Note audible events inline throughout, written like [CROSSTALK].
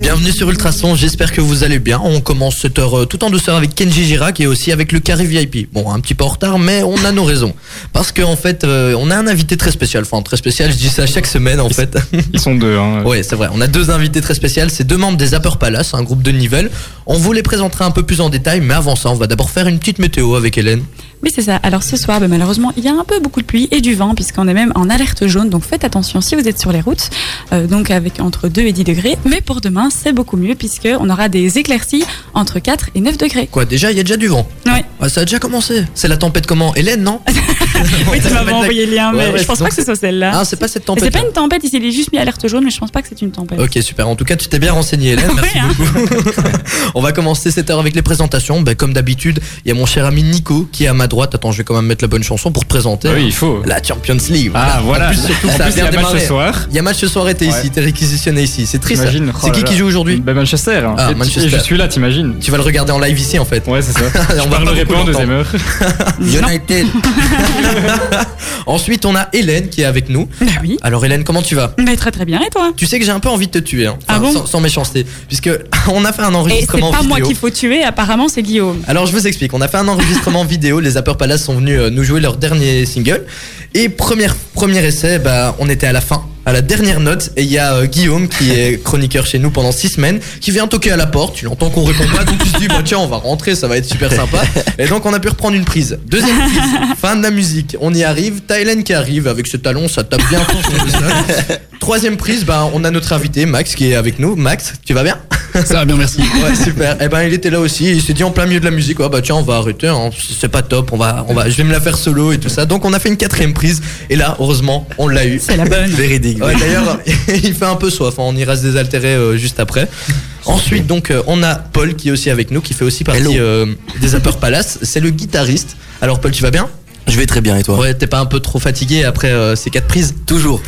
bienvenue sur Ultrason, j'espère que vous allez bien. On commence cette heure euh, tout en douceur avec Kenji Girac et aussi avec le carré VIP. Bon, un petit peu en retard, mais on a nos raisons. Parce qu'en en fait, euh, on a un invité très spécial. Enfin, très spécial, je dis ça chaque semaine en [LAUGHS] fait. Ils sont deux. Hein. Ouais, c'est vrai. On a deux invités très spéciaux. C'est deux membres des Upper Palace, un groupe de Nivelles. On vous les présentera un peu plus en détail, mais avant ça, on va d'abord faire une petite météo avec Hélène. Oui, c'est ça. Alors ce soir, ben, malheureusement, il y a un peu beaucoup de pluie et du vent, puisqu'on est même en alerte jaune. Donc faites attention si vous êtes sur les routes, euh, donc avec entre 2 et 10 degrés. Mais pour demain, c'est beaucoup mieux, puisqu'on aura des éclaircies entre 4 et 9 degrés. Quoi, déjà, il y a déjà du vent Oui. Ah, ça a déjà commencé. C'est la tempête comment Hélène, non [LAUGHS] Oui, tu Ça va [LAUGHS] m'avais être la- envoyé le lien, mais Ouais, ouais, je pense donc pas que ce soit celle-là. Ah, c'est pas cette Et tempête. c'est pas une tempête, ici, il est juste mis alerte jaune, mais je pense pas que c'est une tempête. Ok, super. En tout cas, tu t'es bien renseigné, [LAUGHS] Hélène. Merci Ouais, hein. beaucoup. [LAUGHS] On va commencer cette heure avec les présentations. Ben, comme d'habitude, il y a mon cher ami Nico qui est à ma droite. Attends, je vais quand même mettre la bonne chanson pour te présenter. Ah oui, il faut. La Champions League. Ah voilà. En plus, surtout, En ça a plus, il y bien a match démarré. ce soir. Il y a match ce soir et t'es Ouais. ici, t'es réquisitionné ici. C'est triste. ça. T'imagines C'est Oh qui là qui là. joue aujourd'hui Bah Manchester. Ah, Et tu- Manchester. Et je suis là, t'imagines. Tu vas le regarder en live ici en fait. Ouais, c'est ça. On je va pas parlerai beaucoup pas en deuxième l'entendre. heure. [LAUGHS] United. [LAUGHS] Ensuite, on a Hélène qui est avec nous. Bah oui. Alors Hélène, comment tu vas Mais très très bien, et toi Tu sais que j'ai un peu envie de te tuer, hein. Enfin, Ah bon sans, sans méchanceté, puisque [LAUGHS] on a fait un Et c'est pas enregistrement moi vidéo. qu'il faut tuer, apparemment c'est Guillaume. Alors je vous explique, on a fait un enregistrement [LAUGHS] vidéo, les Zapper Palace sont venus euh, nous jouer leur dernier single. Et première, premier essai, bah, on était à la fin, à la dernière note, et il y a euh, Guillaume qui est [LAUGHS] chroniqueur chez nous pendant six semaines, qui vient toquer à la porte, tu l'entends qu'on répond pas, donc tu te dis, bah, tiens, on va rentrer, ça va être super sympa. Et donc on a pu reprendre une prise. Deuxième prise, fin de la musique, on y arrive, Thailand qui arrive, avec ce talon, ça tape bien fort sur le sol. Troisième prise, bah, on a notre invité, Max, qui est avec nous. Max, tu vas bien Ça va bien, merci. Ouais, super. Et ben il était là aussi. Il s'est dit en plein milieu de la musique, ouais, bah tiens, on va arrêter. hein. C'est pas top. On va, on va, je vais me la faire solo et tout ça. Donc on a fait une quatrième prise. Et là, heureusement, on l'a eu. C'est la bonne. Véridique. Ouais, D'ailleurs, [LAUGHS] il fait un peu soif. hein. On ira se désaltérer euh, juste après. Ensuite, donc, euh, on a Paul qui est aussi avec nous, qui fait aussi partie Hello. euh, des Upper Palace. C'est le guitariste. Alors, Paul, tu vas bien Je vais très bien et toi Ouais, t'es pas un peu trop fatigué après euh, ces quatre prises [LAUGHS] Toujours.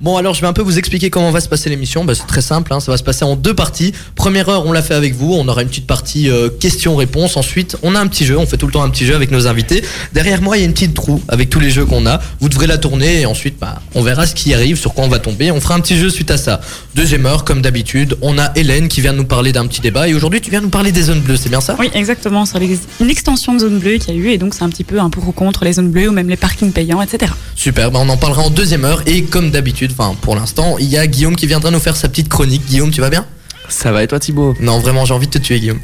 Bon alors je vais un peu vous expliquer comment va se passer l'émission. Bah, c'est très simple, hein. ça va se passer en deux parties. Première heure on l'a fait avec vous, on aura une petite partie euh, questions-réponses. Ensuite on a un petit jeu, on fait tout le temps un petit jeu avec nos invités. Derrière moi il y a une petite roue avec tous les jeux qu'on a. Vous devrez la tourner et ensuite bah, on verra ce qui arrive, sur quoi on va tomber. On fera un petit jeu suite à ça. Deuxième heure comme d'habitude, on a Hélène qui vient nous parler d'un petit débat et aujourd'hui tu viens nous parler des zones bleues, c'est bien ça Oui, exactement, sur les- une extension de zone bleue qu'il y a eu, et donc c'est un petit peu un pour ou contre les zones bleues ou même les parkings payants, etc. Super, bah, on en parlera en deuxième heure et comme d'habitude, enfin pour l'instant il y a Guillaume qui viendra nous faire sa petite chronique. Guillaume tu vas bien Ça va et toi Thibaut Non vraiment j'ai envie de te tuer Guillaume.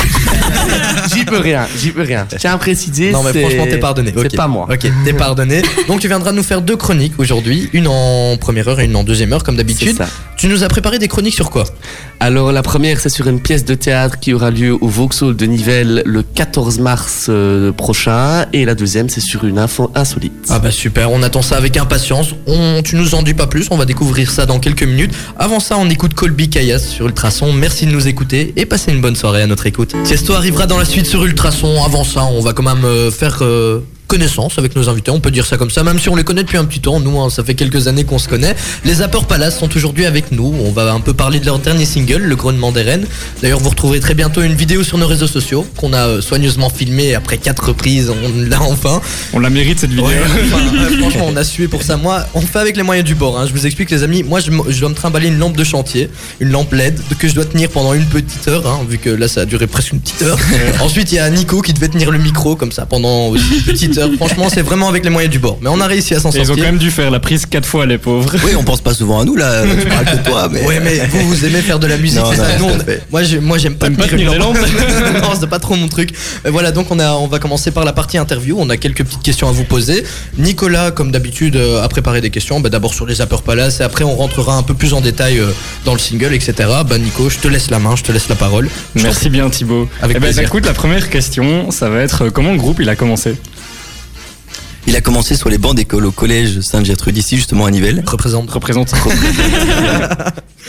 J'y peux rien, j'y peux rien. Je tiens à préciser. Non mais c'est- franchement t'es pardonné. C'est Ok. pas moi. Ok, t'es [LAUGHS] pardonné. Donc tu viendras nous faire deux chroniques aujourd'hui, une en première heure et une en deuxième heure comme C'est d'habitude. ça. Tu nous as préparé des chroniques sur quoi Alors la première, c'est sur une pièce de théâtre qui aura lieu au Vauxhall de Nivelles le 14 mars euh, prochain. Et la deuxième, c'est sur une info insolite. Ah bah super, on attend ça avec impatience. On, tu nous en dis pas plus, on va découvrir ça dans quelques minutes. Avant ça, on écoute Colby Kayas sur Ultrason. Merci de nous écouter et passez une bonne soirée à notre écoute. Tiesto arrivera dans la suite sur Ultrason. Avant ça, on va quand même euh, faire euh, connaissance avec nos invités. On peut dire ça comme ça, même si on les connaît depuis un petit temps. Nous, hein, ça fait quelques années qu'on se connaît. Les Apports Palace sont aujourd'hui avec nous. On va un peu parler de leur dernier single, Le Grognement des Rennes. D'ailleurs, vous retrouverez très bientôt une vidéo sur nos réseaux sociaux qu'on a euh, soigneusement filmée après quatre reprises. On l'a enfin. On la mérite cette vidéo. Ouais, [LAUGHS] enfin, euh, franchement, on a sué pour ça. Moi, on fait avec les moyens du bord. hein. Je vous explique, les amis. Moi, je, m- je dois me trimballer une lampe de chantier, une lampe LED que je dois tenir pendant une petite heure, hein, vu que là, ça a duré presque une petite heure. [LAUGHS] Ensuite, il y a Nico qui devait tenir le micro comme ça pendant aussi une petite heure. Franchement, c'est vraiment avec les moyens du bord. Mais on a réussi à s'en Et ils ont sortir. quand même dû faire la prise quatre fois les [LAUGHS] pauvres. Oui, on pense pas souvent à nous là, tu parles que de toi, mais. Ouais, mais vous, vous aimez faire de la musique, Non, c'est non, ça. tout Nous, à on- fait. moi, je- moi, j'aime pas T'aimes pas tenir tenir une les lampe. [LAUGHS] non, c'est pas trop mon truc. Euh, Voilà, donc on a, on va commencer par la partie interview. On a quelques petites questions à vous poser. Nicolas, comme d'habitude, euh, a préparé des questions. Bah, D'abord sur les Upper Palace, et après on rentrera un peu plus en détail euh, dans le single, etc. Bah, Nico, je te laisse la main, je te laisse la parole. Je t'en Merci bien Thibaut. Avec eh ben, plaisir. écoute, la première question, ça va être euh, comment le groupe il a commencé Il a commencé sur les bancs d'école au collège Sainte-Gertrude, ici justement à Nivelles. prie, représente. Représente.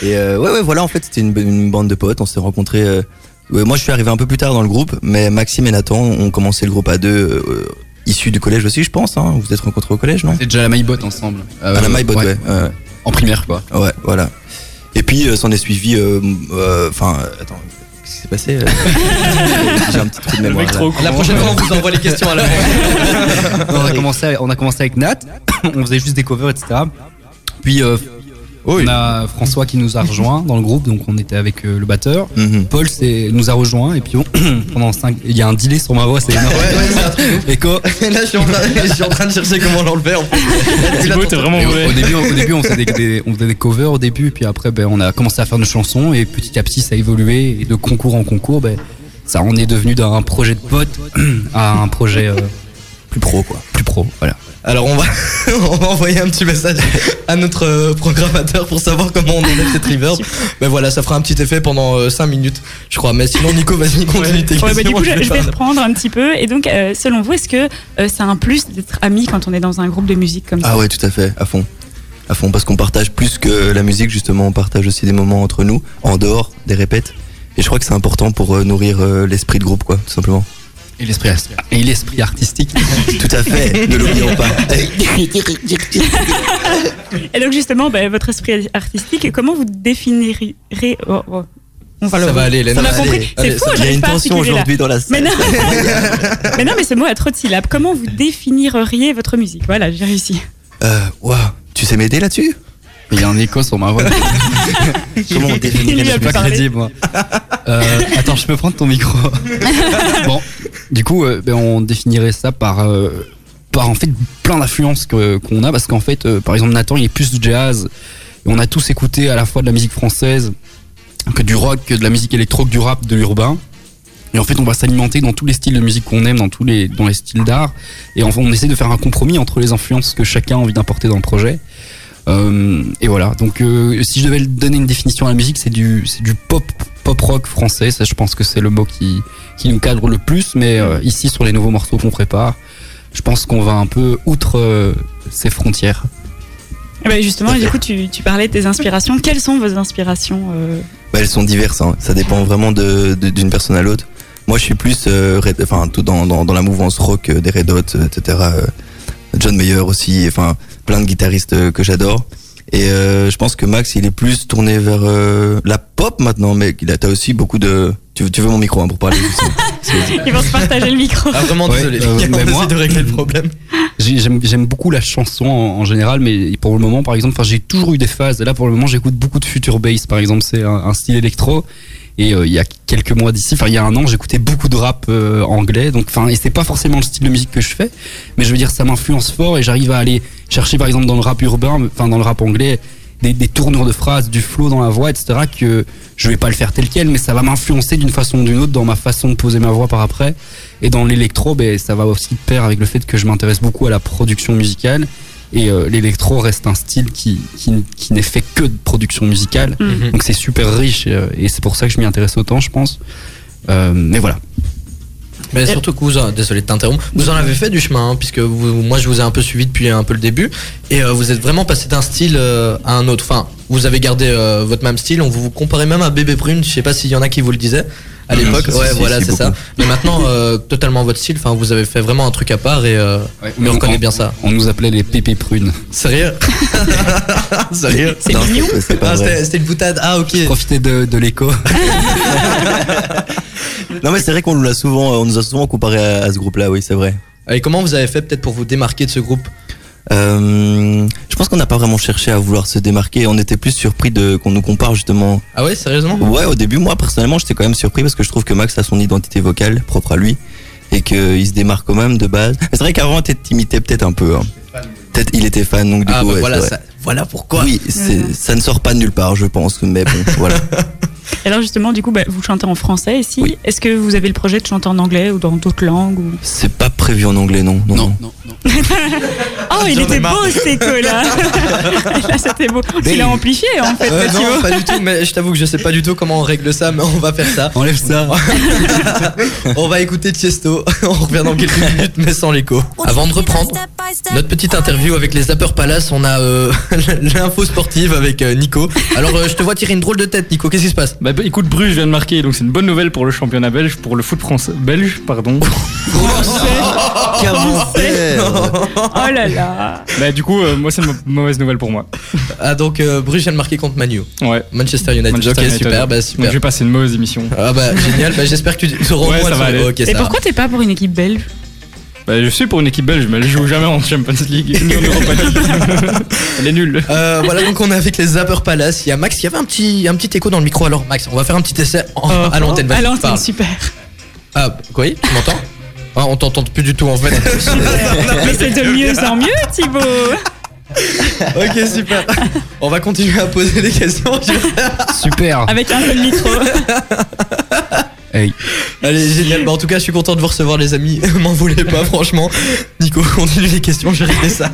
Et euh, ouais, ouais, voilà, en fait, c'était une, une bande de potes, on s'est rencontrés. euh, ouais, moi, je suis arrivé un peu plus tard dans le groupe, mais Maxime et Nathan ont commencé le groupe à deux, euh, issus du collège aussi, je pense. Hein. Vous vous êtes rencontrés au collège, Euh, non C'est déjà la MyBot ensemble. À Ah, Euh, la MyBot, ouais. ouais. En primaire [LAUGHS] quoi. Ouais, voilà. Et puis, euh, s'en est suivi. euh, euh, Enfin, euh, attends, qu'est-ce qui s'est passé euh J'ai un petit trou [LAUGHS] de Le mémoire. mec là. trop con. La prochaine fois, on vous envoie les questions à la [LAUGHS] [COUGHS] on, a commencé, on a commencé avec Nat, on faisait juste des covers, etc. Puis euh, Oui. On a François qui nous a rejoint dans le groupe, donc on était avec euh, le batteur. Mhm. Paul c'est- nous a rejoint et puis on- [COUGHS] pendant 5 il y a un delay sur ma voix, c'est énorme. Écho. Là, je suis, en train, je suis en train de chercher comment l'enlever. en fait. Thibaut, t'es vraiment Et au, mauvais. au début, au début, on faisait des, des- on faisait des covers au début, puis après, ben, on a commencé à faire nos chansons et petit à petit, ça a évolué et de concours en concours, ben, ça en est devenu d'un projet de pote [CLEARS THROAT] à un projet euh, Plus pro, quoi. plus pro. Voilà. Alors, on va, [LAUGHS] on va envoyer un petit message à notre euh, programmateur pour savoir comment on enlève cette reverb. Ben voilà, ça fera un petit effet pendant 5 minutes, je crois. Mais sinon, Nico, vas-y, continue tes Ouais, bah, du questions, coup, je, je vais je vais pas- reprendre un petit peu. Et donc, euh, selon vous, est-ce que euh, c'est un plus d'être ami quand on est dans un groupe de musique comme ça Ah ouais, tout à fait, à fond. À fond, parce qu'on partage plus que la musique, justement, on partage aussi des moments entre nous, en dehors des répètes. Et je crois que c'est important pour euh, nourrir euh, l'esprit de groupe, quoi, tout simplement. Et l'esprit, et l'esprit artistique. [LAUGHS] Tout à fait, ne l'oublions pas. Et donc, justement, bah, votre esprit artistique, comment vous définiriez. oh, oh. On va Ça le- va aller, Hélène. On a Allez, compris. allez, C'est fou, ça- Il y a j'arrive une pas à tension articuler là. aujourd'hui dans la salle. Mais non, [LAUGHS] mais non, mais ce mot a trop de syllabes. Comment vous définiriez votre musique Voilà, j'ai réussi. Euh, waouh, tu sais m'aider là-dessus Il y a un écho sur ma voix. Comment on Il définit lui a C'est plus pas parlé. crédible, moi. Euh, attends, je peux prendre ton micro. bon, du coup, euh, ben, on définirait ça par, euh, par en fait plein d'influences que- qu'on a, parce qu'en fait, euh, par exemple, Nathan, il est plus du jazz. Et on a tous écouté à la fois de la musique française, que du rock, que de la musique électro, que du rap, de l'urbain. Et en fait, on va s'alimenter dans tous les styles de musique qu'on aime, dans tous les, dans les styles d'art. Et on, on essaie de faire un compromis entre les influences que chacun a envie d'importer dans le projet. Euh, et voilà. Donc, euh, si je devais le donner une définition à la musique, c'est du, c'est du pop, pop rock français. Ça, je pense que c'est le mot qui, qui nous cadre le plus. Mais euh, ici, sur les nouveaux morceaux qu'on prépare, je pense qu'on va un peu outre euh, ces frontières. Eh ben, justement, du coup, tu, tu parlais de tes inspirations. Quelles sont vos inspirations euh, Bah, elles sont diverses, hein. ça dépend vraiment de- de- d'une personne à l'autre. Moi, je suis plus euh, Red- enfin, tout dans, dans, dans la mouvance rock euh, des Red Hot, euh, etc. euh, John Mayer aussi, et, enfin, plein de guitaristes euh, que j'adore. Et euh, je pense que Max, il est plus tourné vers euh, la pop maintenant, mais il a, t'as aussi beaucoup de. Tu, veux- tu veux mon micro hein, pour parler [LAUGHS] Ils vont se partager le micro. Ah, vraiment, Ouais, désolé. euh, les gars, mais [LAUGHS] on moi- essaie de régler le problème. J'ai- J'aime j'aime beaucoup la chanson en, en général, mais pour le moment, par exemple, enfin, j'ai toujours eu des phases. Et là, pour le moment, j'écoute beaucoup de future bass, par exemple, c'est un, un style électro. Et euh, il y a quelques mois d'ici, enfin il y a un an, j'écoutais beaucoup de rap euh, anglais. Donc, enfin, et c'est pas forcément le style de musique que je fais, mais je veux dire, ça m'influence fort et j'arrive à aller chercher, par exemple, dans le rap urbain, enfin dans le rap anglais, des, des tournures de phrases, du flow dans la voix, etc. Que je vais pas le faire tel quel, mais ça va m'influencer d'une façon ou d'une autre dans ma façon de poser ma voix par après. Et dans l'électro, ben, ça va aussi de pair avec le fait que je m'intéresse beaucoup à la production musicale. Et euh, l'électro reste un style qui, qui, qui n'est fait que de production musicale. Mhm. Donc c'est super riche et, euh, et c'est pour ça que je m'y intéresse autant, je pense. Euh, mais voilà. Mais surtout que vous, en- désolé de t'interrompre, vous en avez fait du chemin, hein, puisque vous, moi je vous ai un peu suivi depuis un peu le début, et euh, vous êtes vraiment passé d'un style euh, à un autre. Enfin, vous avez gardé euh, votre même style, on vous, vous comparait même à Bébé Prune, je sais pas s'il y en a qui vous le disaient à Mmh, l'époque. si, si, ouais, si, voilà, si, c'est ça. Mais maintenant, euh, totalement votre style, enfin, vous avez fait vraiment un truc à part, et euh, mais on on, reconnaît bien ça. on nous appelait les pépés prunes. [LAUGHS] Sérieux Sérieux C'est mignon C'est pas Ah, vrai. c'était c'était une boutade, ah ok. Profitez de, de l'écho. Non, mais c'est vrai qu'on nous l'a souvent, euh, on nous a souvent comparé à, à ce groupe-là, oui, c'est vrai. Et comment vous avez fait peut-être pour vous démarquer de ce groupe Euh, je pense qu'on n'a pas vraiment cherché à vouloir se démarquer. On était plus surpris de qu'on nous compare justement Ah ouais, sérieusement Ouais, au début, moi personnellement, j'étais quand même surpris parce que je trouve que Max a son identité vocale propre à lui et qu'il se démarre quand même de base. Mais C'est vrai qu'avant, t'es timidé peut-être un peu. hein. Peut-être il était fan, donc du Ah coup, bah ouais, voilà, c'est vrai. ça- voilà pourquoi. oui, c'est- ça ne sort pas de nulle part, je pense. [LAUGHS] Mais bon, voilà. Et Alors justement, du coup, bah, vous chantez en français ici. Oui. Est-ce que vous avez le projet de chanter en anglais ou dans d'autres langues ou... C'est pas prévu en anglais, non. Non. non. Oh, il Ah, J'en ai était marre. beau cet écho [LAUGHS] là. là, c'était beau. Il a amplifié en fait. Euh, Mathieu. non, pas du tout, mais je t'avoue que je sais pas du tout comment on règle ça, mais on va faire ça. [LAUGHS] Enlève [LAUGHS] ça. On va écouter Tiesto, [LAUGHS] on revient dans quelques minutes, mais sans l'écho. Avant de reprendre notre petite interview avec les Zapper Palace, on a euh, [LAUGHS] l'info sportive avec euh, Nico. Alors euh, je te vois tirer une drôle de tête, Nico, qu'est-ce qui se passe Bah, bah, écoute, Bruges vient de marquer, donc c'est une bonne nouvelle pour le championnat belge, pour le foot français. Belge, pardon. Eh, Oh là là. bah, du coup, euh, moi, c'est une mau- mauvaise nouvelle pour moi. Ah, donc euh, Bruges vient de marquer contre Manu. Ouais. Manchester United. Manchester ok, United. super, bah Donc, super. je vais passer une mauvaise émission. Ah bah génial, bah, j'espère que tu tu auras au Ouais, moins ça va ton- aller. Ok, Et ça va. pourquoi t'es pas pour une équipe belge Bah, je suis pour une équipe belge, mais elle joue jamais en Champions League ni en Europa League. [LAUGHS] elle est nulle. Euh, voilà, donc on est avec les Zapper Palace. Il y a Max, il y avait un petit, un petit écho dans le micro. Alors, Max, on va faire un petit essai en- Ah, Euh, à l'antenne. vas-y, Alors, c'est parle. Euh, super. Ah, quoi, tu [LAUGHS] m'entends Ah, On t'entend plus du tout en fait. Mais c'est de mieux en mieux, Thibaut. [LAUGHS] ok, super. On va continuer à poser des questions. Super. Avec un peu de [LAUGHS] micro. Hey. Allez, génial. Bah, en tout cas, je suis content de vous recevoir, les amis. [LAUGHS] M'en voulez pas, franchement. Nico, [LAUGHS] continue les questions, j'ai réglé ça.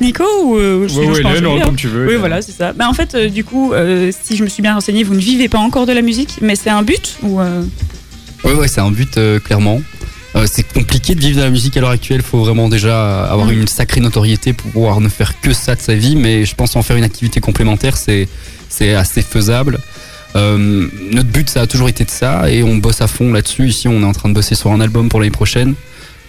Nico ou euh, je sais- Ouais, je ouais, peux en non, jouer, hein. comme tu veux. Oui, voilà, c'est ça. Bah, en fait, euh, du coup, euh, si je me suis bien renseignée, vous ne vivez pas encore de la musique, mais c'est un but ou euh, Ouais, ouais, c'est un but, euh, clairement. Euh, c'est compliqué de vivre de la musique à l'heure actuelle. Faut vraiment déjà avoir Mm. une sacrée notoriété pour pouvoir ne faire que ça de sa vie. Mais je pense en faire une activité complémentaire, c'est c'est assez faisable. Euh, notre but, ça a toujours été de ça, et on bosse à fond là-dessus. Ici, on est en train de bosser sur un album pour l'année prochaine,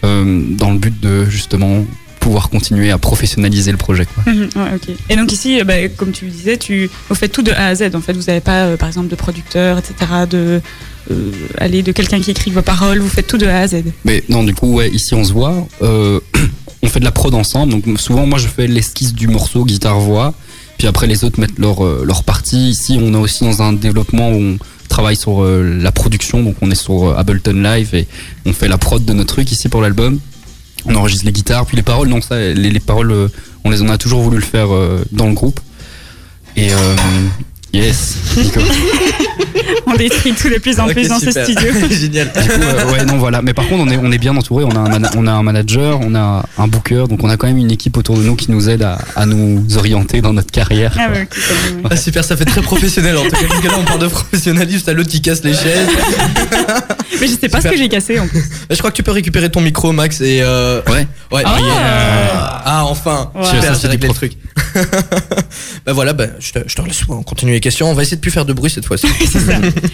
euh, dans le but de justement pouvoir continuer à professionnaliser le projet. quoi. Mhm, ouais, ok. Et donc ici, euh, bah, comme tu le disais, tu vous faites tout de A à Z. En fait, vous n'avez pas, euh, par exemple, de producteur, etc., de euh, aller de quelqu'un qui écrit vos paroles. Vous faites tout de A à Z. [LAUGHS] Mais non, du coup, ouais, ici on se voit. euh, [CLEARS THROAT] on fait de la prod ensemble. Donc souvent, moi, je fais l'esquisse du morceau guitare-voix. Puis après, les autres mettent leur, euh, leur partie. Ici, on est aussi dans un développement où on travaille sur euh, la production. Donc on est sur euh, Ableton Live et on fait la prod de notre truc ici pour l'album. On enregistre les guitares. Puis les paroles, non, ça, les, les paroles, euh, on les en a toujours voulu le faire euh, dans le groupe. Et euh, yes, Nico. On détruit tout de plus en Ok, plus dans ce super. [LAUGHS] studio. génial. Du coup, euh, ouais, non, voilà. Mais par contre, on est, on est bien entouré. On a, un mana- on a un manager, on a un booker, donc on a quand même une équipe autour de nous qui nous aide à, à nous orienter dans notre carrière. Ah ouais, ok, comme, euh, Ah, super, ça fait très professionnel. En tout cas, parce que là, on parle de professionnalisme. T'as l'autre qui casse les chaises. Mais je sais pas Super. ce que j'ai cassé. En plus. Je crois que tu peux récupérer ton micro, Max, et euh... Ouais. Ouais. Ah. Yeah. Ah, enfin. Ouais. Super, Ça, j'ai c'est réglé le des truc. bah voilà, bah, je, te, je te laisse on continue les questions. On va essayer de plus faire de bruit cette fois-ci. [LAUGHS] C'est ça.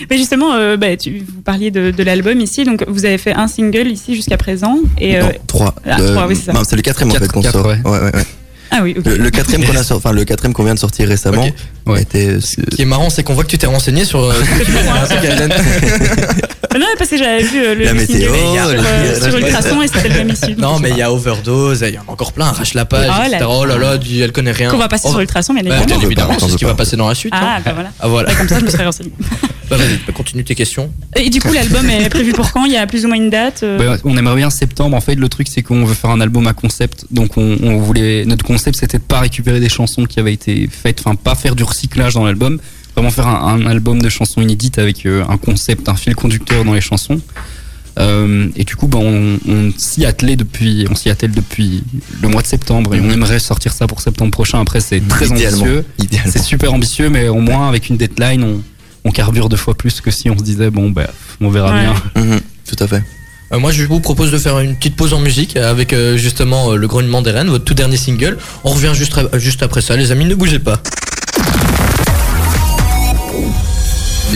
Mais justement, euh, bah, tu, vous parliez de, de l'album ici, donc vous avez fait un single ici jusqu'à présent. Et, euh, Non, trois. ah, Euh, trois, oui, c'est ça. non, C'est le quatrième en Quatre, fait qu'on quatre, sort. ouais. Ouais, ouais, ouais. ah oui, ok. Le, le quatrième [LAUGHS] qu'on a sorti, enfin le quatrième qu'on vient de sortir récemment, Ok. Ouais. était euh, Ce qui est marrant, c'est qu'on voit que tu t'es renseigné sur. [LAUGHS] euh, ce que tu fais. C'est un truc, [LAUGHS] Alan. Ah Non, mais parce que j'avais vu euh, le, La le single météo, sur, la- euh, la- sur Ultrason et c'était le même issue. donc non, je mais sais il y a overdose, il y en a encore plein. Arrache la page, Oh là etc. là. Oh là là, dis- elle connaît pas. rien. Qu'on va passer Oh, sur Ultrason, mais elle est bah, vraiment- bien On veut pas, évidemment, on c'est ce veut qui pas. va passer dans la suite. Ah, hein. bah voilà. Ah, voilà. [LAUGHS] Bah, comme ça, je me serais renseignée. Bah, vas-y, bah, continue tes questions. Et du coup, l'album [LAUGHS] est prévu pour quand Il y a plus ou moins une date euh, Ben. Ouais, Bah, on aimerait bien septembre. En fait, le truc, c'est qu'on veut faire un album à concept. Donc, on, on voulait. Notre concept, c'était de pas récupérer des chansons qui avaient été faites. Enfin, pas faire du recyclage dans l'album. Vraiment faire un, un album de chansons inédites avec euh, un concept, un fil conducteur dans les chansons. Euh, et du coup, ben, on, on s'y attelait depuis, on s'y attelle depuis le mois de septembre. Et on aimerait sortir ça pour septembre prochain. Après, c'est très Idéalement. ambitieux. idéal. C'est super ambitieux, mais au moins avec une deadline, on, on carbure deux fois plus que si on se disait bon, ben, on verra Ouais. bien. Mhm, Tout à fait. Euh, moi, je vous propose de faire une petite pause en musique avec euh, justement euh, le grognement des rennes, votre tout dernier single. On revient juste, à- juste après ça, les amis, ne bougez pas.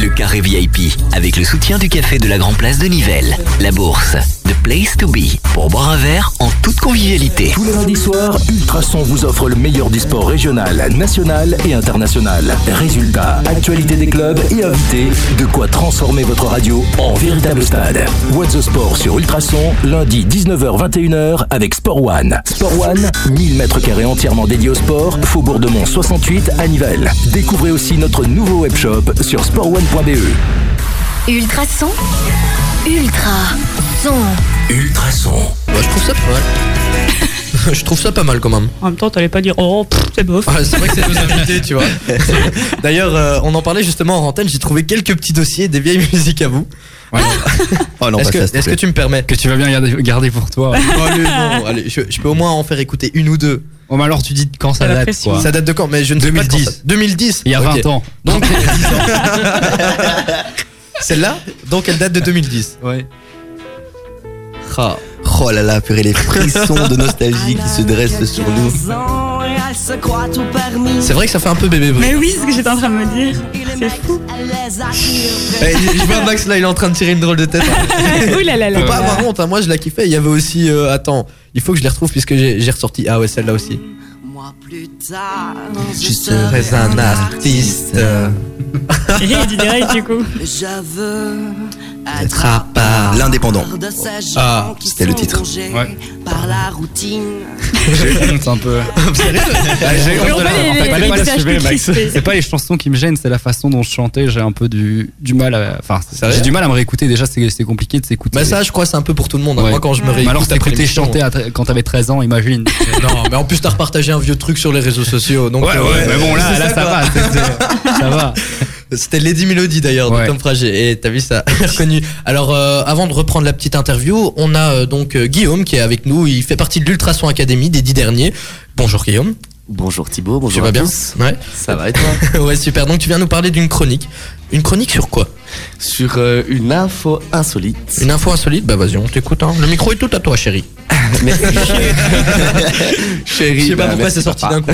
Le carré VIP, avec le soutien du café de la Grand Place de Nivelles. La bourse, The Place to Be, pour boire un verre en toute convivialité. Tous les lundis soirs, Ultrason vous offre le meilleur du sport régional, national et international. Résultats, actualité des clubs et invités, de quoi transformer votre radio en véritable stade. What's the Sport sur Ultrason, lundi 19h-21h avec Sport One. Sport One, 1000 mètres carrés entièrement dédiés au sport, Faubourg de Mont 68 à Nivelles. Découvrez aussi notre nouveau webshop sur sportone.be. Ultra son Ultra son. Ultrason. Ouais, Bah, je trouve ça pas mal. je trouve ça pas mal [LAUGHS] quand même. En même temps, t'allais pas dire oh, pff, c'est bof. Ah, c'est vrai que c'est nos invités, tu [LAUGHS] vois. D'ailleurs, euh, on en parlait justement en antenne, j'ai trouvé quelques petits dossiers, des vieilles musiques à vous. Oh non, Est-ce que, pas ça, s'il te est-ce que plaît. tu me permets Que tu vas bien garder, garder pour toi. Oh, lui, non, allez, je, je peux au moins en faire écouter une ou deux. Oh, mais alors tu dis de quand ça T'as la date pression. quoi. Ça date de quand Mais je ne sais pas de quand 2010. ça- 2010 Il y a 20 Ok. ans. [LAUGHS] Donc, il y a 10 ans. Celle-là, donc elle date de 2010. Ouais. Ah. Oh là là, purée, les frissons de nostalgie qui se dressent sur nous. C'est vrai que ça fait un peu bébé bruit. Mais oui, c'est ce que j'étais en train de me dire. C'est fou. Eh, je vois Max là, il est en train de tirer une drôle de [LAUGHS] tête. [LAUGHS] Ouh là là là. Faut là. pas avoir honte, hein, moi je la kiffais. Il y avait aussi. euh, attends, il faut que je les retrouve puisque j'ai j'ai ressorti. Ah ouais, celle-là aussi. plus tard, Je serais un artiste, Et du direct, du coup. Je veux être à part. L'indépendant. de ces gens Ah, qui c'était le sont titre. rongés Ouais. par la routine. C'est un [LAUGHS] peu. Bah, Ah, J'ai Mais on peut les- En fait, les- pas les mal visages assumé, plus Max. crispés. [LAUGHS] C'est pas les chansons qui me gênent, c'est la façon dont je chantais. J'ai un peu du, du mal à. Enfin, Sérieux j'ai du mal à me réécouter. Déjà, c'est c'est compliqué de s'écouter. Bah ça, je crois, c'est un peu pour tout le monde. hein. Ouais. Moi, quand je me Mais réécoute alors, après t'écoutais l'émission- chanter à tre- quand t'avais 13 ans, imagine. Non, mais en plus, t'as repartagé un vieux truc sur les réseaux sociaux. Donc, euh, mais bon, là, là, ça, va. c'est- c'est- Ça [LAUGHS] va. C'était Lady Melody d'ailleurs Ouais. de Tom Frager. Et t'as vu ça, reconnu. Alors, euh, avant de reprendre la petite interview, on a euh, donc euh, Guillaume qui est avec nous. Il fait partie de l'Ultrason Academy des dix derniers. Bonjour Guillaume, Bonjour Thibaut, tu bonjour. vas à bien tous. ouais. [LAUGHS] Ça va et toi ouais, super. Donc tu viens nous parler d'une chronique. Une chronique sur quoi [LAUGHS] Sur euh, une info insolite. Une info insolite Bah vas-y, on t'écoute. hein. Le micro est tout à toi, chérie. Merci. Chérie, Je sais pas bah, pourquoi merci, c'est sorti papa. d'un coup.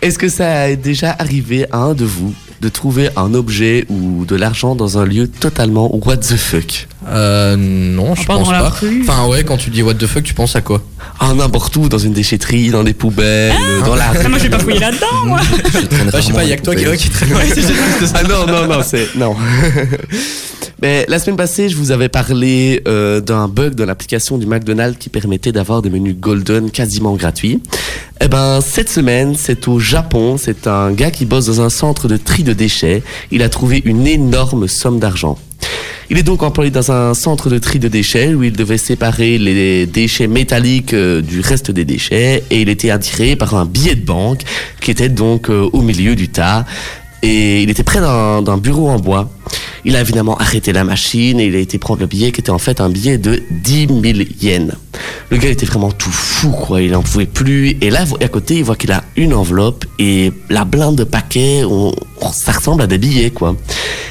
Est-ce que ça est déjà arrivé à un de vous de trouver un objet ou de l'argent dans un lieu totalement what the fuck Euh, non, je part pense Ah, dans la pas. rue. Enfin, ouais, quand tu dis what the fuck, tu penses à quoi Ah, n'importe où, dans une déchetterie, dans des poubelles, dans la rue. Ah, moi, je vais pas fouiller là-dedans, moi. Bah, Je sais pas, il y a que toi Guillaume, [LAUGHS] qui traîne. Ouais, c'est juste ça. [LAUGHS] Ah non, non, non, c'est. Non. [LAUGHS] Mais la semaine passée, je vous avais parlé euh, d'un bug dans l'application du McDonald's qui permettait d'avoir des menus Golden quasiment gratuits. Eh ben, cette semaine, c'est au Japon. C'est un gars qui bosse dans un centre de tri de déchets. Il a trouvé une énorme somme d'argent. Il est donc employé dans un centre de tri de déchets où il devait séparer les déchets métalliques euh, du reste des déchets et il était attiré par un billet de banque qui était donc euh, au milieu du tas et il était près d'un d'un bureau en bois. Il a évidemment arrêté la machine et il a été prendre le billet qui était en fait un billet de 10 000 yens. Le gars était vraiment tout fou quoi, il n'en pouvait plus et là à côté il voit qu'il a une enveloppe et la blinde de paquets, on- on- ça ressemble à des billets quoi.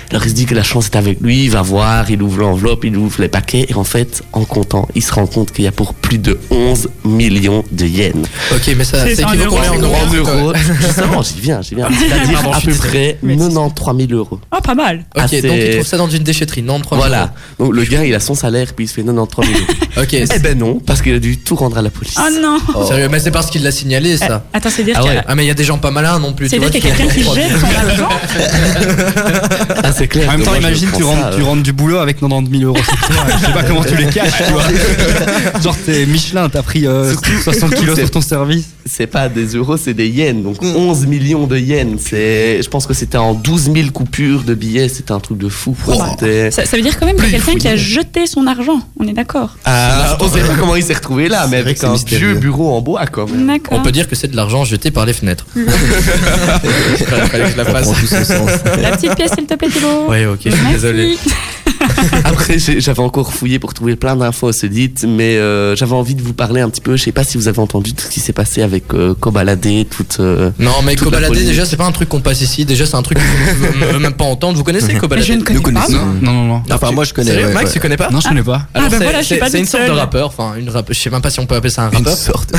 Alors il se dit que la chance est avec lui, il va voir, il ouvre l'enveloppe, il ouvre les paquets et en fait en comptant il se rend compte qu'il y a pour plus de 11 millions de yens. Ok, mais ça, C'est c'est un équivaut euro, combien en c'est euros En toi euros, justement j'y viens, j'y viens. C'est-à-dire à peu près 93 000 euros. Oh, pas mal. Ok, Assez- donc il trouve ça dans une déchetterie, non trois Voilà. Donc le gars, il a son salaire, puis il se fait 93 000 euros. euros. Ok, eh ben non, parce qu'il a dû tout rendre à la police. Oh non. sérieux, mais c'est parce qu'il l'a signalé ça. Eh, Attends, c'est dire Ah qu'il y a- ouais. Ah mais il y a des gens pas malins non plus. tu c'est dire vois, qu'il y a qui quelqu'un qui font jette son argent. [LAUGHS] Ah, c'est clair. En même Donc, temps, moi, je imagine, prends tu ça, rentres, euh, tu rentres du boulot avec 90 000 euros. sur toi. [LAUGHS] Je sais pas comment tu les caches, tu [LAUGHS] vois. Genre, t'es Michelin, t'as pris euh, 60 kilos sur ton service. C'est pas des euros, c'est des yens. Donc 11 millions de yens. C'est, je pense que c'était en 12 000 coupures de billets. C'était un truc de fou. quoi. C'était- Ça, ça veut dire quand même qu'il y a Plus quelqu'un qui a fouillé. jeté son argent. On est d'accord. Ah, on sait pas comment il s'est retrouvé là, mais vrai avec que c'est un mystérieux. vieux bureau en bois, quand même. D'accord. On peut dire que c'est de l'argent jeté par les [LAUGHS] fenêtres. Fallait que je la fasse. La petite pièce, s'il te plaît, Thibaut. Ouais, ok, je suis Merci. désolé. Après, j'ai- j'avais encore fouillé pour trouver plein d'infos dites mais euh, j'avais envie de vous parler un petit peu. Je sais pas si vous avez entendu tout ce qui s'est passé avec euh, Kobalade, toute. euh, Non mais Toute la Cobaladé police. déjà c'est pas un truc qu'on passe ici, déjà c'est un truc qu'on veut même pas entendre. Vous connaissez Mais je Cobaladé ne connais pas. Non, non, non. Enfin, moi je connais. Sérieux, ouais, Max, ouais. tu connais pas Non, je connais pas. Alors, Ah, bah c'est- voilà, je suis c'est- pas C'est une toute sorte de seule. rappeur, enfin une rap- je sais même pas si on peut appeler ça un Une rappeur. sorte,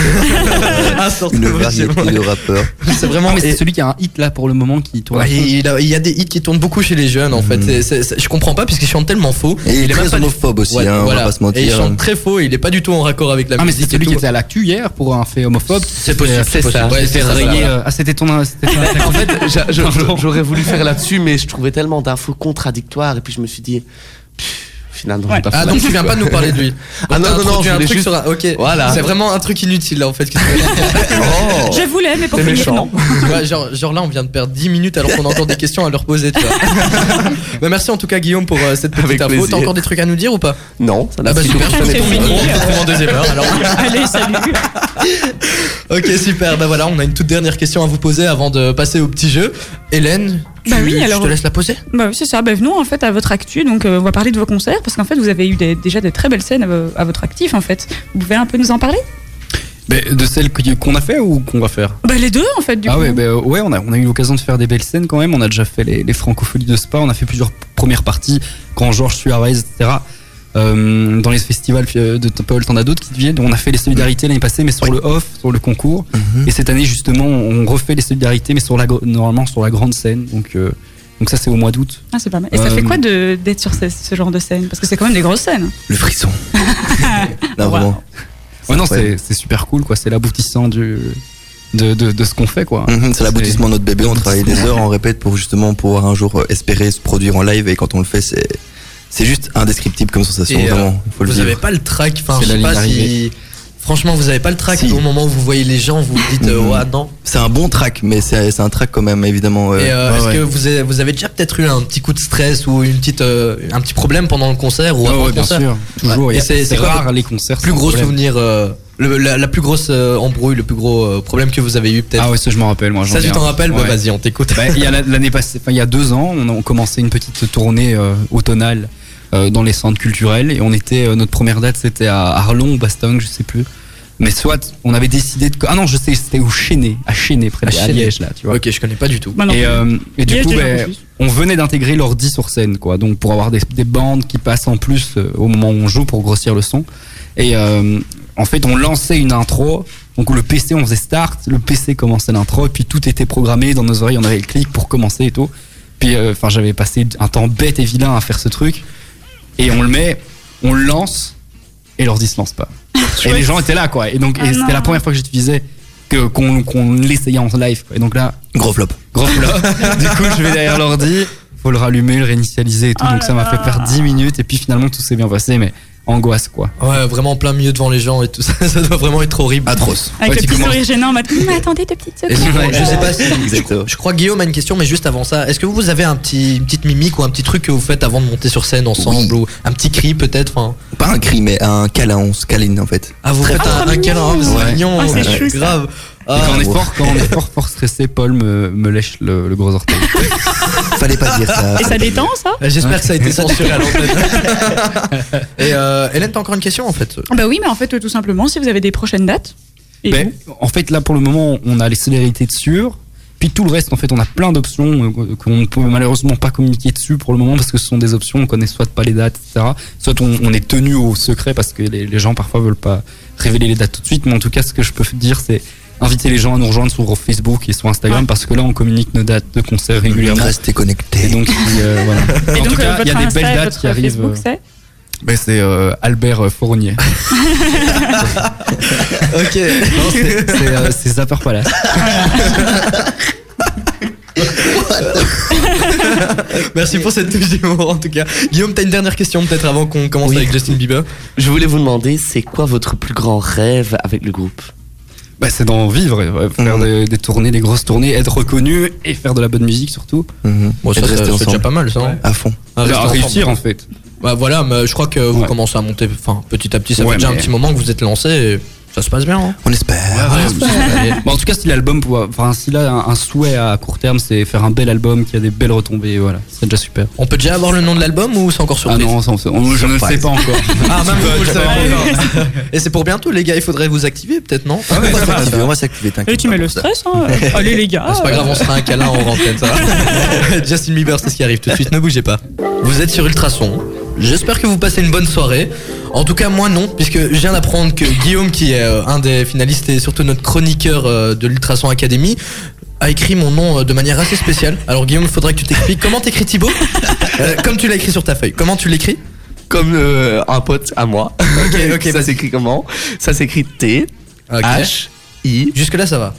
Ah, sorte une de- [LAUGHS] variété de rappeurs. C'est vraiment. Non, Ah, mais c'est et- celui qui a un hit là pour le moment qui tourne. Ouais, il, a- il y a des hits qui tournent beaucoup chez les jeunes en fait. C'est- c'est- c'est- je comprends pas parce qu'ils chantent tellement faux. Et il est même très pas du- homophobe aussi, Ouais, hein, on voilà. va pas se Et il mentir. chante très faux, il est pas du tout en raccord avec la Ah, mais musique. c'est celui et qui tout. était à l'actu hier pour un fait homophobe. Euh, C'est possible, C'est c'est possible. ça, Ouais, C'était c'est ça, rayé, voilà. euh, Ah, c'était ton. [LAUGHS] c'était ton- En fait, j'a- je- Pardon. j'aurais voulu faire là-dessus, mais je trouvais tellement d'infos contradictoires, et puis je me suis dit, pff, finalement, j'ai pas Ah fait donc mal. tu viens pas de nous parler de lui. Ah non, T'as non, non, introduit je un voulais truc juste- sur un- Ok. Voilà. C'est vraiment un truc inutile là en fait. qui se Oh. [LAUGHS] Je voulais, mais pour C'est finir, méchant. non. Tu vois, genre, genre là on vient de perdre 10 minutes alors qu'on a encore des questions à leur poser. Tu vois. Bah, merci en tout cas Guillaume pour euh, cette petite Avec info. T'as plaisir. encore des trucs à nous dire ou pas Non, ça n'a Ah bah pas super, je te mets C'est ton fini. micro, on se retrouve en deuxième heure. Alors [LAUGHS] Allez, salut. [LAUGHS] Ok super, bah voilà, on a une toute dernière question à vous poser avant de passer au petit jeu. Hélène, tu- Bah oui, je alors- te laisse la poser Bah oui, c'est ça. Bah, venons en fait à votre actu. Donc, euh, on va parler de vos concerts parce qu'en fait, vous avez eu des- déjà des très belles scènes à, vo- à votre actif. En fait, vous pouvez un peu nous en parler Mais de celle que- qu'on a fait ou qu'on va faire Bah les deux, en fait, du ah coup. ouais, bah, euh, ouais, on a, on a eu l'occasion de faire des belles scènes quand même. On a déjà fait les, les francophonies de Spa, on a fait plusieurs p- premières parties, quand Georges Suarez, etc. Euh, dans les festivals euh, de Paul, t'en as d'autres qui viennent. On a fait les solidarités l'année passée, mais sur le off, sur le concours. Et cette année, justement, on refait les solidarités, mais sur la, gr- normalement sur la grande scène. Donc, euh, donc ça, c'est au mois d'août. Ah, c'est pas mal. Et ça Euh, fait quoi de- d'être sur ce, ce genre de scène Parce que c'est quand même des grosses scènes. Le frisson. non, Voilà. vraiment. Ouais, non, c'est incroyable. c'est super cool, quoi. C'est l'aboutissant du, de, de, de ce qu'on fait, quoi. Mhm, c'est l'aboutissement de notre bébé. On travaille des heures, on répète pour justement pouvoir un jour euh, espérer se produire en live. Et quand on le fait, c'est c'est juste indescriptible comme sensation. Et, euh, vraiment, faut le vous avez vivre. pas le track, enfin C'est je la sais ligne pas si. d'arrivée. Franchement, vous avez pas le track Si. au moment où vous voyez les gens, vous vous dites euh, Mhm. ouais non. C'est un bon track, mais c'est c'est un track quand même évidemment. euh, Et euh, ouais, est-ce ouais. que vous avez, vous avez déjà peut-être eu un petit coup de stress ou une petite euh, un petit problème pendant le concert ou Ouais, avant ouais, le bien concert sûr. Toujours. Ouais. il y a- Et c'est- C'est c'est quoi rare les concerts. Plus sans gros problème. souvenir, euh, le- la, la plus grosse euh, embrouille, le plus gros euh, problème que vous avez eu peut-être. Ah ouais, ça je m'en rappelle, moi. j'en Ça ai tu un. t'en rappelles Bah, Ouais. Vas-y, on t'écoute. Bah, il y a la- l'année passée, enfin il y a deux ans, on a on commençait une petite tournée euh, automnale euh, dans les centres culturels et on était euh, notre première date c'était à Arlon ou Bastogne, je sais plus. Mais soit on avait décidé de ah non je sais c'était au Chéné, à Chéné près À de à Chennai. Liège là, tu vois. ok, je connais pas du tout. Bah non. Et, euh, et du Liège, coup, déjà, ben, refuse. on venait d'intégrer l'ordi sur scène, quoi. Donc pour avoir des, des bandes qui passent en plus euh, au moment où on joue pour grossir le son. Et euh, en fait, on lançait une intro. Donc le PC, on faisait start, le PC commençait l'intro, et puis tout était programmé dans nos oreilles. On avait le clic pour commencer et tout. Puis, euh, enfin, j'avais passé un temps bête et vilain à faire ce truc. Et on le met, on le lance, et l'ordi se [LAUGHS] lance pas. et les gens étaient là, quoi. Et donc, et Ah c'était la non. première fois que j'utilisais que qu'on qu'on l'essayait en live. quoi. Et donc là, Gros flop. Gros flop. [LAUGHS] du coup, je vais derrière l'ordi, faut le rallumer, le réinitialiser et tout. Oh donc ça m'a là fait là. perdre 10 minutes et puis finalement tout s'est bien passé, mais angoisse quoi. Ouais, vraiment en plein milieu devant les gens et tout ça, [LAUGHS] ça doit vraiment être horrible. Atroce. Avec Ouais, le petit typiquement. sourire gênant en mode Hum, attendez deux petites Et secondes. sinon, Ouais. je sais pas si. Exactement. Je crois que Guillaume a une question, mais juste avant ça, est-ce que vous avez un petit, une petite mimique ou un petit truc que vous faites avant de monter sur scène ensemble ou un petit cri peut-être enfin, [LAUGHS] Pas un cri, mais un câlin. On se câline en fait. Ah, vous faites un, bien. un câlin, c'est Ouais. mignon, euh, Ah, c'est chou, ça. grave. et Ah, quand on est ouais. fort, quand on est fort, fort stressé, Paul me, me lèche le, le gros orteil. Fallait pas dire ça. Et ça détend ça J'espère que ça a été censuré à l'antenne. [LAUGHS] Et euh, Hélène, t'as encore une question en fait Bah oui, mais en fait, euh, tout simplement, si vous avez des prochaines dates. Et Ben, vous en fait, là pour le moment, on a les célérités de sûr. Puis tout le reste, en fait, on a plein d'options euh, qu'on ne peut malheureusement pas communiquer dessus pour le moment parce que ce sont des options, on connaît soit pas les dates, etc. Soit on, on est tenu au secret parce que les, les gens parfois veulent pas révéler les dates tout de suite. Mais en tout cas, ce que je peux dire, c'est inviter les gens à nous rejoindre sur Facebook et sur Instagram parce que là, on communique nos dates de concert régulièrement. Restez Et connectés. donc, euh, voilà. Et en donc, tout euh, cas, il y votre a des Insta belles et dates votre qui arrivent. Facebook, euh, c'est [LAUGHS] ben, c'est euh, Albert Fournier. [LAUGHS] Ok. Non, c'est- c'est euh, c'est Zapper Palace. Merci pour cette touche d'humour en tout cas. Guillaume, t'as une dernière question peut-être avant qu'on commence Oui. avec Justin Bieber Je voulais vous demander, c'est quoi votre plus grand rêve avec le groupe Bah, c'est d'en vivre, euh, faire Mhm. des, des tournées, des grosses tournées, être reconnu et faire de la bonne musique surtout. Mhm. Bon, Et ça, de rester c'est c'est ensemble. déjà pas mal ça. non À fond. Ah, rester Bah, ensemble. réussir en fait. Bah voilà, mais je crois que vous Ouais. commencez à monter, enfin petit à petit, ça Ouais, fait déjà un mais- petit moment que vous êtes lancé et ça se passe bien. hein. On espère. Ah, Bon, Bah, en tout cas, si l'album, pour- enfin, s'il a un, un souhait à court terme, c'est faire un bel album qui a des belles retombées, voilà, c'est déjà super. On peut déjà avoir le nom de l'album ou c'est encore Ah surprise non, ça, on sait- on- je ne le sais pas encore. Ah, même vous, vous le savez pas encore. Et c'est pour bientôt, les gars, il faudrait vous activer peut-être, non On va s'activer, on va s'activer, t'inquiète Et Eh, tu mets pas pour le ça. stress, [LAUGHS] hein. Allez, les Ah, gars. Ah, C'est pas grave, on se fera un câlin en rentrée, ça. va. Justin Bieber, c'est ce qui arrive tout de suite, ne bougez pas. Vous êtes sur Ultrason. J'espère que vous passez une bonne soirée. En tout cas, moi non, puisque je viens d'apprendre que Guillaume, qui est euh, un des finalistes et surtout notre chroniqueur euh, de l'Ultrason Academy, a écrit mon nom euh, de manière assez spéciale. Alors Guillaume, il faudrait que tu t'expliques comment t'écris Thibaut Euh, Comme tu l'as écrit sur ta feuille. Comment tu l'écris Comme euh, un pote à moi. Ok, ok. [LAUGHS] ça s'écrit comment Ça s'écrit T Ok. H I Jusque là, ça va.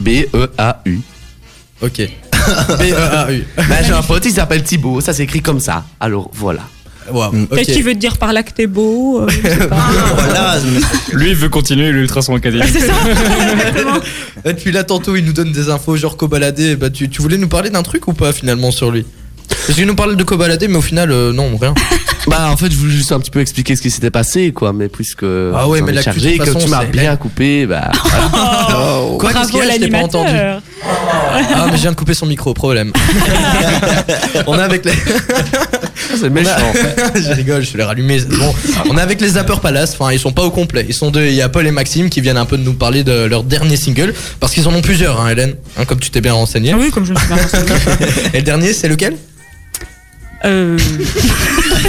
B E A U. Ok. E B-E-A-U. Bah, j'ai un pote, il s'appelle Thibaut, ça s'écrit comme ça. Alors voilà. Wow, ok. Peut-être qu'il veut te dire par là que t'es [LAUGHS] beau. euh, je sais pas. Voilà, Lui, il veut continuer l'ultrason Ah, académique. c'est ça Exactement. Et puis là, tantôt, il nous donne des infos, genre Cobaladé. Bah, tu, tu voulais nous parler d'un truc ou pas finalement sur lui Parce qu'il nous parle de Cobaladé, mais au final, euh, non, rien. Bah en fait, je voulais juste un petit peu expliquer ce qui s'était passé, quoi. Mais puisque Ah ouais, j'en mais ai l'actu, de chargé, toute que façon, tu m'as c'est- bien coupé, bah. [LAUGHS] voilà. Quoi, qu'est-ce qu'il Bravo y a Je t'ai pas entendu. l'animateur. Ah, mais je viens de couper son micro, problème. [LAUGHS] on est avec les. c'est méchant. [LAUGHS] je rigole, je vais les rallumer. c'est Bon, on est avec les Zapper Palace. Enfin, ils sont pas au complet. Ils sont deux. Il y a Paul et Maxime qui viennent un peu de nous parler de leur dernier single. Parce qu'ils en ont plusieurs, hein, Hélène. Hein, comme tu t'es bien [LAUGHS] renseigné. Ah oui, comme je me [LAUGHS] suis bien renseignée. Et le dernier, c'est lequel Euh,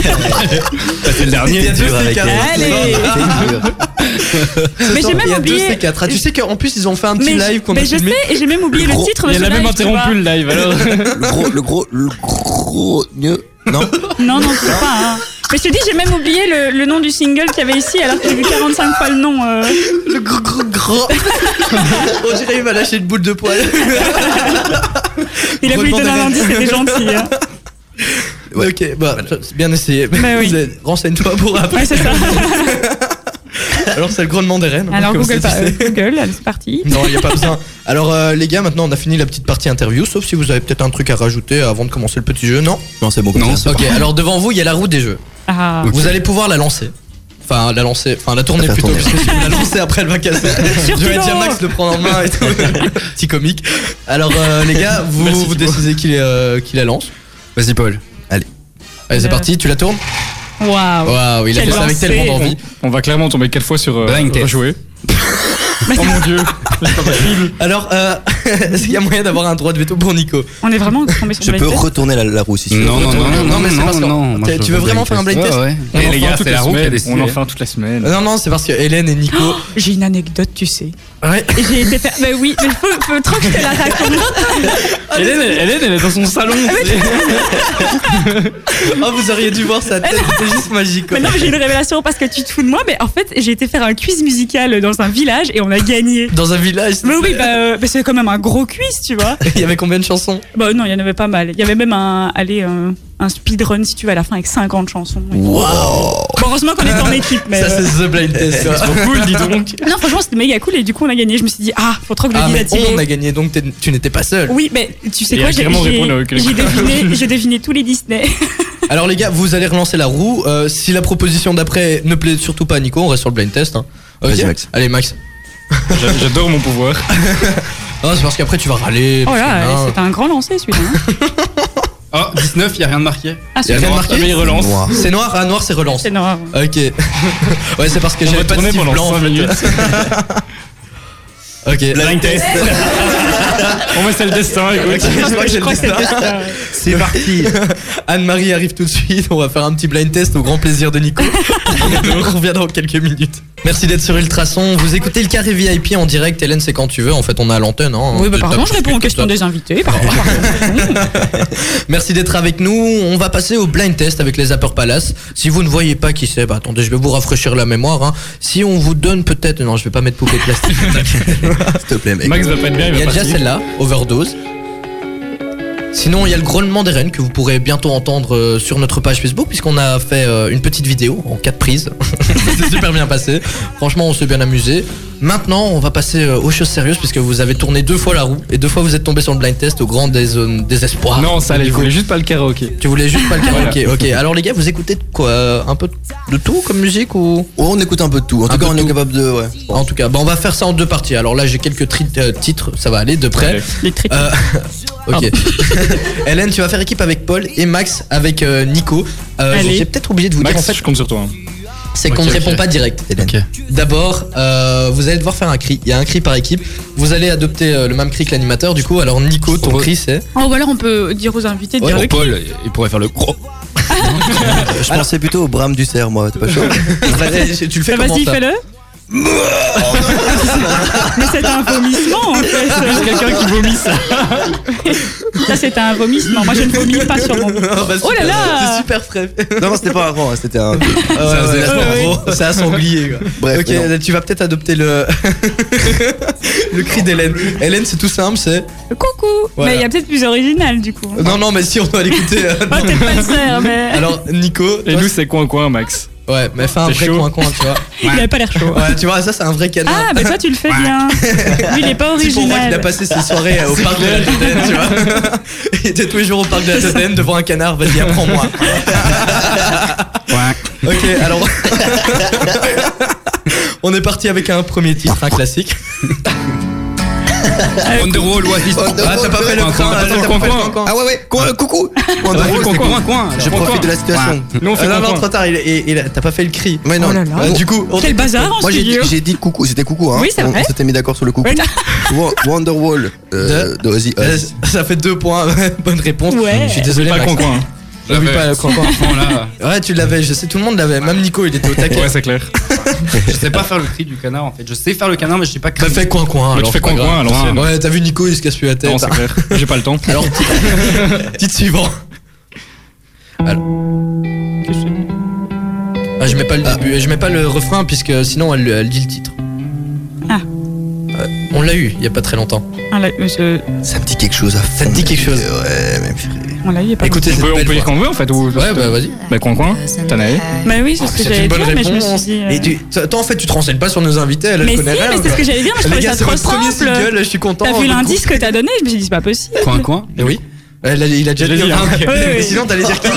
Bah, c'est le dernier. Allez Mais j'ai Il y même a deux oublié. C4. Ah, tu sais qu'en plus, ils ont fait un petit Mais je- live qu'on a mais je filmé. sais, et j'ai même oublié le, gros- titre de Il ce a même live, tu vois. interrompu le live alors. le gros, le gros, le gros, mieux. Non, Non, non, c'est pas. hein. Mais je te dis, j'ai même oublié le, le nom du single qu'il y avait ici, alors que j'ai vu 45 fois le nom. euh. Le gros gros [LAUGHS] gros On dirait il m'a lâché une boule de [LAUGHS] poil. Il a voulu donner un indice, c'était gentil. hein. [LAUGHS] Ok, bah, c'est bien essayé. Bah oui. Vous êtes- Renseigne-toi pour après. Ouais, c'est ça. Alors, c'est le grondement des rennes. Alors comme Google, ça, pas- tu euh, sais. Google, allez, c'est parti. Non, il n'y a pas besoin. Alors, euh, les gars, maintenant, on a fini la petite partie interview, sauf si vous avez peut-être un truc à rajouter avant de commencer le petit jeu, non Non, c'est bon comme Non, ça. Ok, alors devant vous, il y a la roue des jeux. Ah. Vous allez pouvoir la lancer. Enfin, la lancer, enfin, la tourner La faire plutôt, tourner. parce que si vous la lancez après, elle va casser. [LAUGHS] Je vais dire Max de prendre en main et tout. Petit comique. Alors, euh, les gars, vous, Merci, vous Thibaut. décidez qui, euh, qui la lance. Vas-y, Paul. Allez, c'est Euh. parti, tu la tournes Waouh. Waouh, il a Quel fait ça avec lancer. tellement On, d'envie. on va clairement tomber quatre fois sur euh, Blind test. rejouer. oh mon dieu, c'est pas possible. Alors, euh, [LAUGHS] est-ce qu'il y a moyen d'avoir un droit de veto pour Nico Euh, On est vraiment tombé sur Je le peux blind test. retourner la, la roue si tu veux. [LAUGHS] Non, non, non, non, non, non, mais c'est parce que- non, T'as- moi, je tu veux un vraiment faire un blind test Ouais, ouais. On Eh, en les fait un gars, toutes c'est les la roue qui a semaines. décidé. On en fait un toute la semaine. Non, non, c'est parce que Hélène et [GASPS] Nico. J'ai une anecdote, tu sais. Ouais. J'ai été faire. Bah oui, mais faut, faut trop que je te [LAUGHS] la raconte. Hélène, elle, Hélène, elle est dans son salon. Oh, vous auriez dû voir sa tête, c'était juste magique. quoi. Mais non, mais j'ai une révélation parce que tu te fous de moi. Mais en fait, j'ai été faire un quiz musical dans un village et on a gagné. Dans un village, Mais oui, bah, euh, bah, c'est quand même un gros quiz, tu vois. il y avait combien de chansons Bah non, il y en avait pas mal. Il y avait même un, allez, un, un speedrun si tu veux à la fin avec 50 chansons. Waouh Bon, heureusement qu'on était en équipe, mais. Ça, c'est The Blind [LAUGHS] Test. quoi. [LAUGHS] Cool, dis donc. euh, Non, franchement, c'était méga cool et du coup, on a gagné. Je me suis dit, ah, faut trop que je le Ah, dise à mais Thibaut. on a gagné, donc t'es- tu n'étais pas seul. Oui, mais tu sais Il quoi, a j'ai clairement j'ai- répondu à- j'ai deviné, j'ai deviné tous les Disney. Alors, les gars, vous allez relancer la roue. Euh, si la proposition d'après ne plaît surtout pas à Nico, on reste sur le blind test. hein. Ok. Vas-y, Max. Allez, Max. J'a- J'adore mon pouvoir. Non, c'est parce qu'après tu vas râler. Oh parce que, là, hein, c'est un grand lancé celui-là. hein. Oh, 19, y a rien de marqué. y Ah, a celui-là, rien marqué Ah, mais il relance. Noir. C'est noir, ah noir c'est relance. [LAUGHS] c'est noir. Ok. ouais, c'est parce que On j'avais va pas de tourner Steve pendant blanc. 5 en fait. minutes. Ok. Blind test. On met c'est le destin, [LAUGHS] écoute. Je crois que j'ai Je le crois que c'est destin. ça. C'est parti. Anne-Marie arrive tout de suite. On va faire un petit blind test au grand plaisir de Nico. on revient dans quelques minutes. Merci d'être sur Ultrason. Vous écoutez le carré VIP en direct. Hélène, c'est quand tu veux. En fait, on est à l'antenne. Hein. Oui, bah T'as- pardon, t'as- je réponds aux questions des invités. par contre. Merci d'être avec nous. On va passer au blind test avec les Upper Palace. Si vous ne voyez pas qui c'est, bah attendez, je vais vous rafraîchir la mémoire. hein. Si on vous donne peut-être. Non, je vais pas mettre poupée de [LAUGHS] plastique. S'il te plaît, mec. Max va pas être bien, il Il y va a déjà partir. celle-là, Overdose. Sinon, il y a le grognement des rennes que vous pourrez bientôt entendre euh, sur notre page Facebook, puisqu'on a fait euh, une petite vidéo en quatre [LAUGHS] prises. C'est super bien passé. Franchement, on s'est bien amusé. Maintenant, on va passer euh, aux choses sérieuses, puisque vous avez tourné deux fois la roue, et deux fois vous êtes tombé sur le blind test au grand des désespoir. Non, ça allait, je voulais Ah. juste pas le karaoké. Tu voulais juste pas le Voilà. karaoké. Ok, alors les gars, vous écoutez de quoi euh, Un peu de tout comme musique ou Oh, on écoute un peu de tout. En Un tout peu cas, on de est tout. capable de. Ouais. En tout cas, bah, on va faire ça en deux parties. Alors là, j'ai quelques tri- euh, titres, ça va aller de près. Allez. Les tri- Euh, ok. Ah. [LAUGHS] Hélène, tu vas faire équipe avec Paul et Max avec euh, Nico. Euh, Allez. J'ai peut-être oublié de vous Max, dire en fait, je compte sur toi. hein. c'est qu'on ne ok, ok. répond pas direct. Hélène. Ok. D'abord, euh, vous allez devoir faire un cri. Il y a un cri par équipe. Vous allez adopter euh, le même cri que l'animateur. Du coup, alors Nico, ton Propose. cri c'est. Oh, ou alors on peut dire aux invités de Ouais, dire Pour le Paul, il pourrait faire le gros. [LAUGHS] Je pensais plutôt au brame du cerf, moi. T'es pas chaud Vas-y, tu le fais Bah, comment Vas-y, ça fais-le. [LAUGHS] Mais c'est un vomissement en fait. Quelqu'un qui vomit ça. Ça c'est un vomissement. Moi je ne vomis pas sur mon. Oh, bah, Oh là super. là C'est super frais. Non, non, c'était pas un rang, hein, c'était un. Ah ouais, c'est ouais, un ouais. gros. C'est un sanglier. quoi. Bref, ok, mais non. tu vas peut-être adopter le [LAUGHS] le cri d'Hélène. Hélène, c'est tout simple, c'est. Coucou. Voilà. Mais il y a peut-être plus original du coup. Non, non, mais si on doit l'écouter. [LAUGHS] euh, Oh t'es pas le cerf, mais. Alors Nico, Et toi, nous, c'est coin-coin, Max. ouais, mais fais un c'est vrai chaud. coin coin, tu vois. Il avait pas l'air chaud. Ouais, tu vois, ça c'est un vrai canin. Ah, mais toi tu le fais bien. Lui il est pas c'est pour moi qu'il a original. passé ses soirées [LAUGHS] euh, au parc de la Totène, tu vois. Il était tous les jours au parc de la Totène devant un canard, vas-y, [LAUGHS] apprends-moi. Ok, alors. [LAUGHS] On est parti avec un premier titre, un classique. Wonderwall, Oasis. Ah, t'as pas fait le Coin, coin, coin, attends, coin, t'as coin, pas fait coin. le coin. Ah ouais, ouais, coin- coucou On fait Bravo, coin, c'était coin, coin. Je Coin, profite de coin. la situation. Nous, on Ah fait non, non, coin-coin. trop tard, il, il- il a- t'as pas fait le cri. Mais non, Oh là là. Bon, Euh, du coup, on- Quel bazar en moi j'ai dit, studio. j'ai dit coucou, c'était coucou, hein. Oui, c'est on, vrai. on s'était mis d'accord sur le coucou. Ouais. Wo- Wonderwall euh, de Ozzy Euh, Osbourne. ça fait deux points, [LAUGHS] bonne réponse. Ouais. Je suis désolé, Pas Max. coin-coin. Oublie J'avais- pas le coin-coin. Franchement, là, Ouais, tu l'avais, je sais, tout le monde l'avait, même Nico, il était au taquet. Ouais, c'est clair. je sais pas faire le cri du canard en fait. Je sais faire le canard, mais je sais pas T'as crier. fait Bah, coin-coin, Mais alors. tu fais c'est pas coin-coin à grave. l'ancienne. Ouais, t'as vu Nico, il se casse plus la tête. Non, c'est clair. J'ai pas le temps. Alors, petit- titre suivant. Ah, je mets pas le début, je mets pas le refrain puisque sinon elle, elle dit le titre. Ah. Ouais, on l'a eu il y a pas très longtemps. Ah, là, je- Ça me dit quelque chose à Ça te dit quelque chose Ouais, mais frère. On l'a eu, il y a pas Écoutez, On cette peut, on belle peut dire voix. qu'on veut en fait ou Ouais, bah vas-y. Bah, coin coin, Euh, t'en as eu longtemps. Bah oui, c'est ce oh, que C'est j'allais une bonne dire, mais je me suis réponse. dit. euh, Et tu- toi, toi, en fait, tu te renseignes pas sur nos invités, elle, elle Mais si, connaît rien. mais c'est quoi. ce que j'allais dire, mais je Les trouvais gars, ça c'est trop votre premier simple. single, je suis content. T'as vu du coup. l'indice que t'as donné Je me suis dit, c'est pas possible. Coin coin. Eh Oui. Elle, elle- il a déjà J'ai dit. dit, hein. [LAUGHS] ok. Oui, Mais oui. Sinon, t'allais dire qui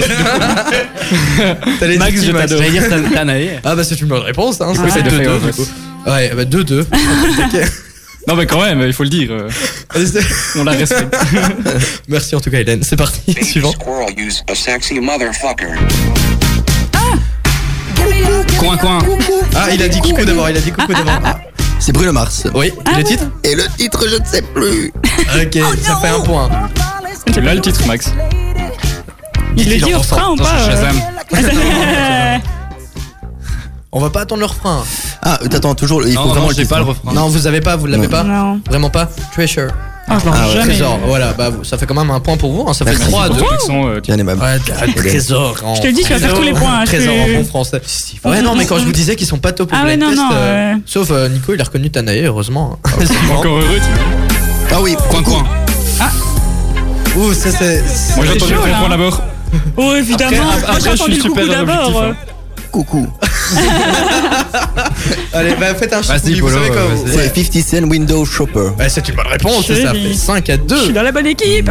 T'allais dire qui, Max J'allais dire Tanae. Ah bah c'est une bonne réponse. Hein, Ouais. c'est Deux, 2-2 deux, du ouais. coup. Ouais, bah 2-2. Non, mais quand même, il faut le dire. euh, Allez, c'est- On la respecte. Merci en tout cas, Hélène. C'est parti. Suivant. Coin coin. Ah, il a dit coucou d'abord. Il a dit coucou d'abord. C'est Bruno Mars. Oui. Et le titre Et le titre, je ne sais plus. Ok, ça fait un point. Tu l'as le titre, Max. Il le Il dit en au ressort. frein ou Non, c'est pas euh Shazam. [LAUGHS] On va pas attendre le refrain. Ah, t'attends toujours. Il faut Non, vraiment non, j'ai titre, pas le hein. refrain. Non, vous avez pas, vous l'avez Non. pas Non. Vraiment pas Treasure. Ah, je l'aurais Ah ouais. jamais. Trésor. Voilà, bah vous- ça fait quand même un point pour vous. hein, Ça fait Merci. 3 à 2. Tous les sons, euh, Bien aimable. Ouais, trésor. en Je te le dis, tu vas faire trésor. tous les points, hein, je Trésor te- en bon français. Ouais, non, mais quand je vous disais qu'ils sont pas top au Ah ouais, blind non, test, non, euh, ouais. Sauf euh, Nico, il a reconnu Tanae, heureusement. hein. Suivant. Encore heureux, tu vois. Ah oui, Coin coin. [LAUGHS] Ouh, ça c'est. Moi, j'ai entendu chaud, le là. point d'abord. Oh, évidemment. Après- Moi, j'ai après, je entendu suis le coucou super d'abord. objectif, coucou. Allez, bah faites un Vas-y, choupi, vous Polo, savez quoi, vous- vas-y. C'est 50 Cent Window Shopper. Bah, c'est une bonne réponse, Chérie. ça fait 5 à euh, Je suis 2. dans la bonne équipe.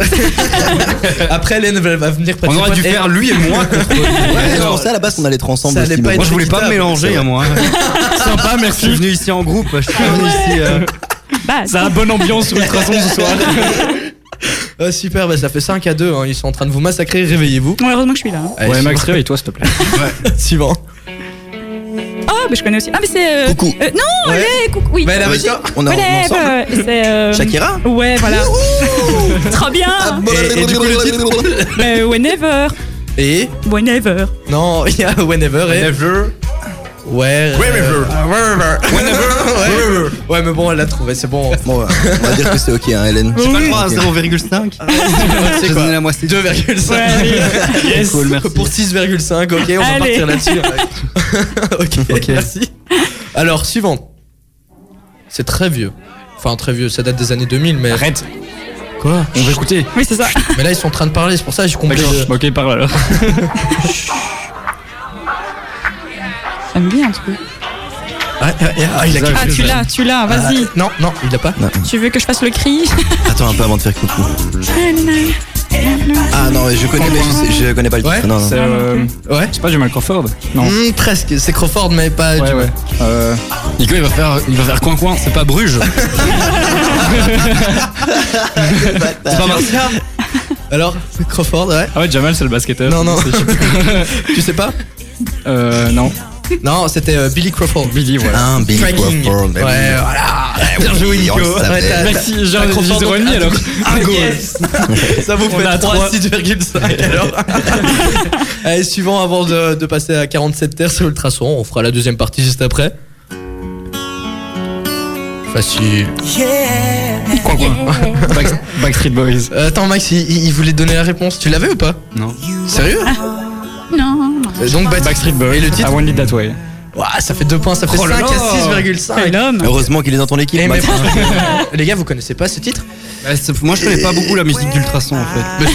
Après, Hélène va va venir On pratiquer. aurait dû Eh, faire lui et moi. contre- Ouais, je Alors, pensais à la base qu'on allait être ensemble Ça aussi, allait mais pas bon. Moi, je voulais pas me mélanger, hein, moi. Sympa, merci. Je suis venu ici [LAUGHS] en groupe. Je suis venu ici. euh, Bah, Ça a bonne ambiance sur Ultrason ce soir. [LAUGHS] Ah, super, bah ça fait 5 à 2. hein, Ils sont en train de vous massacrer, réveillez-vous. bon, heureusement que je suis là. hein. Allez, Ouais, Max, réveille-toi, s'il te plaît. [LAUGHS] Suivant. Ah, mais je connais aussi. Ah, mais c'est. euh, Coucou. euh, non, Ouais. allez, coucou. Oui. Bah, elle avait ça. On est en- on est Relève, ensemble. euh, c'est. euh, Shakira Ouais, voilà. [LAUGHS] Trop bien. Et- et du coup, le Mais whenever. Et Whenever. Non, il y a Whenever et. Whenever. Ouais. euh, Whenever. Whenever. [LAUGHS] Ouais, mais bon, elle l'a trouvé, c'est bon. Bon, ouais, on va dire que c'est ok, hein, Hélène. J'ai pas le droit à 0,5. C'est J'ai quoi donné la moitié. 2,5. oui. [LAUGHS] Yes. Cool, merci. Pour 6,5, ok, on va Allez. partir là-dessus. ok, [LAUGHS] merci. Alors, suivante. C'est très vieux. Enfin, très vieux, ça date des années 2000, mais. Arrête. Quoi On va écouter. Oui, c'est ça. Mais là, ils sont en train de parler, c'est pour ça que je comprends. D'accord. Ok, parle alors. Ça me dit un truc. Ah, ah, ah, il a quelque Ah, chose. tu l'as, tu l'as, Ah, vas-y. Non, non, il l'a pas. Tu veux que je fasse le cri [LAUGHS] Attends un peu avant de faire coucou. Ah non, mais je connais, mais je, sais- je connais pas le titre. Ouais, non, non. C'est. euh, Ouais. Je sais pas, j'ai mal Crawford. Non. Hmm, presque, c'est Crawford, mais pas. Ouais, du- ouais. Euh, Nico, il va faire, il va faire coin coin. C'est pas Bruges. C'est pas Martial [LAUGHS] Alors, c'est Crawford, ouais. Ah ouais, Jamal, c'est le basketteur. Non, non, [LAUGHS] tu sais pas Euh, non. Bah, Non, c'était euh, Billy Crawford. Ah, Billy, voilà. Un Big Tracking. Crawford, Ouais, mais oui. voilà. Bien joué, Nico. on le savait. Ouais, t'as- Merci, Bah, j'ai t'as un- Crawford, j'ai zéro donc, et demi, un- alors. [LAUGHS] Un goal. Ça vous On fait a 3 trois. [LAUGHS] 6,5 alors. [LAUGHS] Allez, suivant avant de, de passer à 47 terres sur Ultrason, on fera la deuxième partie juste après. Facile. Coin coin. Back- Backstreet Boys. Euh, attends Max, il, il- il voulait te donner la réponse. Tu l'avais ou pas Non. Sérieux Non. Euh, Donc bah, Backstreet Boys. Et le titre I want it that way. Ouah, ça fait 2 points, ça fait Oh là 5 là. à 6,5. l'homme. [LAUGHS] Heureusement qu'il est dans ton équipe, Eh, mais- Max. [LAUGHS] Les gars, vous connaissez pas ce [LAUGHS] titre Bah, c'est- moi, je connais pas beaucoup la musique d'Ultrason, en fait.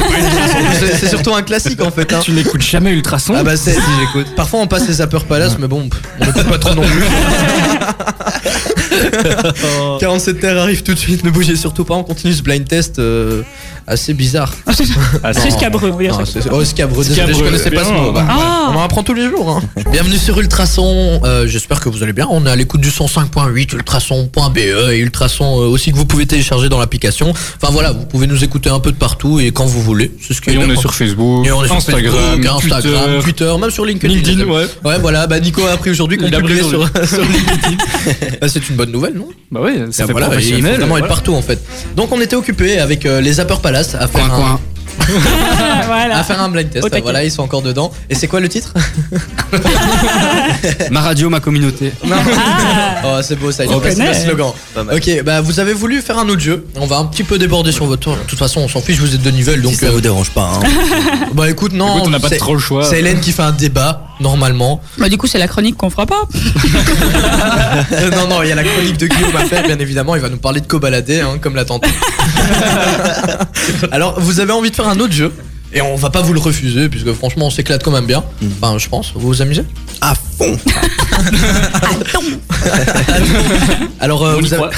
C'est c'est surtout un classique en fait. hein. Tu n'écoutes jamais Ultrason Ah bah c'est si j'écoute. Parfois on passe les Zapper Palace mais bon, pff, on n'écoute pas trop non [LAUGHS] plus. 47 terres arrive tout de suite, ne bougez surtout pas, on continue ce blind test euh, assez bizarre. Ah, C'est non. scabreux, on va dire Non, ça. c'est- oh scabreux, désolé, Scabreux, je connaissais pas ce bien. mot. Bah, Ah. On en apprend tous les jours. hein. [LAUGHS] Bienvenue sur Ultrason, euh, j'espère que vous allez bien. On est à l'écoute du 105.8, ultrason.be et ultrason euh, aussi que vous pouvez télécharger dans l'application. Enfin voilà, vous pouvez nous écouter un peu de partout et quand vous voulez. C'est ce qui Et on bien. est sur Facebook, Et on est sur Instagram, Facebook, Instagram, Twitter, Twitter, même sur LinkedIn. LinkedIn, ouais. Ouais, voilà, bah Nico a appris aujourd'hui qu'on Il a appris publiait sur, sur LinkedIn. [LAUGHS] Bah, c'est une bonne nouvelle, non Bah ouais, ça Bah, fait voilà, il faut professionnel. vraiment voilà. être partout en fait. Donc on était occupé avec euh, les Zapper Palace à faire Coin un- coin. À [LAUGHS] voilà. faire un blind test. Au taquet. Voilà, ils sont encore dedans. Et c'est quoi le titre [LAUGHS] Ma radio, ma communauté. Ah. Oh, c'est beau ça, il On a passé le connaît. slogan. Pas mal. Ok, bah vous avez voulu faire un autre jeu. On va un petit peu déborder sur votre tour. De toute façon, on s'en fiche, vous êtes de nouvelles donc. si ça euh, vous dérange pas. hein. bah écoute, non. Écoute, on n'a pas c'est- trop le choix. C'est Hélène qui fait un débat, normalement. Bah, du coup, c'est la chronique qu'on fera pas. Euh, non, non, il y a la chronique de Guillaume à faire, bien évidemment. Il va nous parler de cobalader, hein, comme la [LAUGHS] tante. Alors, vous avez envie de faire un autre jeu et on va pas vous le refuser puisque franchement on s'éclate quand même bien. Mm. Enfin je pense, vous vous amusez À [LAUGHS] fond. Alors euh, On y vous, avez... croit.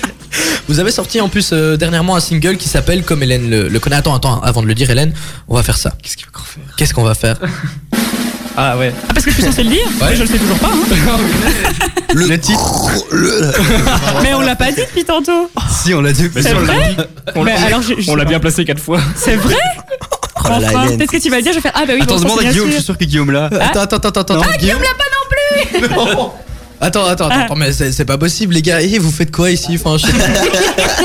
[LAUGHS] vous avez sorti en plus euh, dernièrement un single qui s'appelle comme Hélène le, le connaît. Attends, attends, avant de le dire Hélène, on va faire ça. Qu'est-ce qu'il va encore faire Qu'est-ce qu'on va faire Ah ouais. Ah, parce que je suis censé le dire Ouais. Je le sais toujours pas. hein. Le, titre. Mais on l'a pas dit depuis tantôt. Si on l'a dit. C'est vrai On Mais l'a- alors, je- je on sais l'a pas. bien placé quatre fois. C'est vrai Oh là, Enfin, Hélène. peut-être que tu vas le dire, je vais faire Ah, bah oui, Attends, bon, demande ça, à c'est Guillaume, je bien sûr. suis sûr que Guillaume [LAUGHS] là. Hein Attends, attends, attends, attends. Ah, Guillaume l'a pas non plus Attends, attends, attends, Ah. attends, mais c'est c'est pas possible, les gars. Eh, vous faites quoi ici Enfin, je sais pas.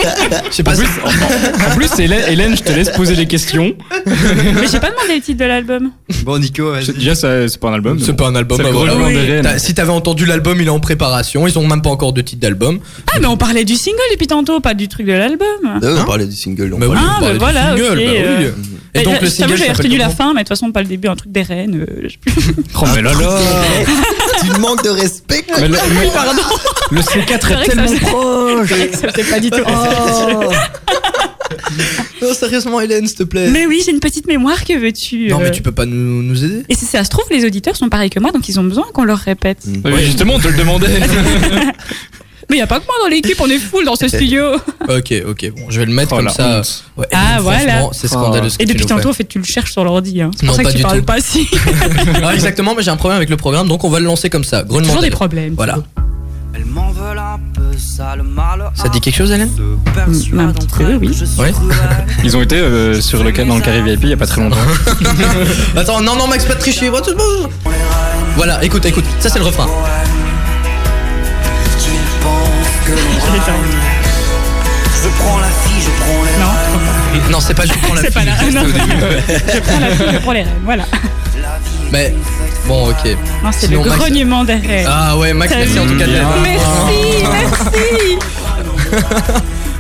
Je sais pas. En si- plus, en plus, Hélène, Hélène, je te laisse poser des questions. Mais j'ai pas demandé le titre de l'album. Bon Nico, Je- Déjà, ça- c'est pas un album. C'est pas un album. C'est bah le voilà. gros Oui. de Rennes. T'as- Si t'avais entendu l'album, il est en préparation. Ils ont même pas encore de titre d'album. Ah, mais on parlait du single depuis tantôt, pas du truc de l'album. on parlait du single. on Bah oui, parlait- Ah, on parlait bah du voilà, single, ok, bah oui. euh. Et donc le je t'avoue, single j'avais s'appelle retenu la comment fin, mais de toute façon, pas le début, un truc des reines. euh, je sais plus. Oh, mais là, [LAUGHS] là. Tu manques de respect. quoi. Mais le, mais- Pardon, le C4 c'est est vrai que ça tellement faisait- proche. c'est vrai que ça faisait pas du tout. Non, sérieusement, Hélène, s'il te plaît. Mais oui, j'ai une petite mémoire, que veux-tu Non, euh. mais tu peux pas nous, nous aider Et si ça se trouve, les auditeurs sont pareils que moi, donc ils ont besoin qu'on leur répète. Oui, Justement, on te le demandait. Mais y a pas que moi dans l'équipe, on est full dans ce studio. Ok, ok, bon, je vais le mettre Oh, comme la ça. honte. Oh. Ouais, Ah, Hélène, voilà. franchement, C'est scandaleux. ce que Et tu depuis nous fais. tantôt, en fait, tu le cherches sur l'ordi. Hein. C'est Non, pour ça pas que tu du parles tout. pas si. Ah, exactement, mais j'ai un problème avec le programme, donc on va le lancer comme ça. Groenland. Toujours des problèmes. Mm. Voilà. Elles m'en veulent un peu, ça le mal. Ça te dit quelque chose, Hélène Ah, chose Un petit peu, Bah, oui. Ouais. [LAUGHS] Ils ont été euh, sur le cas dans le carré VIP il y a pas très longtemps. Attends, non, non, Max, pas de tricher. What the- Voilà, écoute, écoute, ça c'est le refrain. Je prends la fille, je prends les Non, Non, c'est pas je prends la c'est pas fille. la Non. Je prends la fille, je prends les rênes. Voilà. Mais bon, ok. Non, c'est le Sinon, Max- grognement des rênes. Ah ouais, Max, T'as merci vu en tout cas de Ah, Bien. l'aide. Merci, merci.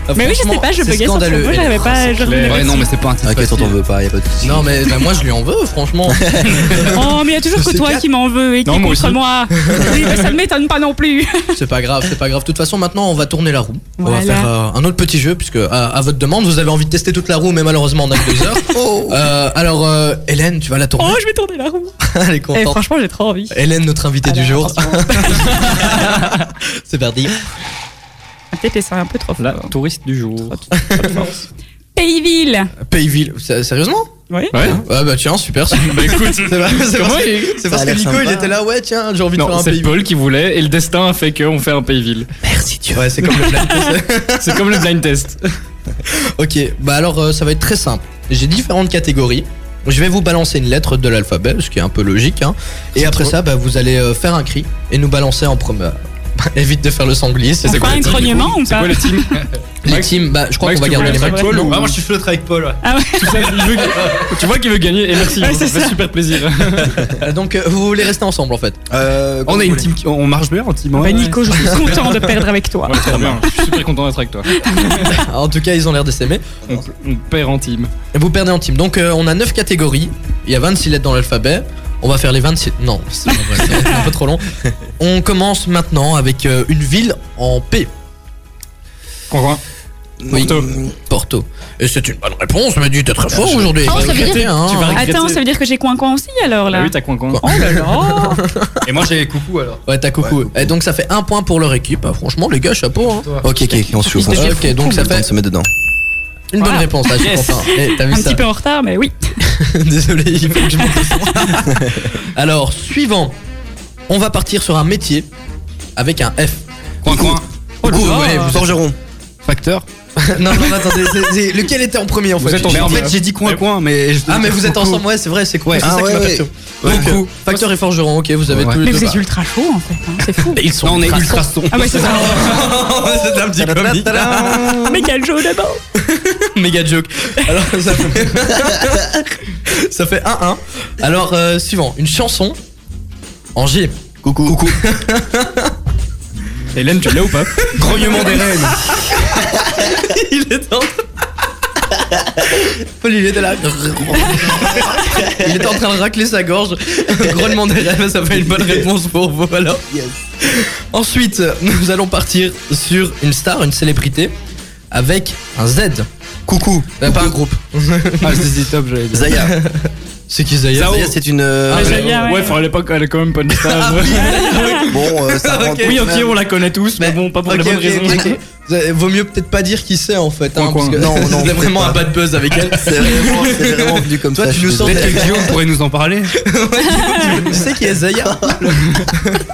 Ah, Mais oui, je franchement, sais pas, je c'est buguais sur ce scandaleux, mot, Hélène. j'avais pas. Ah, je revenais clair. Ouais, non, mais c'est pas un titre. T'inquiète, on t'en veut pas. Y a pas de souci. Non, mais bah, moi je lui en veux, [LAUGHS] franchement. pas. Oh, mais il y a toujours que C'est toi quatre. qui m'en veux et qui Non, est moi contre [LAUGHS] aussi. moi. Oui, mais ça ne m'étonne pas non plus. C'est pas grave, c'est pas grave. De toute façon, maintenant, on va tourner la roue. On va Voilà. faire euh, un autre petit jeu, puisque à, à votre demande, vous avez envie de tester toute la roue, mais malheureusement, on a que deux [LAUGHS] heures. Euh, alors, euh, Hélène, tu vas la tourner. Oh, je vais tourner la roue. Elle est Eh, contente. franchement, Ah, j'ai trop envie. Hélène, notre invitée du Alors, jour. [LAUGHS] [LAUGHS] c'est parti. Peut-être laisser un peu trop La fort. touriste du jour. Payville. Payville, S- sérieusement Oui. Ouais. Ah bah tiens, super. c'est- Bah écoute, C'est pas- c'est Comment parce, il- que, c'est parce a que l'air Nico, sympa. il était là, ouais, tiens, j'ai envie de faire non, un c'est Payville. Paul qui voulait et le destin a fait qu'on fait un Payville. Merci Dieu. Ouais, c'est comme le plan. C'est comme le blind test. [LAUGHS] Ok, bah alors euh, ça va être très simple. J'ai différentes catégories. Je vais vous balancer une lettre de l'alphabet, ce qui est un peu logique. hein. Et après ça, bah, vous allez euh, faire un cri et nous balancer en premier. [LAUGHS] Évite de faire le sanglier. C'est On fait quoi un les teams grognement ou C'est [LAUGHS] pas quoi le team Les Max- teams, bah, je crois Max, qu'on va tu garder voulais les être mecs. avec Paul ou- je suis flotté avec Paul. Ah ouais. Tu sais, [LAUGHS] il veut- Tu vois qu'il veut gagner et merci, hein. Ouais, ça c'est fait ça. super plaisir. Euh, Donc euh, vous voulez rester ensemble en fait. Euh, On a une team, qui- on marche bien en team. hein. Bah, Nico, je suis content de perdre avec toi. Ouais, très bien. Je suis super content d'être avec toi. en tout cas, ils ont l'air de s'aimer. On, on perd en team. Vous perdez en team. Donc euh, on a 9 catégories. Il y a 26 lettres dans l'alphabet. On va faire les 26. Non, c'est pas vrai, ça va être un peu trop long. On commence maintenant avec euh, une ville en P. Convainc. Oui. Porto. Et c'est une bonne réponse, mais dis, t'es très fort aujourd'hui. Oh, ça veut Regretter, hein. Tu vas regretter. Attends, ça veut dire que j'ai coin-coin aussi alors Ah là Bah oui, t'as coin coin. Quoi Oh là là Et moi j'ai coucou alors. Ouais, t'as coucou. Ouais, coucou. Et donc ça fait un point pour leur équipe. Ah, franchement, les gars, chapeau. hein. Ok, ok, on se chauffe. on se Ok, chauffe. donc On a ça le temps fait- de se mettre dedans. Une bonne Wow. réponse, là, je suis Yes. content. Eh, t'as vu Un ça petit peu en retard, mais oui. [LAUGHS] Désolé, il faut que je me concentre. Alors, suivant. On va partir sur un métier avec un F. Coin coin. Oh Ah. Du coup, ouais, vous êtes- Forgeron. Facteur non, non, attendez, c'est- c'est- lequel était en premier en fait Vous êtes ensemble, Mais en là. fait, j'ai dit coin coin. mais je- Ah, mais vous êtes ensemble, ouais, c'est vrai, c'est quoi Ouais. C'est Ah, ça qui ouais, m'a ouais. perturbé. Ouais. Donc, euh, facteur et forgeron, ok, vous avez Ouais. tous les Mais deux. vous êtes bah. ultra chaud en fait, hein, c'est fou. Ils sont Non, on est ultra- ultra son. Ah ouais, c'est ça. [LAUGHS] [LAUGHS] Ah, C'est un petit peu mis. Mais quel jeu d'abord Méga joke. Alors, ça fait. ça fait [LAUGHS] 1-1. Alors, euh, suivant, une chanson en J. Coucou. Coucou. Hélène, tu l'as ou pas Ah, Grognement des reines. Il est en. Paul, il [LAUGHS] était là. [LAUGHS] il était en train de racler sa gorge. [LAUGHS] Grognement des rêves, ça fait une bonne réponse pour vous alors. Ensuite, nous allons partir sur une star, une célébrité, avec un Z. Coucou. Pas un groupe. Ah, c'est top, j'allais dire. Zaya. C'est qui Zaya Zaya, c'est une. euh, Ah, J'aime bien, ouais. Ouais, enfin, à l'époque, elle a quand même pas de star. Bon, euh, ça rentre. [LAUGHS] Oui, ok, on la connaît tous, mais Mais- bon, pas pour les Ok, bonnes ok, raisons. [LAUGHS] ok. Vous- Vaut mieux peut-être pas dire qui c'est en fait. Hein, Coin, coin. parce que Non, [LAUGHS] non, c'est peut-être vraiment pas. un bad buzz avec elle. C'est vraiment, c'est vraiment venu comme Toi, ça. tu je nous suis sens désolé. tel- Guillaume pourrait nous en parler [LAUGHS] tu sais qui est [LAUGHS] Zaya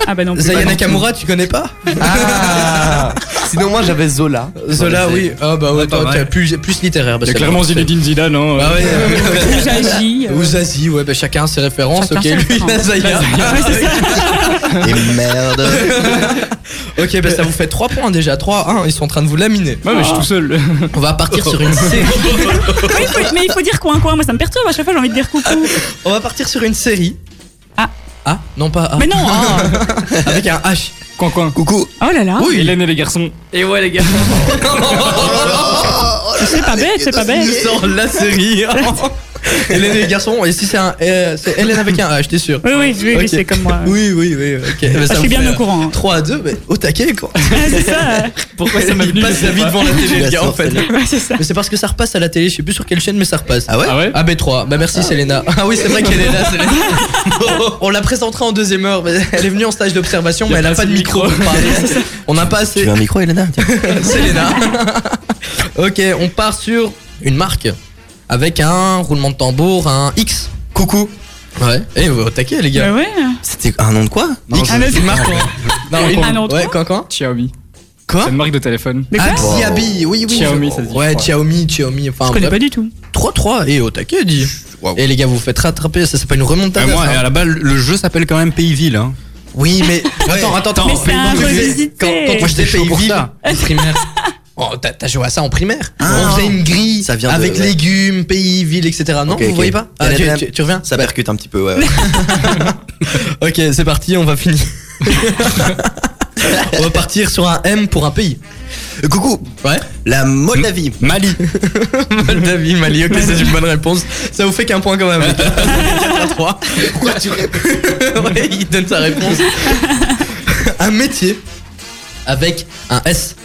Ah bah non, plus. Zaya Nakamura, tu connais pas Ah Sinon, moi, j'avais Zola. Zola, Dans les oui. Ah bah ouais, pas toi, mal. t'es plus, plus littéraire. bah, Il y a c'est clairement parfait. Zinedine Zidane, hein. [LAUGHS] Ah ouais, [LAUGHS] Ou j'agis. euh, Ou Zazie, ouais, bah chacun ses références. Chacun ok, ses lui, il a références. [LAUGHS] Zaya. [LAUGHS] Et merde. ok, bah ça vous fait 3 points déjà. 3-1, ils sont en train de vous laminer. Ouais, mais je suis tout seul. [LAUGHS] On va partir sur une série. Oui, il faut- mais il faut dire coin coin, moi ça me perturbe, à chaque fois j'ai envie de dire coucou. On va partir sur une série. Ah. Ah, non pas A. Mais non hein. [LAUGHS] Avec un H. Coin, coin. Coucou. Oh là là Oui. Hélène et les garçons. Et ouais, les gars. C'est pas bête, c'est pas Il bête sort la série. Hélène et les garçons, et si c'est un. euh, c'est Hélène avec un H, t'es sûr Oui, oui, oui, oui, Ok. c'est comme moi. [LAUGHS] Oui, oui, oui, ok. Bah, Ah, ça je vous suis bien fait, au courant. hein. euh, 3 à 2, mais au taquet quoi. Ah, [LAUGHS] c'est ça euh, Pourquoi ça m'a Il venu passe je sais la vie pas. devant la télé, les gars, en fait. Ouais, c'est ça. Mais c'est parce que ça repasse à la télé, je sais plus sur quelle chaîne, mais ça repasse. Ah ouais Ah ouais AB3, bah merci Selena. Ah oui, c'est vrai qu'elle est là, Selena. On la présentera en deuxième heure, mais elle est venue en stage d'observation, Y a mais elle a pas de micro. pour parler. On n'a pas Tu assez. veux un micro, Elena Tiens. [LAUGHS] Selena. ok, on part sur une marque avec un roulement de tambour, un X. Coucou. Ouais, et au taquet, les Bah gars. ouais. C'était un nom de quoi X, Un autre- une marque. hein. Non, une- Un autre Ouais, quand, quand Xiaomi. Quoi C'est une marque de téléphone. Mais quoi Ah, Xiaomi, oui, oui. Xiaomi, je- ça se dit, je Ouais, crois. Xiaomi, Xiaomi. Je Enfin, connais bref. pas du tout. 3-3 et au taquet, dit. Et les gars, vous vous faites rattraper, ça c'est pas une remontade. Ah, Moi, ça. à la base, le jeu s'appelle quand même Pays-Ville. Hein. Oui, [LAUGHS] mais. Attends, attends, attends. Mais c'est un Quand- revisité. Quand, quand tu Moi, j'étais faisais chaud pour Pays-Ville ça. en primaire. [LAUGHS] Oh, t'as, t'as joué à ça en primaire Ah. On faisait une grille Ça vient de- avec ouais. légumes, pays, ville, etc. Non, Ok, vous ok. voyez pas ah, Elle est tu, bien. tu- tu reviens Ça Bah, percute un petit peu, ouais. ouais. Ok, c'est parti, on va [LAUGHS] finir. on va partir sur un M pour un pays. Euh, Coucou. Ouais La Moldavie. Mmh. Mali. Moldavie, Mali, ok, c'est une bonne réponse. Ça vous fait qu'un point quand même. [LAUGHS] les gars. 4 à 3. Pourquoi tu réponds [LAUGHS] Ouais, il donne sa réponse. un métier avec un S.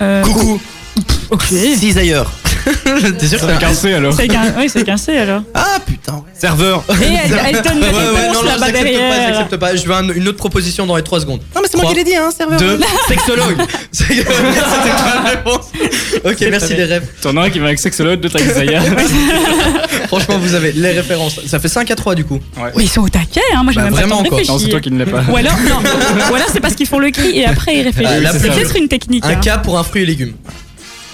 Euh, Coucou. Ah. ok. C'est ailleurs. T'es sûr que c'est un S Cassé alors. avec un, oui, c'est avec un C alors. Ah putain. Serveur. Et elle, elle donne Ouais, la ouais, non, réponse non, là-bas j'accepte pas, derrière. j'accepte pas. Je veux un- une autre proposition dans les 3 secondes. Non, mais c'est moi Trois. qui l'ai dit, hein, serveur. Deux, sexologue. [LAUGHS] C'est- C'était pas la réponse. Ok, merci les rêves. T'en as un qui va avec Sexolote, l'autre avec Zaya. Franchement, vous avez les références. Ça fait 5 à 3 du coup. Mais ils sont au taquet, hein. moi j'ai Bah, même pas le vraiment, temps de quoi. Non, c'est toi réfléchir. qui ne l'as pas. Ou alors, non. Ou alors c'est parce qu'ils font le cri et après ils réfléchissent. Ah, là, c'est c'est peut-être une technique. Un hein. K pour un fruit et légumes.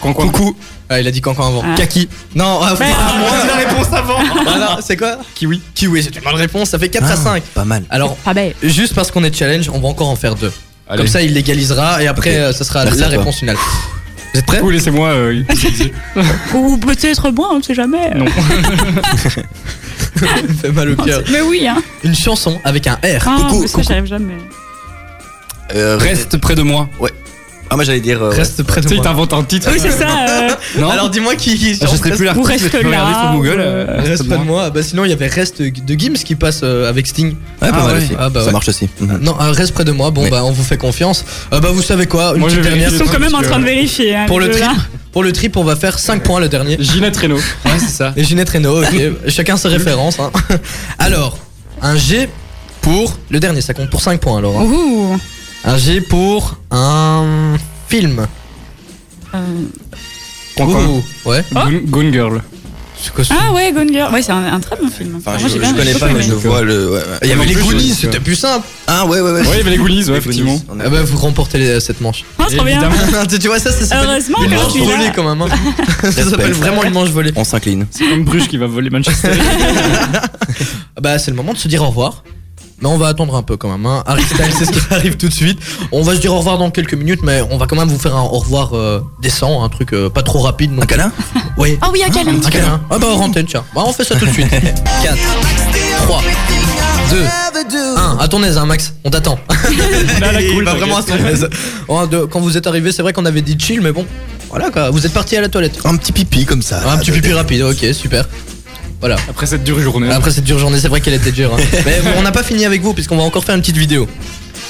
Coin, coin. Coucou. Ah, il a dit cancan avant. Ah. Kaki. Non, ah, Merde. ah, moi, c'est la réponse avant. [LAUGHS] Voilà, c'est quoi Kiwi. Kiwi, c'est une bonne réponse. Ça fait 4 à Ah, 5. Pas mal. Alors, Pas bête. juste parce qu'on est challenge, on va encore en faire deux. Allez. Comme ça, il légalisera et après, euh, ça sera Merci la à toi. réponse finale. Vous êtes prêts Ou laissez-moi. euh, Ou peut-être moi, on ne sait jamais. Non. Ça me fait mal au cœur. Mais oui, hein. Une chanson avec un R. Ah, coucou, mais ça, coucou. j'y arrive jamais. Euh, Reste près de moi. Ah, moi j'allais dire. euh, ouais. Reste près Tu de sais, moi. t'inventes un titre. Oui, c'est ça. euh, Non Alors, dis-moi qui. qui je serais plus là. Vous restez là, sur Google. ou, euh, euh, reste Reste près de moi. moi. Bah, sinon, il y avait Reste de Gims qui passe euh, avec Sting. Ouais, pas Ah, mal ouais. aussi. Ah, bah, ça ouais. marche aussi. Mhm. Non, euh, Reste près de moi. Bon, Mais- bah, on vous fait confiance. Euh, bah, vous savez quoi Une Moi, je petite vais dernière. Ils sont quand même en train de vérifier. hein, Pour les le deux, trip, là. pour le trip, on va faire 5 points le dernier. Ginette Reno. Ouais, c'est ça. Et Ginette Reno, ok. Chacun ses références. hein. [LAUGHS] Alors, un G pour le dernier, ça compte pour 5 points alors. hein. Ouh. Un G pour un film. Euh, Coin, coin. Ouh, Ouais. Ah. Goon Goon Girl. C'est quoi ce- Ah ouais, Gone Girl. Ouais, c'est un, un très bon film. Enfin, Moi, je, j'ai je bien- connais j'ai pas, beaucoup mais je aimé. vois le. ouais, ouais. Il y avait les plus, Goonies, ouais. c'était plus simple. Ah ouais, ouais, ouais. Ouais, il y avait les Goonies, ouais, Les effectivement. on Ah bah, vous remportez les- cette [LAUGHS] manche. Ah, c'est trop bien. Évidemment. tu vois, ça, ça s'appelle. Heureusement les que manches tu l'as. volées quand même. hein. [LAUGHS] ça s'appelle Respect. vraiment les manches volées. est- On s'incline. Mmh. C'est comme Bruges qui va voler Manchester. Ah Bah, c'est le moment de se dire au revoir. Mais on va attendre un peu quand même. Hein. Harry Styles, c'est ce qui arrive tout de suite. On va se dire au revoir dans quelques minutes, mais on va quand même vous faire un au revoir euh, décent, un truc euh, pas trop rapide. Un Donc... câlin Oui. Ah oui, un câlin. Un câlin. Ah bah, hors antenne, tiens. Bah, on fait ça tout de [LAUGHS] suite. 4, 3, 2, 1. À ton aise, hein, Max. On t'attend. Là, [LAUGHS] la Il cool, va t'inquiète. vraiment à son aise. Oh, de- Quand vous êtes arrivé, c'est vrai qu'on avait dit chill, mais bon. Voilà quoi. Vous êtes parti à la toilette. Un petit pipi comme ça. Ah, un petit pipi rapide, ok, super. Voilà. Après cette dure journée. Après cette dure journée, c'est vrai qu'elle était dure. hein. [LAUGHS] Mais on n'a pas fini avec vous, puisqu'on va encore faire une petite vidéo.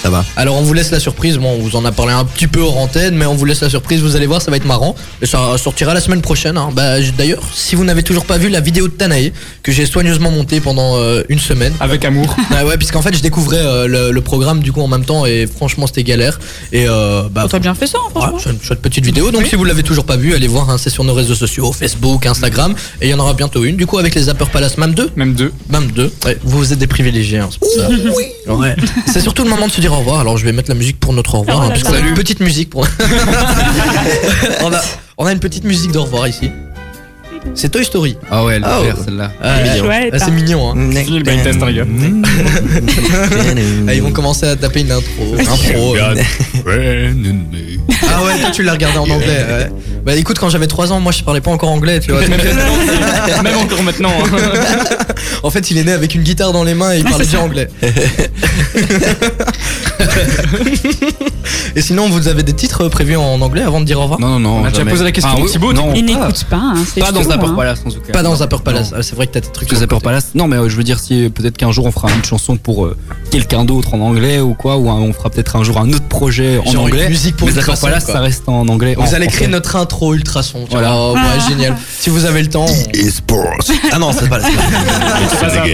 Ça va. Alors on vous laisse la surprise. Bon, on vous en a parlé un petit peu hors antenne, mais on vous laisse la surprise. Vous allez voir, ça va être marrant. Et ça sortira la semaine prochaine. hein. Bah, j- D'ailleurs, si vous n'avez toujours pas vu la vidéo de Tanae, que j'ai soigneusement montée pendant euh, une [LAUGHS] semaine. Avec amour. Ah ouais, puisqu'en fait, je découvrais euh, le, le programme du coup en même temps, et franchement, c'était galère. Et euh, bah, Oh, T'as bien fait ça, hein, voilà, franchement. c'est une chouette petite vidéo. Donc, si vous l'avez toujours pas vue, allez voir. hein, c'est sur nos réseaux sociaux, Facebook, Instagram. Et il y en aura bientôt une. Du coup, avec les Zapper Palace MAM 2. Même deux. MAM 2. Ouais, vous êtes des privilégiés. hein, c'est pour ça. Ouais. C'est surtout le moment de se dire au revoir. Alors, je vais mettre la musique pour notre au revoir. Oh hein, là parce là. qu'on a une petite musique [LAUGHS] pour. on, a, on a une petite musique d'au revoir ici. C'est Toy Story. Ah ouais, elle Ah va ouais. faire celle-là. Mm. Ah, C'est ouais. chouette. Ah, c'est mignon. Hein. Mmh. Fini le blind test, hein, les gars. Ah, ils vont commencer à taper une [LAUGHS] intro. Impro. [LAUGHS] Ah ouais, toi tu l'as regardé en anglais. ouais. Bah écoute, quand j'avais 3 ans, moi je parlais pas encore anglais, [LAUGHS] tu vois. donc, Même encore maintenant. hein. En fait, il est né avec une guitare dans les mains et il parle déjà anglais. et sinon, vous avez des titres prévus en anglais avant de dire au revoir Non, non, non. On a déjà jamais. posé la question Ah, à oui, Thibaut, Non, Il n'écoute pas, hein, c'est pas dans fou, Zapper hein. Palace en tout cas. Pas dans Zapper Palace. Ah, c'est vrai que t'as des trucs Parce que sur le Zapper côté. Palace. Non, mais euh, je veux dire, si euh, peut-être qu'un jour on fera une chanson pour euh, quelqu'un d'autre en anglais ou quoi, ou un- on fera peut-être un jour un autre projet en Genre une anglais. musique pour mais Zapper Ultrason, Palace, quoi. ça reste en anglais. Vous en allez français. créer notre intro ultrason. tu Voilà. vois. Oh, ouais, génial. Si vous avez le temps, on- Ah non, c'est [LAUGHS] pas la c'est pas ça.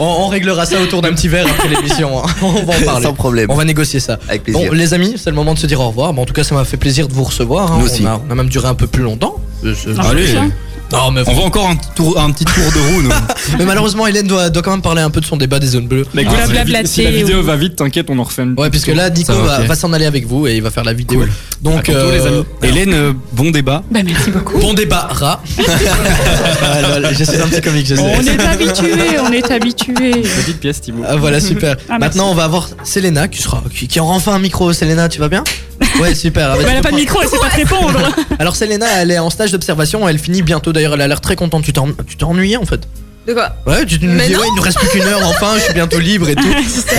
on, on réglera ça autour d'un petit verre après l'émission. hein. [LAUGHS] On va en parler. Sans problème. On va négocier ça. Avec plaisir. Bon, les amis, c'est le moment de se dire au revoir. Bon, en tout cas, ça m'a fait plaisir de vous recevoir. hein. Nous on, aussi. A, on a même duré un peu plus longtemps. Euh, c'est- Non, c'est Allez. bien. Non, mais, On va encore un, tour, un petit tour [LAUGHS] de roue, nous. mais malheureusement, Hélène doit, doit quand même parler un peu de son débat des zones bleues. Mais écoute, Ah, si la vi- blablaté si la vidéo ou- va vite, t'inquiète, on en refait une. Ouais, puisque là, Nico Ça va, va, ok. va s'en aller avec vous et il va faire la vidéo. Cool. Donc, Attends, euh, les amis. Hélène, euh, bon débat. Bah, merci beaucoup. bon débat, rat. [LAUGHS] Ah, je suis un petit comique, [LAUGHS] je On sais. est habitué, on est habitué. Petite pièce, Thibaut. Ah, voilà, super. Ah, merci. Maintenant, on va avoir Selena qui, sera, qui, qui aura enfin un micro. Selena, tu vas bien Ouais, super. Ah, bah, Bah, tu elle a peux pas prendre- de micro, elle sait pas te répondre. Alors, Selena, elle est en stage d'observation. Elle finit bientôt. D'ailleurs, elle a l'air très contente. Tu t'es en- tu t'es ennuyée en fait De quoi Ouais, tu tu nous Mais dis, non. ouais, il nous reste plus qu'une heure, enfin, je suis bientôt libre et tout.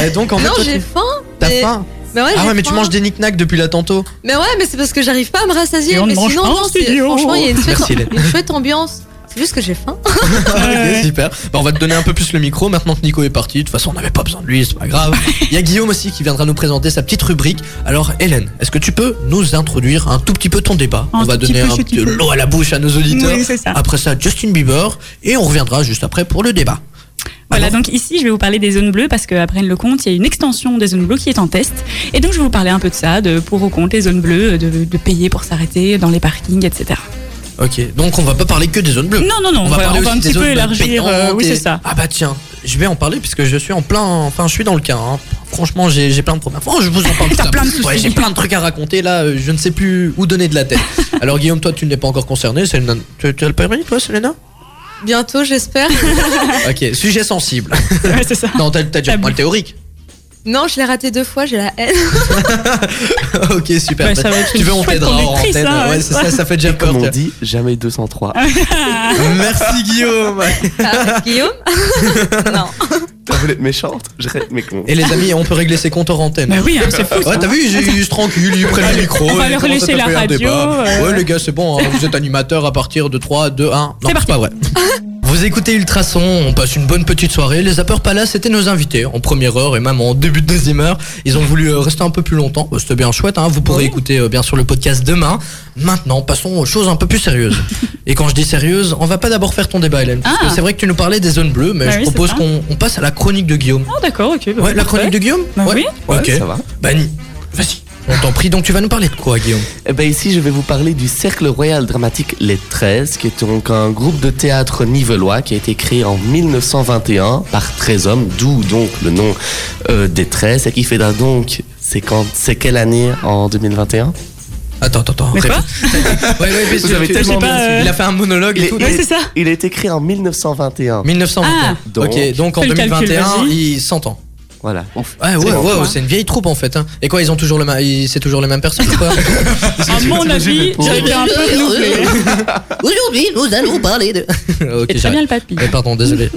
Et donc, en fait, Non, toi, j'ai tu- faim. t'as mais- faim. Mais ouais, Ah j'ai ouais, mais tu faim. manges des knick-knacks depuis là tantôt. Mais ouais, mais c'est parce que j'arrive pas à me rassasier. Et on ne mais mange sinon, pas en non, c'est- studio. franchement, il y a une chouette, Merci, Hélène. une chouette ambiance. C'est juste que j'ai faim. Ok, super. Bah, on va te donner un peu plus le micro maintenant que Nico est parti. De toute façon, on n'avait pas besoin de lui, c'est pas [LAUGHS] grave. Il y a Guillaume aussi qui viendra nous présenter sa petite rubrique. Alors, Hélène, est-ce que tu peux nous introduire un tout petit peu ton débat Un On va tout petit donner peu, un je petit t'y de fais. l'eau à la bouche à nos auditeurs. Oui, c'est ça. Après ça, Justin Bieber. Et on reviendra juste après pour le débat. Voilà, Alors donc ici, je vais vous parler des zones bleues parce qu'après le compte, il y a une extension des zones bleues qui est en test. Et donc, je vais vous parler un peu de ça, de pour ou contre les zones bleues, de, de payer pour s'arrêter dans les parkings, etc. Ok, donc on va pas parler que des zones bleues. Non, non, non, on, va, on va un petit peu élargir. euh, oui, c'est ça. Ah bah tiens, je vais en parler puisque je suis en plein. Enfin, je suis dans le cas. hein. Franchement, j'ai j'ai plein de problèmes. Franchement, je vous en parle. [LAUGHS] T'as tout à plein de l'heure. soucis. Ouais, J'ai plein de trucs à raconter. Là, euh, je ne sais plus où donner de la [LAUGHS] tête. Alors Guillaume, toi, tu n'es pas encore concerné. c'est une- Tu, tu as le permis, toi, [LAUGHS] Selena Bientôt, j'espère. Ok, sujet sensible. [LAUGHS] Ouais, c'est ça. Non, t'as t'as déjà Tabou. pas le théorique. [LAUGHS] non, je l'ai raté deux fois, j'ai la haine. ok, super. Ouais, ça va être tu une veux, on chouette t'aidera en conductrice, antenne. hein, ouais, ouais, c'est ça, ça fait [LAUGHS] déjà peur. Comme on tiens. dit, jamais 203. Ah. Merci Guillaume. Ah, Guillaume Non. T'as voulu être méchante Je reste mais con. Et les amis, on peut régler ses comptes hors antenne. Bah oui, hein, c'est fou. Ouais, ça. t'as vu, j'ai eu tranquille, ils prennent le micro. on va ils leur commencent à laisser la taper un radio, débat. euh. Ouais, les gars, c'est bon, hein, vous êtes animateurs à partir de 3, 2, 1. Non, C'est parti. pas vrai. Vous écoutez Ultrason, on passe une bonne petite soirée. Les Zapper Palace étaient nos invités en première heure et même en début de deuxième heure. Ils ont voulu euh, rester un peu plus longtemps. Euh, C'était bien chouette, hein. vous pourrez écouter euh, bien sûr le podcast demain. Maintenant, passons aux choses un peu plus [LAUGHS] sérieuses. et quand je dis sérieuse, on va pas d'abord faire ton débat, Hélène. parce que Ah. C'est vrai que tu nous parlais des zones bleues, mais Bah je oui, c'est propose ça. qu'on on passe à la chronique de Guillaume. Ah, d'accord, ok. bah, Ouais, la parfait. chronique de Guillaume Bah Ouais. oui. Ok. Ça va. Bah, ni- vas-y. On t'en prie, donc tu vas nous parler de quoi, Guillaume Eh ben ici, je vais vous parler du Cercle Royal Dramatique Les 13, qui est donc un groupe de théâtre nivelois qui a été créé en 1921 par 13 hommes, d'où donc le nom euh, des 13, et qui fait d'un donc, c'est quand, c'est quelle année en 2021 Attends, attends, attends. Mais quoi [LAUGHS] Ouais, ouais, mais Vous tu- avez tu- tellement je sais pas, de- euh, Il a fait un monologue et Il- tout. il- Ouais, c'est ça. Il a été créé en 1921. 1921. Ah. ok, donc en Fais le calcul, 2021, vas-y. il s'entend. Voilà. Ouais, ouais, C'est ouais, bon. ouais, c'est une vieille troupe en fait. hein. Et quoi, ils ont toujours le ma- ils- c'est toujours les mêmes personnes [LAUGHS] ou quoi [LAUGHS] À mon avis, j'ai été un peu renouvelé. Aujourd'hui, nous allons parler de. Ok, Et très j'arrête. bien le papy. Mais pardon, désolé.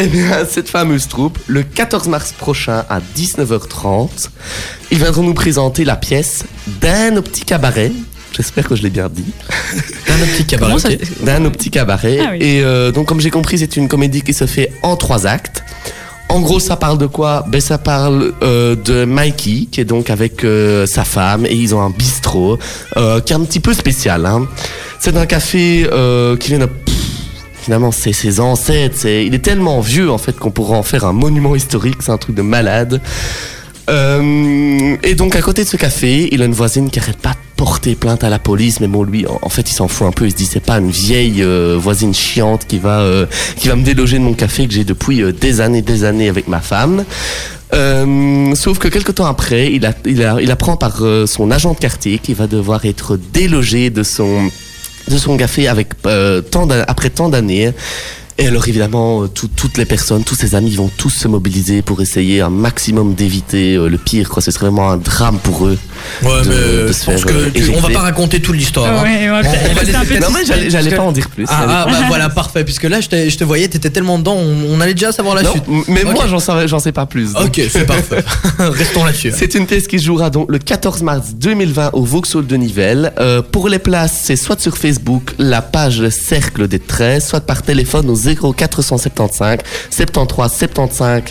Eh bien, [LAUGHS] cette fameuse troupe, le 14 mars prochain à 19h30, ils viendront nous présenter la pièce d'un au petit cabaret. J'espère que je l'ai bien dit. D'un petit cabaret. D'un au petit cabaret. Ah oui. Et euh, donc, comme j'ai compris, c'est une comédie qui se fait en trois actes. En gros, ça parle de quoi Ben, ça parle euh, de Mikey, qui est donc avec euh, sa femme, et ils ont un bistrot, euh, qui est un petit peu spécial. hein. C'est un café euh, qui vient de finalement c'est ses ancêtres, c'est- il est tellement vieux en fait qu'on pourrait en faire un monument historique, c'est un truc de malade. Euh, et donc à côté de ce café, il a une voisine qui arrête pas de porter plainte à la police, mais bon lui en, en fait il s'en fout un peu, il se dit c'est pas une vieille euh, voisine chiante qui va euh, qui va me déloger de mon café que j'ai depuis euh, des années des années avec ma femme. Euh, sauf que quelques temps après, il, a- il, a- il apprend par euh, son agent de quartier qu'il va devoir être délogé de son de son café avec euh, tant d'a- après tant d'années. Et alors évidemment, euh, tout- toutes les personnes, tous ses amis vont tous se mobiliser pour essayer un maximum d'éviter euh, le pire. Quoi. Ce serait vraiment un drame pour eux. Ouais, de- mais de je se pense faire, que euh, tu- on va éjecter. pas raconter toute l'histoire. Ouais, hein. ouais, On- on va c'est un laisser peu Non, mais triste, j'allais- j'allais pas en dire plus, j'allais- Ah, ah, [LAUGHS] bah voilà, parfait. Puisque là, je t'ai- je te voyais, t'étais tellement dedans, on, on allait déjà savoir la Non, suite. m- Mais ah, Ok. moi, j'en savais- j'en sais pas plus. donc. Ok, [LAUGHS] c'est parfait. Restons là-dessus. C'est une pièce qui se jouera donc le 14 mars 2020 au Vauxhall de Nivelles. Euh, pour les places, c'est soit sur Facebook, la page Cercle des 13, soit par téléphone au 0475 73 75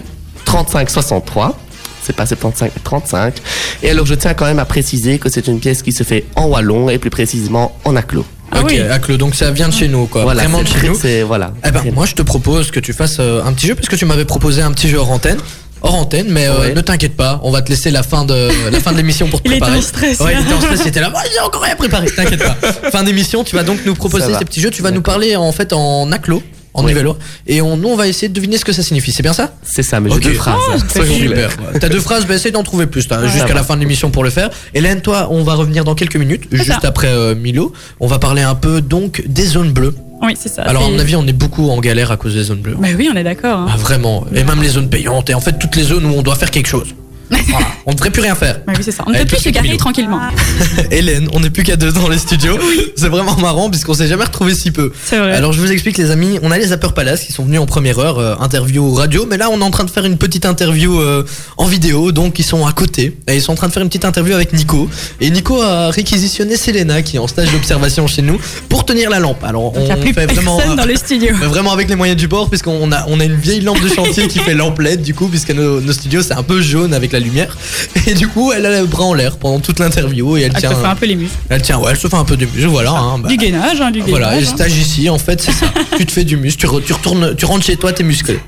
35 63. C'est pas 75, mais 35. Et alors, je tiens quand même à préciser que c'est une pièce qui se fait en wallon et plus précisément en acclo. Ah Ok, Aclo, donc ça vient de chez nous, quoi. Voilà, Bah, Vraiment de c'est chez très- nous. c'est- voilà. Eh ben, moi, je te propose que tu fasses euh, un petit jeu, parce que tu m'avais proposé un petit jeu hors antenne. Hors antenne, mais euh, ne t'inquiète pas, on va te laisser la fin de la fin de l'émission pour te [LAUGHS] Il était préparer. en stress. Ouais, il était en stress, il était là. Moi, j'ai encore rien préparé. T'inquiète pas. [LAUGHS] Fin d'émission, tu vas donc nous Ça proposer va. ces petits jeux. Tu vas nous parler en fait en aclo, en Ouais. nivellois, et on, nous, on va essayer de deviner ce que ça signifie. C'est bien ça C'est ça, mais j'ai Ok. deux phrases. Ah, Soyons super. clairs. T'as deux phrases, bah, essaye d'en trouver plus. t'as Ouais. Ça Jusqu'à va. la fin de l'émission pour le faire. Hélène, toi, on va revenir dans quelques minutes, juste après euh, Milo. On va parler un peu donc des zones bleues. Oui, c'est ça. Alors, à Bah, c'est- mon avis, on est beaucoup en galère à cause des zones bleues. Bah oui, on est d'accord. hein. Ah, vraiment. Et même les zones payantes. Et en fait, toutes les zones où on doit faire quelque chose. Voilà. On ne devrait plus rien faire. Bah oui, c'est ça. On ne Allez, peut tout plus de se suite, garer Milo. tranquillement. Hélène, on n'est plus qu'à deux dans les studios. C'est vraiment marrant puisqu'on s'est jamais retrouvé si peu. Alors je vous explique les amis, on a les Zapper Palace qui sont venus en première heure, euh, interview radio, mais là on est en train de faire une petite interview euh, en vidéo, donc ils sont à côté. Et ils sont en train de faire une petite interview avec Nico. Et Nico a réquisitionné Selena qui est en stage d'observation chez nous pour tenir la lampe. Alors Il n'y a on plus fait personne vraiment... dans le studio. Ah, Mais [LAUGHS] vraiment avec les moyens du bord, puisqu'on a, on a une vieille lampe de chantier qui fait lampe LED, du coup, puisque nos, nos studios c'est un peu jaune avec la lumière. Et du coup, elle a le bras en l'air pendant toute l'interview et elle Elle se tient. fait un peu les muscles. Elle tient, ouais, elle se fait un peu du muscle, voilà. hein, bah. Du gainage, hein, du gainage. Voilà, et hein. stage ici, en fait, [LAUGHS] c'est ça. tu te fais du muscle, tu, re- tu retournes, tu rentres chez toi, t'es musclé.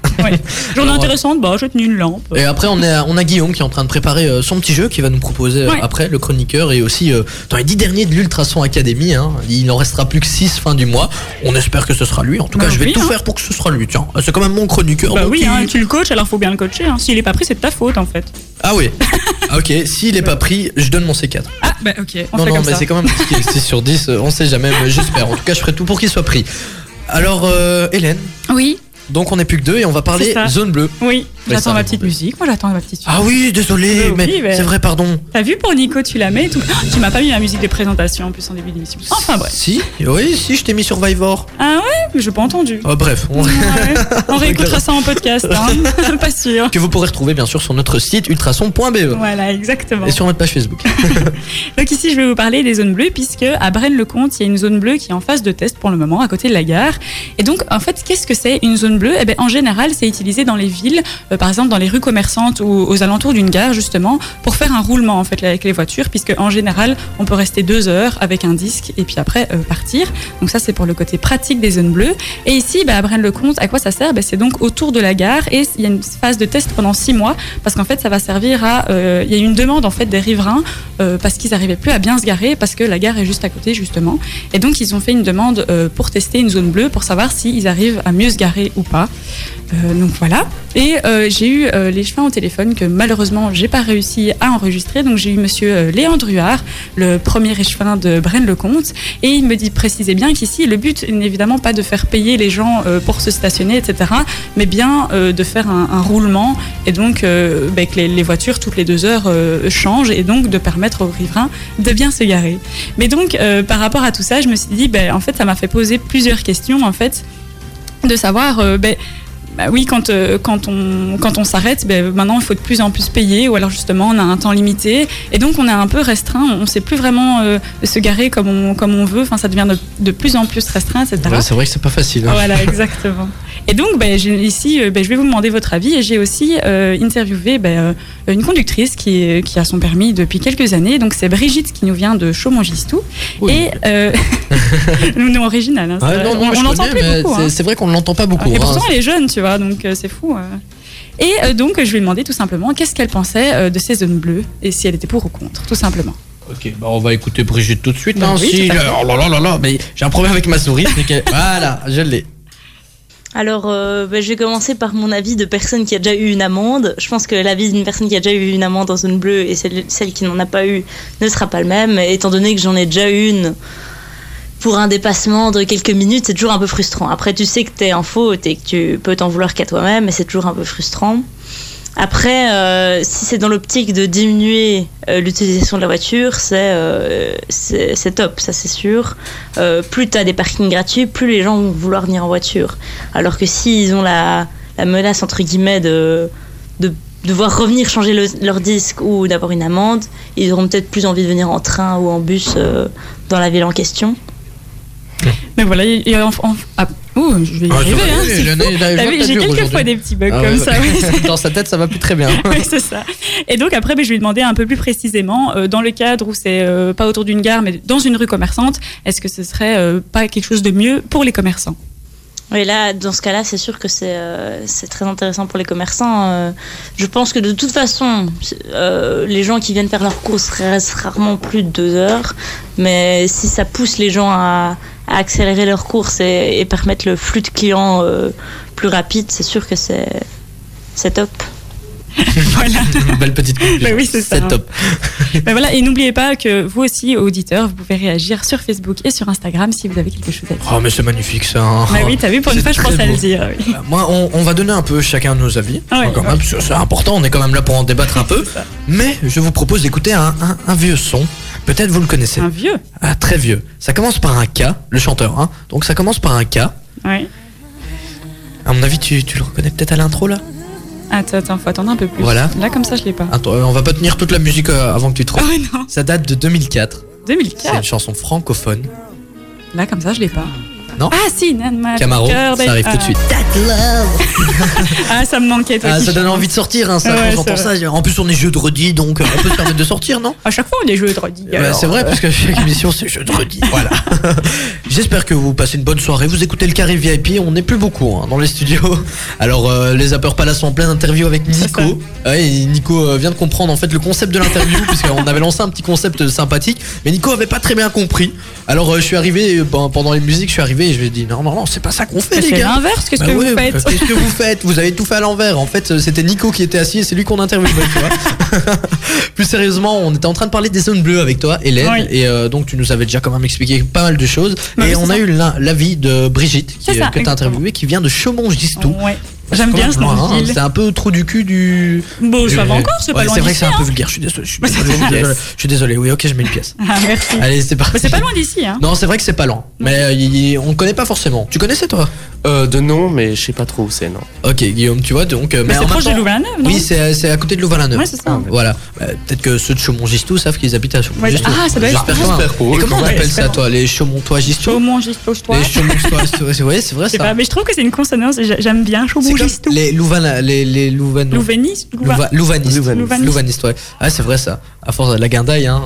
Journée intéressante, bah, j'ai tenu une lampe. Et après, on a, on a Guillaume qui est en train de préparer euh, son petit jeu qui va nous proposer euh, Ouais. après, le chroniqueur, et aussi euh, dans les 10 derniers de l'Ultrason Academy. hein. il en restera plus que 6 fin du mois. On espère que ce sera lui. En tout cas, Bah je vais oui, tout hein. faire pour que ce sera lui. Tiens, Ah, c'est quand même mon chroniqueur. Bah donc oui, il- hein, tu le coaches, alors faut bien le coacher. hein. S'il est pas pris, c'est de ta faute en fait. Ah [LAUGHS] oui. Ah, ok, s'il est pas pris, je donne mon C4. Ah, bah ok, on non, fait non, comme mais ça. c'est quand même compliqué. 6 sur 10, euh, on sait jamais, mais j'espère. En tout cas, je ferai tout pour qu'il soit pris. Alors, euh, Hélène, Oui, donc on n'est plus que deux et on va parler C'est ça. zone bleue. oui. Mais ça J'attends ma répond petite plus. musique, moi j'attends ma petite. Ah oui, désolé, Bah mais, oui, mais- c'est vrai, pardon. T'as vu pour Nico, tu la mets et tout. Ah, tu m'as pas mis la musique de présentation en plus en début d'émission. Enfin bref. Si, oui, si, je t'ai mis Survivor. Ah ouais, mais j'ai pas entendu. Oh, bref, [LAUGHS] [LAUGHS] on- Ouais, on réécoutera ça en podcast. hein. [LAUGHS] pas sûr. que vous pourrez retrouver bien sûr sur notre site ultrason.be Voilà, exactement. E et sur notre page [LAUGHS] Facebook. Donc ici, je vais vous parler des zones bleues puisque à Braine-le-Comte, il y a une zone bleue qui est en phase de test pour le moment à côté de la gare. Et donc, en fait, qu'est-ce que c'est une zone bleue Eh ben, en général, c'est utilisé dans les villes, euh, par exemple dans les rues commerçantes ou aux alentours d'une gare justement, pour faire un roulement en fait avec les voitures, puisque en général, on peut rester deux heures avec un disque et puis après euh, partir. Donc ça, c'est pour le côté pratique des zones bleues. Et ici, bah, à Braine-le-Comte, à quoi ça sert Bah, C'est donc autour de la gare et il y a une phase de test pendant six mois parce qu'en fait, ça va servir à. euh, Il y a eu une demande en fait des riverains euh, parce qu'ils n'arrivaient plus à bien se garer parce que la gare est juste à côté justement. Et donc ils ont fait une demande euh, pour tester une zone bleue pour savoir s'ils arrivent à mieux se garer ou pas. Euh, donc voilà. Et euh, j'ai eu euh, les chemins au téléphone que malheureusement j'ai pas réussi à enregistrer. Donc j'ai eu monsieur euh, Léon Druard, le premier échevin de Braine-le-Comte. Et il me dit précisez bien qu'ici le but n'est évidemment pas de faire payer les gens euh, pour se stationner, etc. Mais bien euh, de faire un, un roulement et donc euh, ben, que les, les voitures toutes les deux heures euh, changent et donc de permettre aux riverains de bien se garer. Mais donc euh, par rapport à tout ça, je me suis dit ben, en fait ça m'a fait poser plusieurs questions en fait de savoir euh, ben, bah oui, quand, euh, quand on, quand on s'arrête, ben, maintenant il faut de plus en plus payer, ou alors justement on a un temps limité, et donc on est un peu restreint, on ne sait plus vraiment euh, se garer comme on, comme on veut, enfin, ça devient de, de plus en plus restreint, etc. Ouais, c'est vrai que c'est pas facile. hein. Voilà, exactement. Et donc, ben, j'ai- ici, euh, ben, je vais vous demander votre avis. Et j'ai aussi euh, interviewé ben, euh, une conductrice qui, est- qui a son permis depuis quelques années. Donc, c'est Brigitte qui nous vient de Chaumont-Gistou. Et euh, [LAUGHS] nous, nous, original. hein, Ouais, c'est- Ah, non, non, mais on je l'entend connais, plus mais beaucoup. c'est- hein. c'est vrai qu'on ne l'entend pas beaucoup. Et pourtant, hein. elle est jeune, tu vois, donc euh, c'est fou. euh. Et euh, donc, je lui ai demandé tout simplement qu'est-ce qu'elle pensait euh, de ces zones bleues et si elle était pour ou contre, tout simplement. Ok, bah on va écouter Brigitte tout de suite. Bah hein, oui, si- tout à fait. oh là là là là, mais j'ai un problème avec ma souris. c'est que- voilà, je l'ai. Alors, euh, bah, je vais commencer par mon avis de personne qui a déjà eu une amende. Je pense que l'avis d'une personne qui a déjà eu une amende en zone bleue et celle, celle qui n'en a pas eu ne sera pas le même, étant donné que j'en ai déjà eu une pour un dépassement de quelques minutes, c'est toujours un peu frustrant. Après, tu sais que t'es en faute et que tu peux t'en vouloir qu'à toi-même, mais c'est toujours un peu frustrant. Après, euh, si c'est dans l'optique de diminuer euh, l'utilisation de la voiture, c'est euh, c'est c'est top, ça c'est sûr. Euh, plus tu as des parkings gratuits, plus les gens vont vouloir venir en voiture. Alors que s'ils ont la, la menace, entre guillemets, de, de devoir revenir changer le- leur disque ou d'avoir une amende, ils auront peut-être plus envie de venir en train ou en bus euh, dans la ville en question. Mais voilà, il y a. en- en- ah, ouh, je vais y Ah, ça arriver, va, hein, oui, c'est le fou. nez, là, je T'as vois vu, que t'as J'ai dur quelques aujourd'hui. fois des petits bugs Ah ouais, comme ouais. ça, [LAUGHS] oui. Dans sa tête, ça va plus très [LAUGHS] bien. Oui, c'est ça. Et donc après, ben, je lui ai demandé un peu plus précisément, euh, dans le cadre où c'est euh, pas autour d'une gare, mais dans une rue commerçante, est-ce que ce serait euh, pas quelque chose de mieux pour les commerçants [LAUGHS] Oui, là, dans ce cas-là, c'est sûr que c'est euh, c'est très intéressant pour les commerçants. Euh, je pense que de toute façon, euh, les gens qui viennent faire leurs courses restent rarement plus de deux heures. Mais si ça pousse les gens à, à accélérer leurs courses et, et permettre le flux de clients euh, plus rapide, c'est sûr que c'est c'est top. Belle petite conclusion. Bah oui, c'est ça, C'est hein. top. Ben voilà, et n'oubliez pas que vous aussi, auditeurs, vous pouvez réagir sur Facebook et sur Instagram si vous avez quelque chose à dire. Oh, mais c'est magnifique ça. hein. Bah oui, t'as vu, pour une C'est fois, je très pensais à beau. le dire, oui. Bah, Moi, on, on va donner un peu chacun nos avis. Ah ouais, quand ouais. même, parce que c'est important, on est quand même là pour en débattre un [LAUGHS] peu. Mais je vous propose d'écouter un, un- un vieux son. Peut-être vous le connaissez. Un vieux Ah, très vieux. Ça commence par un K, le chanteur. Hein. Donc ça commence par un K. Ouais. À mon avis, tu, tu le reconnais peut-être à l'intro là Attends, attends, faut attendre un peu plus. Voilà. Là, comme ça, je l'ai pas. Oh, Attends, euh, on va pas tenir toute la musique euh, avant que tu Ah, trouves. Ça date de 2004. C'est 2004. une chanson francophone. Là, comme ça, je l'ai pas. Non. Ah, si, Nan Ma- Camaro, Cœur ça d'A- arrive tout de Ah. suite. ah, ça me manquait, toi. Ah, qui ça donne chantes. envie de sortir, hein, ça, Ouais, quand j'entends c'est ça. vrai. En plus, on est jeu de redit, donc euh, on peut se permettre de sortir, non À chaque fois, on est jeux de redit. Bah, c'est euh, vrai, [LAUGHS] parce que chaque émission, c'est jeu de redit. Voilà. J'espère que vous passez une bonne soirée. Vous écoutez le carré VIP, on n'est plus beaucoup hein, dans les studios. Alors, euh, les zappeurs Palace sont en pleine interview avec Nico. Ouais, et Nico euh, vient de comprendre en fait le concept de [LAUGHS] l'interview, puisqu'on avait lancé un petit concept sympathique, mais Nico avait pas très bien compris. Alors, euh, je suis arrivé, euh, pen- pendant les musiques, je suis arrivé et je lui ai dit non, non, non, c'est Bah pas ça qu'on fait, Mais les c'est gars. l'inverse, qu'est-ce que vous faites Qu'est-ce que vous faites Vous avez tout fait à l'envers. En fait, euh, c'était Nico qui était assis et c'est lui qu'on interviewait, tu vois. [LAUGHS] Plus sérieusement, on était en train de parler des zones bleues avec toi, Hélène, Oui. et euh, donc tu nous avais déjà quand même expliqué pas mal de choses. Bah oui, et c'est on a ça. eu l'un- l'avis de Brigitte, qui, euh, C'est ça, que t'as interviewé, qui vient de Chaumont-Gistou. hein, Ouais. J'aime bien ce nom de ville. C'est un peu trou du cul du. Bon, ça du- va encore, c'est pas Ouais, loin C'est vrai que d'ici, c'est un peu hein. vulgaire. Je suis désolé. Je suis Bah, c'est désolé, je suis pas grave. désolé. Je suis désolé. Oui, ok, je mets une [LAUGHS] pièce. Ah, merci. Allez, c'est parti. Mais c'est pas loin d'ici, hein. Non, c'est vrai que c'est pas loin. Mais euh, il- il- on connaît pas forcément. Tu connaissais toi Euh, de nom, mais je sais pas trop où c'est, non. Ok, Guillaume, tu vois, donc. euh, Mais en Bah, c'est même proche de temps- Louvain-la-Neuve, non Oui, c'est c'est à côté de Louvain-la-Neuve. Ouais, c'est ça. Ah, ouais. Voilà. Euh, Peut-être que ceux de Chaumont-Gistoux savent qu'ils habitent à Chaumont-Gistoux. Ah, ça doit être J'espère ça. pas. J'espère pour Et eux, comment on quand appelle même. ça, toi Les Chaumontois-Gistoux Chaumont, Gistou, toi. Les Chaumontois-Gistoux. Vous voyez, c'est vrai Je sais pas, ça. mais je trouve que c'est une consonance, j'a- j'aime bien. C'est Chaumont, comme Gistou. les Louvain, les, les Louvain, Louvenis Louva- Louva- Louvanistes. Louvanistes. [LAUGHS] Louvanistes, ouais. Ah, c'est vrai ça. À force de la guindaille, hein.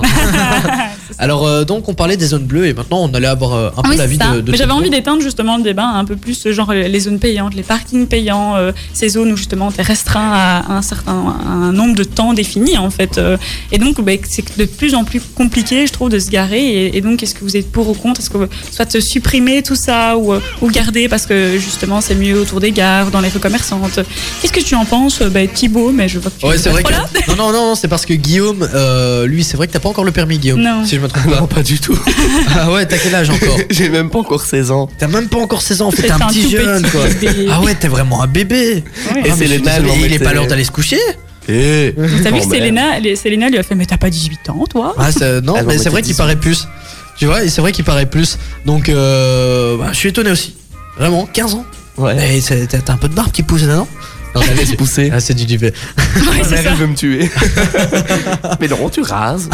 Alors euh, donc on parlait des zones bleues et maintenant on allait avoir euh, un peu Ah oui, l'avis c'est ça. de, de Mais J'avais tout le envie monde. d'éteindre justement le débat un peu plus, euh, genre les les zones payantes, les parkings payants, euh, ces zones où justement tu es restreint à un certain à un nombre de temps défini en fait. euh. et donc bah, c'est de plus en plus compliqué, je trouve, de se garer. Et, et donc est-ce que vous êtes pour ou contre Est-ce que euh, soit de supprimer tout ça ou, euh, ou garder parce que justement c'est mieux autour des gares, dans les rues commerçantes Qu'est-ce que tu en penses, euh, bah, Thibaut Mais je vois que tu Ouais, c'est vrai que. Non, non, non, c'est parce que Guillaume, euh, lui, c'est vrai que t'as pas encore le permis, Guillaume. Non. Si je me trompe pas. Non, pas du tout. [LAUGHS] ah ouais, t'as quel âge encore J'ai même pas encore 16 ans. [LAUGHS] T'as même pas encore 16 ans, en fait, C'est t'es un un petit tout jeune, petit quoi. bébé. Ah ouais, t'es vraiment un bébé. Ouais. Ah, mais je suis Selena, désolé, elle m'en il est pas mettait- l'heure d'aller se coucher Eh, T'as vu Oh, que merde. Selena, les- Selena lui a fait Mais t'as pas 18 ans, toi Ah, c'est- non, Elle mais en c'est vrai qu'il mettait 18. paraît plus. Tu vois, et c'est vrai qu'il paraît plus. Donc, euh, bah, je suis étonné aussi. Vraiment, 15 ans Ouais. T'as t'as un peu de barbe qui pousse là-dedans Elle laisse pousser. Ah, c'est du duvet. Ma mère, elle veut me tuer. [LAUGHS] Mais Laurent, tu [LAUGHS] rases.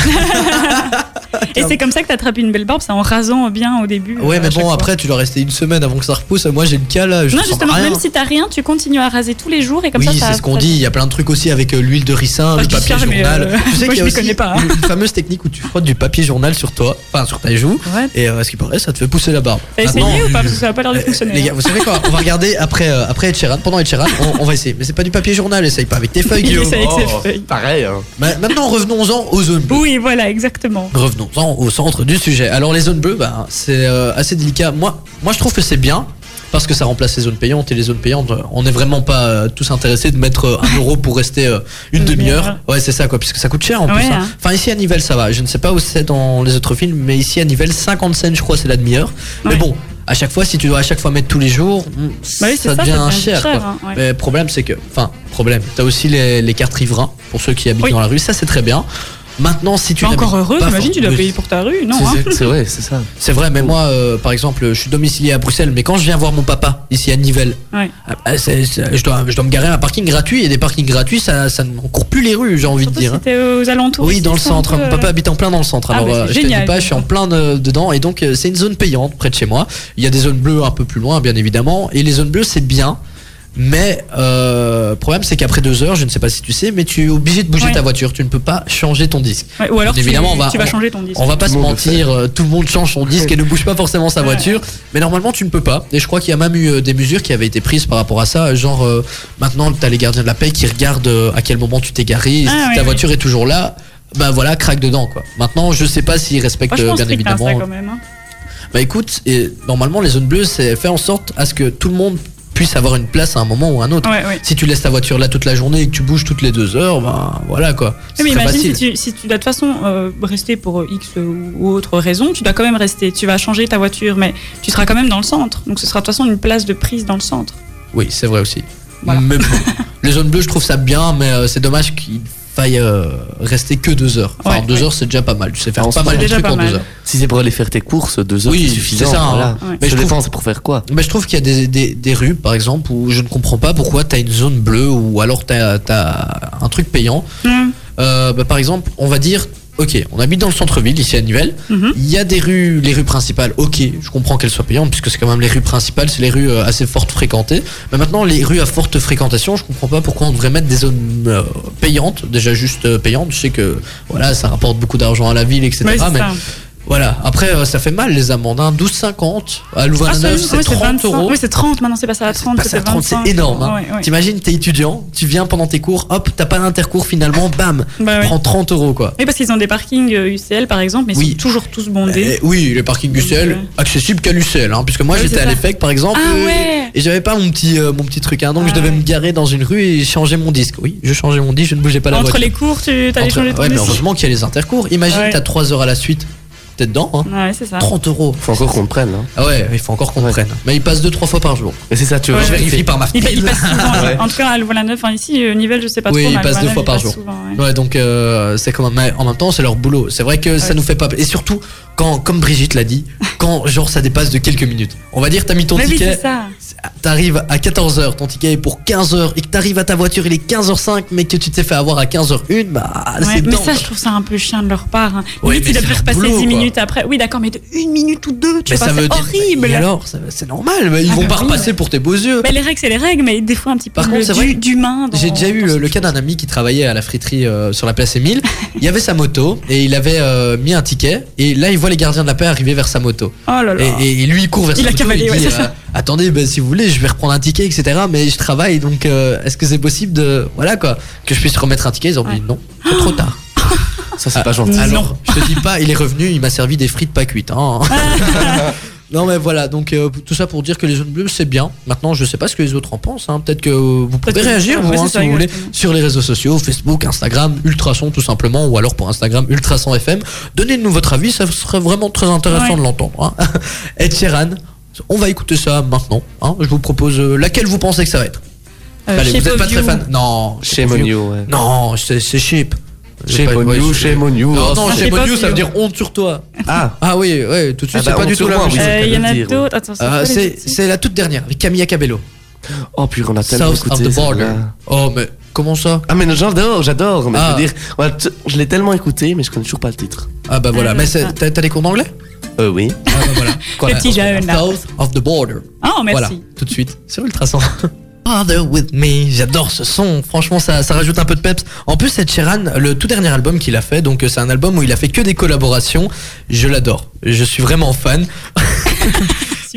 Et c'est comme ça que t'attrapes une belle barbe, c'est en rasant bien au début. Ouais, euh, à mais chaque bon, fois. après, tu dois rester une semaine avant que ça repousse. Moi, j'ai le cas là. Je non, ressens justement, rien. même si t'as rien, tu continues à raser tous les jours et comme ça, oui, ça. c'est ce qu'on ça- [LAUGHS] dit. Il y a plein de trucs aussi avec euh, l'huile de ricin, Moi, le je dis papier ça, mais, journal. euh, Tu sais [LAUGHS] qu'il moi, y je a m'y aussi connais pas, hein. une, une fameuse technique où tu frottes du papier journal sur toi, enfin sur ta joue, Ouais. et euh, à ce qui paraît, ça te fait pousser la barbe. T'as essayé Maintenant, euh, ou pas Parce que ça a pas l'air de fonctionner. les gars, hein. vous savez quoi On va regarder après, euh, après Ed Sheeran. Pendant Ed Sheeran, on, on va essayer. Mais c'est pas du papier journal, essaye pas avec tes feuilles, [LAUGHS] Il Guillaume. essaye avec ses feuilles. Pareil. hein. Ma- maintenant, revenons-en aux zones bleues. Oui, voilà, exactement. Revenons-en au centre du sujet. Alors, les zones bleues, bah, c'est euh, assez délicat. Moi, moi, je trouve que c'est bien. Parce que ça remplace les zones payantes et les zones payantes, euh, on n'est vraiment pas euh, tous intéressés de mettre euh, un euro pour rester euh, une Une demi-heure. demi-heure. Ouais, c'est ça quoi, puisque ça coûte cher en Ouais, plus. hein. hein. Enfin, ici à Nivelles, ça va. Je ne sais pas où c'est dans les autres films, mais ici à Nivelles, 50 cents, je crois, c'est la demi-heure. Mais Ouais. bon, à chaque fois, si tu dois à chaque fois mettre tous les jours, mm, Bah oui, c'est ça, ça, devient ça devient cher. cher, quoi. hein, ouais. Mais le Euh, problème, c'est que. Enfin, problème. T'as aussi les, les cartes riverains pour ceux qui habitent Oui. dans la rue. Ça, c'est très bien. Maintenant, si tu. T'es Bah, encore n'habites heureux, pas t'imagines, tu dois forcément- payer pour Oh. ta rue, non C'est- hein c'est- C'est vrai, c'est ça. C'est vrai, mais moi, euh, par exemple, je suis domicilié à Bruxelles, mais quand je viens voir mon papa, ici à Nivelles, Ouais. ah, ah, c'est- c'est- je, dois, je dois me garer à un parking gratuit, et des parkings gratuits, ça, ça ne court plus les rues, j'ai envie de Surtout dire. si hein. t'es aux alentours. Oui, aussi, dans le c'est un centre. peu, Mon papa euh, habite en plein dans le centre. Ah, Alors, bah, c'est euh, je te génial, dis pas, je suis en donc. plein de- dedans. Et donc, euh, c'est une zone payante près de chez moi. Il y a des zones bleues un peu plus loin, bien évidemment. Et les zones bleues, c'est bien. Mais euh, le problème, c'est qu'après deux heures, je ne sais pas si tu sais, mais tu es obligé de bouger Ouais. ta voiture. Tu ne peux pas changer ton disque. ouais, Ou alors, Bien évidemment, tu, on va, tu vas changer ton disque. On va pas Tout se le monde le mentir, euh, tout le monde change son disque et ne bouge pas forcément sa voiture. Mais normalement, tu ne peux pas. Et je crois qu'il y a même eu euh, des mesures qui avaient été prises par rapport à ça. euh, Genre, euh, maintenant, t'as les gardiens de la paix qui regardent euh, à quel moment tu t'es garé. et Ah, si oui, ta oui. voiture est toujours là, bah voilà, craque dedans, quoi. Maintenant, je sais pas s'ils respectent, Franchement, euh, bien strict, hein, ça évidemment. quand même. hein. Bah écoute, et normalement, les zones bleues, c'est fait en sorte à ce que tout le monde puisse avoir une place à un moment ou à un autre. Ouais, ouais. Si tu laisses ta voiture là toute la journée et que tu bouges toutes les deux heures, bah voilà, quoi. C'est Oui, mais très imagine facile. si tu, si tu dois de toute façon euh, rester pour X ou autre raison, tu dois quand même rester. Tu vas changer ta voiture, mais tu seras quand même dans le centre. Donc ce sera de toute façon une place de prise dans le centre. Oui, c'est vrai aussi. Voilà. Mais [LAUGHS] bon, les zones bleues, je trouve ça bien, mais euh, c'est dommage qu'il faille euh, rester que deux heures. Enfin, Ouais, deux ouais. heures, c'est déjà pas mal. Tu sais faire En pas ce mal de moment, trucs déjà en pas deux mal. heures. Si c'est pour aller faire tes courses, deux heures, Oui, c'est suffisant. c'est ça, hein. voilà. Ouais. Mais je Ça dépend, trouve- c'est pour faire quoi Mais je trouve qu'il y a des, des, des rues, par exemple, où je ne comprends pas pourquoi t'as une zone bleue ou alors t'as as un truc payant. Hum, Euh, bah, par exemple, on va dire, ok, on habite dans le centre-ville, ici à Nivelles. mhm. Il y a des rues, les rues principales, ok, je comprends qu'elles soient payantes, puisque c'est quand même les rues principales, c'est les rues euh, assez fortes fréquentées. Mais maintenant, les rues à forte fréquentation, je comprends pas pourquoi on devrait mettre des zones euh, payantes, déjà juste euh, payantes. Je sais que voilà, ça rapporte beaucoup d'argent à la ville, etc. Ouais, c'est mais ça. voilà, après, euh, ça fait mal les amendes, hein. 12,50 à Ah, ça, Louvain-la-Neuve, oui, c'est c'est 30 25. euros. Oui, c'est 30, maintenant c'est passé à 30. Passer à 30, Bah, c'est 25. énorme. hein. Ouais, ouais. T'imagines, t'es étudiant, tu viens pendant tes cours, hop, t'as pas d'intercours finalement, bam, Bah ouais. prends 30 euros quoi. Oui, parce qu'ils ont des parkings euh, UCL par exemple, mais ils Oui. sont toujours tous bondés. Eh oui, le parking UCL, euh, accessible qu'à l'UCL, hein, puisque moi Ah oui, j'étais c'est à ça. l'EFEC par exemple, Ah et- ouais. et j'avais pas mon petit, euh, mon petit truc, hein, donc Ah je devais ouais. me garer dans une rue et changer mon disque. Oui, je changeais mon disque, je ne bougeais pas la Entre voiture. les cours, tu t'allais Entre- changer ton ouais, mais disque. heureusement qu'il y a les intercours. Imagine, Ouais. t'as 3 heures à la suite, t'es dedans, hein, Ouais, c'est ça. 30 euros. Faut encore qu'on le prenne. Hein. Ah ouais, il faut encore qu'on prenne. Mais il passe 2-3 fois par jour. Mais c'est ça, tu vois. Ouais, je ouais. vérifie par ma Ah, Il, pa- il passe souvent. Ouais. En tout cas, à Louvain-la-Neuve, enfin, ici, euh, Nivelles, je sais pas Oui, trop. mais il à passe deux Louvain-la-Neuve, fois il par passe jour. souvent, ouais. Ouais, donc euh, c'est quand même. mais En même temps, c'est leur boulot. C'est vrai que ça Ouais. nous fait pas. Et surtout, [LAUGHS] quand, comme Brigitte l'a dit, quand genre ça dépasse de quelques minutes. On va dire, t'as mis ton Mais oui, ticket. c'est ça. t'arrives à 14h, ton ticket est pour 15h, et que t'arrives à ta voiture, il est 15h05, mais que tu t'es fait avoir à 15h01, bah Ouais, c'est mais dingue. ça, je trouve ça un peu chiant de leur part. hein. Oui, mais Limite, ils c'est doivent leur repasser boulot, 10 quoi. minutes après. Oui, d'accord, mais de une minute ou deux, tu Mais vois, ça veut c'est dire- horrible. Et alors, ça- c'est normal, mais ils Ah vont bah pas oui. repasser pour tes beaux yeux. Mais les règles, c'est les règles, mais des fois un petit peu Par contre, le- c'est vrai du- que d'humain. dans- J'ai déjà eu euh, le, le cas d'un ami qui travaillait à la friterie euh, sur la place [LAUGHS] Émile. Il avait sa moto et il avait euh, mis un ticket. Et là, il voit les gardiens de la paix arriver vers sa moto. Oh là là. Et, et lui, il court vers Il sa a moto. cavalé, il ouais, dit, c'est ça. euh, Attendez, ben, si vous voulez, je vais reprendre un ticket, etc. Mais je travaille, donc euh, est-ce que c'est possible de. Voilà quoi, que je puisse remettre un ticket Ils ont dit non, c'est trop tard. Ça, c'est pas gentil. Alors, Ah, je te dis pas, il est revenu, il m'a servi des frites pas [LAUGHS] cuites. hein. non, mais voilà, donc euh, tout ça pour dire que les zones bleues, c'est bien. Maintenant, je sais pas ce que les autres en pensent. hein. Peut-être que vous pouvez Peut-être que- réagir, vous, ouais, hein, c'est si ça, vous voulez, exactement. sur les réseaux sociaux, Facebook, Instagram, Ultrason, tout simplement, ou alors pour Instagram, Ultrason FM. Donnez-nous votre avis, ça serait vraiment très intéressant Ouais. de l'entendre. hein. [LAUGHS] Et Sheeran, on va écouter ça maintenant. hein. Je vous propose euh, laquelle vous pensez que ça va être Euh, Allez, Shape vous êtes of pas très You. fan. Non, Shame on you, ouais. Non, c'est c'est cheap. Shame on you, shame on you. Non, non, Ah, shame c'est on pas you, ça veut you. dire honte sur toi. Ah. [LAUGHS] Ah oui, ouais, tout de suite, Ah bah, c'est pas honte du tout sur la moi, même oui, chose. c'est Euh, le cas de y en a le dire, d'autres, attends, c'est quoi les Ah, c'est- titres C'est la toute dernière, avec Camilla Cabello. Oh, puis on a tellement South of écouté. the border. celle-là. Oh, mais comment ça Ah, mais non, j'adore, j'adore. Mais Ah. je veux dire, on a t- je l'ai tellement écouté, mais je connais toujours pas le titre. Ah bah voilà, mais c'est- t'as t'as des cours d'anglais Euh, [LAUGHS] oui. Ah bah voilà. Voilà, petit on fait jeune, là. South of the border. Oh, merci. Voilà, tout de suite, sur [LAUGHS] Ultrason. Father with me, j'adore ce son. Franchement, ça, ça rajoute un peu de peps. En plus, cette Sheeran, le tout dernier album qu'il a fait, donc euh, c'est un album où il a fait que des collaborations. Je l'adore. Je suis vraiment fan.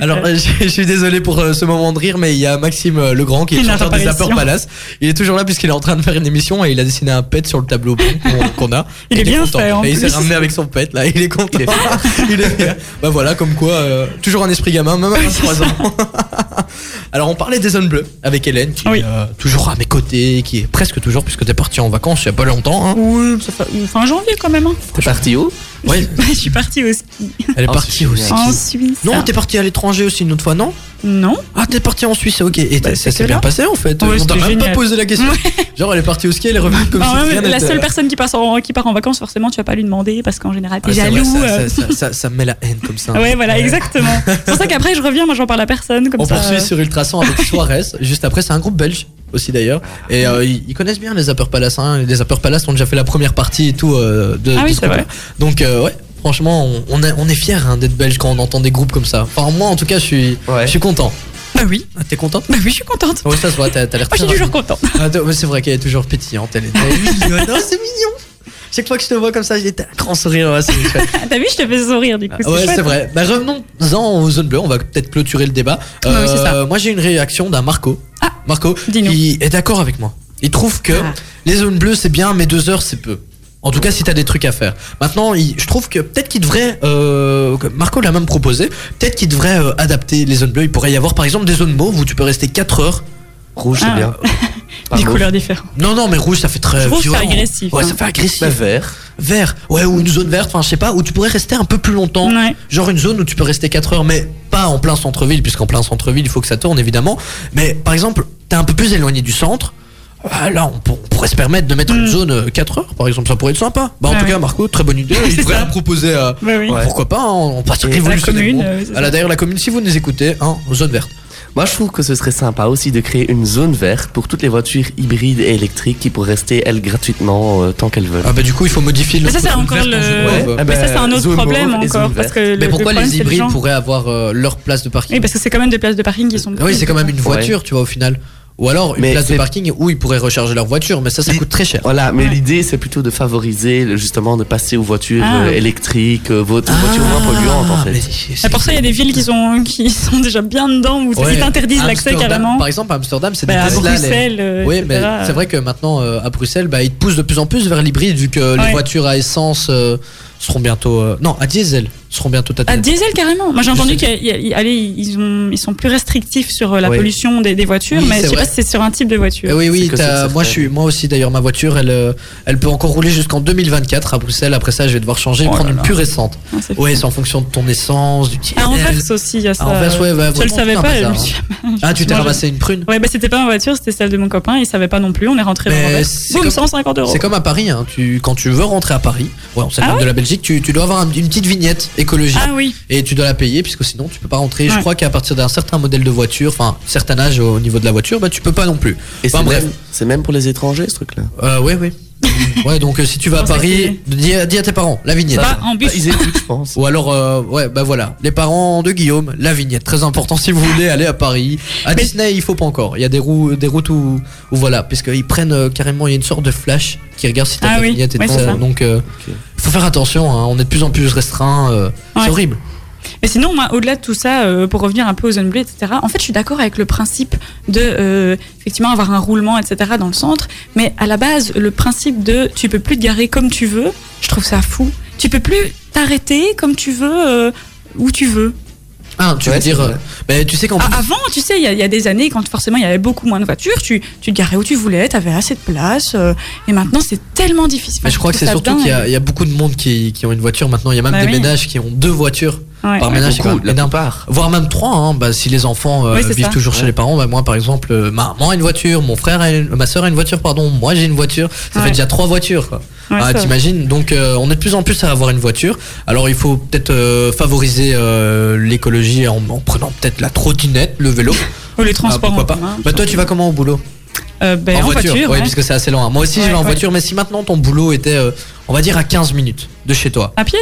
Alors, euh, [LAUGHS] je, je suis désolé pour euh, ce moment de rire, mais il y a Maxime euh, Legrand qui est Il n'a chanteur pas des réussi. Upper Palace. Il est toujours là puisqu'il est en train de faire une émission et il a dessiné un pet sur le tableau blanc [LAUGHS] qu'on qu'on a. Il est bien content. fait, en Et il s'est plus. ramené avec son pet là, il est content. [LAUGHS] Il est fier. Bah voilà, comme quoi, euh, toujours un esprit gamin, [LAUGHS] même à 23 ans. [LAUGHS] Alors on parlait des zones bleues avec Hélène qui est euh, toujours à mes côtés, qui est presque toujours puisque t'es parti en vacances il y a pas longtemps. Hein. Oui, ça fait- fin janvier quand même. hein. [LAUGHS] T'es parti où Ouais, Je suis partie au ski. elle est partie aussi. Ah, En Suisse. Non, t'es parti à l'étranger aussi une autre fois, non Non. Ah, t'es parti en Suisse, ok. Et ça s'est que bien là. passé en fait. Ouais, on t'a c'était même pas génial. posé la question. Genre, elle est partie au ski, elle est revenue comme Ah si ouais, rien mais la n'était. seule personne qui, passe en- qui part en vacances, forcément, tu vas pas lui demander parce qu'en général, t'es Ah, c'est vrai, jaloux. ça- euh. ça, ça, ça- ça me met la haine comme ça. Ouais, [LAUGHS] voilà, exactement. C'est pour ça qu'après, je reviens, moi, j'en parle à personne. Comme On ça, poursuit euh, sur Ultrason avec Suarez. Juste après, c'est un groupe belge aussi d'ailleurs. Et euh, ils, ils connaissent bien les Upper Palace. hein. Les Upper Palace ont déjà fait la première partie et tout euh, de, Ah de oui, ce c'est groupe-là. vrai. Donc, euh, ouais. Franchement, on, on est, on est fiers hein, d'être belge quand on entend des groupes comme ça. Enfin, moi, en tout cas, je suis, je suis content. Ah, Bah oui. T'es contente Bah [LAUGHS] oui, je suis contente. Oui, ça se voit, t'as t'as l'air Moi, je suis toujours contente. [LAUGHS] Ah, t'as- ouais, c'est vrai qu'elle est toujours pétillante. Elle est Ah elle est mignonne. Oh, c'est mignon. Chaque fois que je te vois comme ça, j'ai un grand sourire. ouais, c'est chouette. T'as vu, je te fais sourire du coup. Ouais, c'est chouette. vrai. Bah, revenons-en aux zones bleues. On va peut-être clôturer le débat. Euh, Ouais, c'est ça. Ah, Moi, j'ai une réaction d'un Marco. Marco, il est d'accord avec moi. Il trouve que les zones bleues, c'est bien, mais deux heures, c'est peu. En tout cas, si t'as des trucs à faire. Maintenant, il- je trouve que peut-être qu'il devrait. euh, que Marco l'a même proposé. Peut-être qu'il devrait euh, adapter les zones bleues. Il pourrait y avoir, par exemple, des zones mauves où tu peux rester 4 heures. Rouge, c'est Ah. [LAUGHS] bien. Pas Des mauve. couleurs différentes. Non, non, mais rouge, ça fait très Je trouve que violent. c'est agressif, Ouais, hein. ça fait agressif. Bah, vert. Vert, ouais, ou une zone verte, enfin, je sais pas, où tu pourrais rester un peu plus longtemps. Genre une zone où tu peux rester 4 heures, mais pas en plein centre-ville, puisqu'en plein centre-ville, il faut que ça tourne, évidemment. Mais par exemple, t'es un peu plus éloigné du centre. Ah, Là, on, pour- on pourrait se permettre de mettre une zone euh, 4 heures, par exemple, ça pourrait être sympa. Bah, en Ouais, tout ouais. cas, Marco, très bonne idée. Il devrait la proposer à. oui. Pourquoi pas, hein, on passe La révolutionner le commune, monde. euh, oui, c'est Ah, là, ça. D'ailleurs, la commune, si vous nous écoutez, hein, zone verte. Moi, je trouve que ce serait sympa aussi de créer une zone verte pour toutes les voitures hybrides et électriques qui pourraient rester, elles, gratuitement euh, tant qu'elles veulent. Ah, bah, du coup, il faut modifier Mais ça, c'est encore le. Ah, Ouais, Mais bah, ça, c'est un autre zone problème mauve et zone encore. Parce verte. que le, Mais pourquoi le problème, les c'est hybrides gens. pourraient avoir euh, leur place de parking Oui, parce que c'est quand même des places de parking qui sont. Ah Oui, c'est quand même une voiture, tu vois, au final. Ou alors une Mais place de c'est- parking où ils pourraient recharger leur voiture, mais ça, ça coûte très cher. Voilà, mais l'idée c'est plutôt de favoriser le- justement de passer aux voitures Ah. euh, électriques, euh, vos- aux voitures Ah. moins polluantes en fait. Et pour ça, il y a des villes qui sont, qui sont déjà bien dedans où Ouais, ils t'interdisent l'accès Amsterdam, carrément. Par exemple, à Amsterdam, c'est des Bah, à Tesla, les- Bruxelles, euh, Oui, mais etc., euh. c'est vrai que maintenant, euh, à Bruxelles, bah, ils te poussent de plus en plus vers l'hybride, vu que les Ouais. voitures à essence euh, seront bientôt. euh, non, à diesel seront bientôt À tatanées. diesel carrément. Moi j'ai entendu Je sais. qu'ils ils, ont- ils sont plus restrictifs sur euh, la Oui. pollution des, des voitures, Oui, mais c'est je sais vrai. pas si c'est sur un type de voiture. Eh oui, oui, t'as- moi, je suis suis, moi aussi d'ailleurs, ma voiture, elle, euh, elle peut encore rouler jusqu'en 2024 à Bruxelles. Après ça, je vais devoir changer et Oh là prendre une là. plus récente. Ah, c'est ouais, c'est en fonction de ton essence, du diesel. À Anvers aussi, il y a ça. Anvers, ouais, bah, je le vraiment, savais putain, pas. bah, je ça, suis- [LAUGHS] Ah, tu t'es Moi, je- ramassé une prune. Ouais, bah c'était pas ma voiture, c'était celle de mon copain, il savait pas non plus, on est rentré dans Mais la voiture. c'est Boum, comme- 150 euros. C'est comme à Paris, hein. tu, quand tu veux rentrer à Paris, ouais, on sait Ah même ouais de la Belgique, tu, tu dois avoir un- une petite vignette. Et écologie. Ah oui. Et tu dois la payer puisque sinon tu peux pas rentrer. Je Ouais. crois qu'à partir d'un certain modèle de voiture, enfin certain âge au niveau de la voiture, bah tu peux pas non plus. Et Enfin, c'est bref. même- c'est même pour les étrangers ce truc-là. Euh, ouais, [LAUGHS] ouais. ouais, donc euh, si tu vas à Comment ça Paris, dis, à- dis à tes parents, la vignette. Bah, en bus. Bah, ils écoutent, je pense. Ou alors, euh, ouais, bah voilà, les parents de Guillaume, la vignette. Très important si vous voulez aller à Paris. À Disney, il faut pas encore. Il y a des, roues, des routes où, où voilà, parce qu'ils prennent euh, carrément, il y a une sorte de flash qui regarde si t'as Ah ta oui, vignette et ouais, tout. c'est ça. Donc, euh, faut faire attention, hein, on est de plus en plus restreint. euh, Ouais. C'est horrible. Mais sinon, moi, au-delà de tout ça, euh, pour revenir un peu aux zones bleues, etc., en fait, je suis d'accord avec le principe de, euh, effectivement, avoir un roulement, etc., dans le centre. Mais à la base, le principe de tu peux plus te garer comme tu veux, je trouve ça fou. Tu peux plus t'arrêter comme tu veux, euh, où tu veux. Ah, tu veux dire. euh, bah, tu sais qu'en Ah, avant, tu sais, il y, a- il y a des années, quand forcément il y avait beaucoup moins de voitures, tu, tu te garais où tu voulais, tu avais assez de place. euh, et maintenant, c'est tellement difficile. Mais je crois que c'est surtout qu'il y, a- il y a beaucoup de monde qui, qui ont une voiture maintenant. Il y a même Bah des oui. ménages qui ont deux voitures Ouais. par Ouais, ménage. beaucoup, c'est quand part. Voire même trois. hein. Bah, si les enfants euh, Oui, c'est vivent ça. toujours chez Ouais. les parents, bah, moi par exemple, euh, ma maman a une voiture, mon frère, a une- ma soeur a une voiture, pardon, moi j'ai une voiture. Ça Ouais. fait déjà trois voitures. quoi. Ouais, Ah, c'est vrai. T'imagines Donc euh, on est de plus en plus à avoir une voiture. Alors il faut peut-être euh, favoriser euh, l'écologie en, en prenant peut-être la trottinette, le [LAUGHS] vélo. Ou les transports pourquoi en pas. commun, Bah, toi tu vas comment au boulot Euh, ben, en, voiture. ouais, ouais. puisque c'est assez lent. Moi aussi, Ouais, je vais en ouais. voiture, mais si maintenant ton boulot était, euh, on va dire, à 15 minutes de chez toi. À pied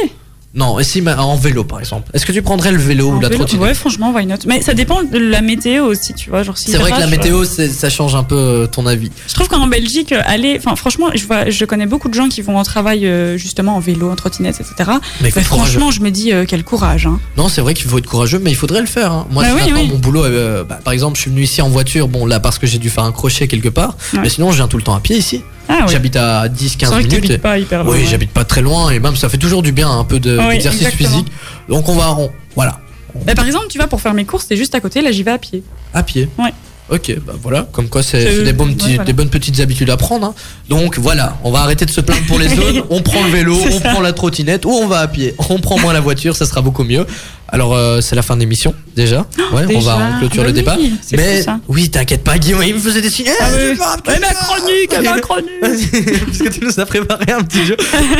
Non, et si ma- en vélo, par exemple. Est-ce que tu prendrais le vélo ou En la vélo, trottinette Ouais, franchement, why not Mais ça dépend de la météo aussi, tu vois. Genre, si C'est vrai que la je- météo, c'est- ça change un peu euh, ton avis. Je trouve qu'en Belgique, euh, aller. Enfin, franchement, je, vois, je connais beaucoup de gens qui vont en travail euh, justement en vélo, en trottinette, etc. Mais il faut être Bah, franchement, courageux. je me dis euh, quel courage. Hein. Non, c'est vrai qu'il faut être courageux, mais il faudrait le faire. hein. Moi, Bah si oui, maintenant, oui. mon boulot, euh, bah, par exemple, je suis venu ici en voiture, bon, là, parce que j'ai dû faire un crochet quelque part, Ouais. mais sinon, je viens tout le temps à pied ici. Ah ouais. J'habite à 10-15 C'est vrai que minutes. t'habites pas hyper loin, oui, ouais. Ah j'habite pas très loin, et même ça fait toujours du bien, un peu de- Oui, d'exercice exactement. physique. Donc, on va à rond. Voilà, Bah, par exemple, tu vas pour faire mes courses, c'est juste à côté, là j'y vais à pied. à pied. Ouais. Ok, bah voilà, comme quoi c'est Euh, c'est des, bons ouais, petits- voilà. des bonnes petites habitudes à prendre. hein. Donc voilà, on va arrêter de se plaindre [LAUGHS] pour les zones, on prend le vélo, C'est on ça. prend la trottinette ou on va à pied. On prend moins la voiture, ça sera beaucoup mieux. Alors euh, c'est la fin de l'émission déjà. Ouais, on déjà. va on clôture Bah le oui, débat. c'est Mais fou, ça. oui, t'inquiète pas Guillaume, il me faisait des signes. Eh, Ah c'est oui. pas un petit Eh, ma jeu. chronique, eh, [LAUGHS] ma chronique. [LAUGHS] Parce que tu nous as préparé un petit jeu.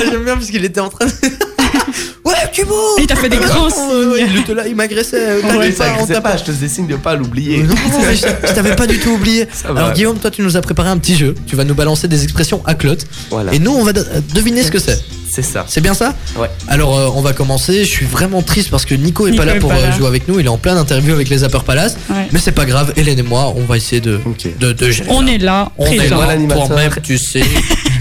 J'aime bien parce qu'il était en train de Ouais, tu bouges. Il t'a [LAUGHS] fait des grands Ah, Ouais, Oh, il était là, il m'agressait. Ouais, T'inquiète ça pas, on agressait t'a pas, je te faisais signe de pas l'oublier. [LAUGHS] non, mais je, je t'avais pas du tout oublié. va. Alors Guillaume, toi tu nous as préparé un petit jeu. Tu vas nous balancer des expressions à clotte. Voilà. Et nous on va de- euh, deviner ce que c'est. C'est ça. C'est bien ça Ouais. Alors euh, on va commencer. Je suis vraiment triste parce que Nico est Nico pas là est pour pas euh, là. jouer avec nous. Il est en plein interview avec les Upper Palace. Ouais. Mais c'est pas grave. Hélène et moi, on va essayer de de, de gérer. On est là, On est hein. présent. là toi-même, tu [LAUGHS] sais.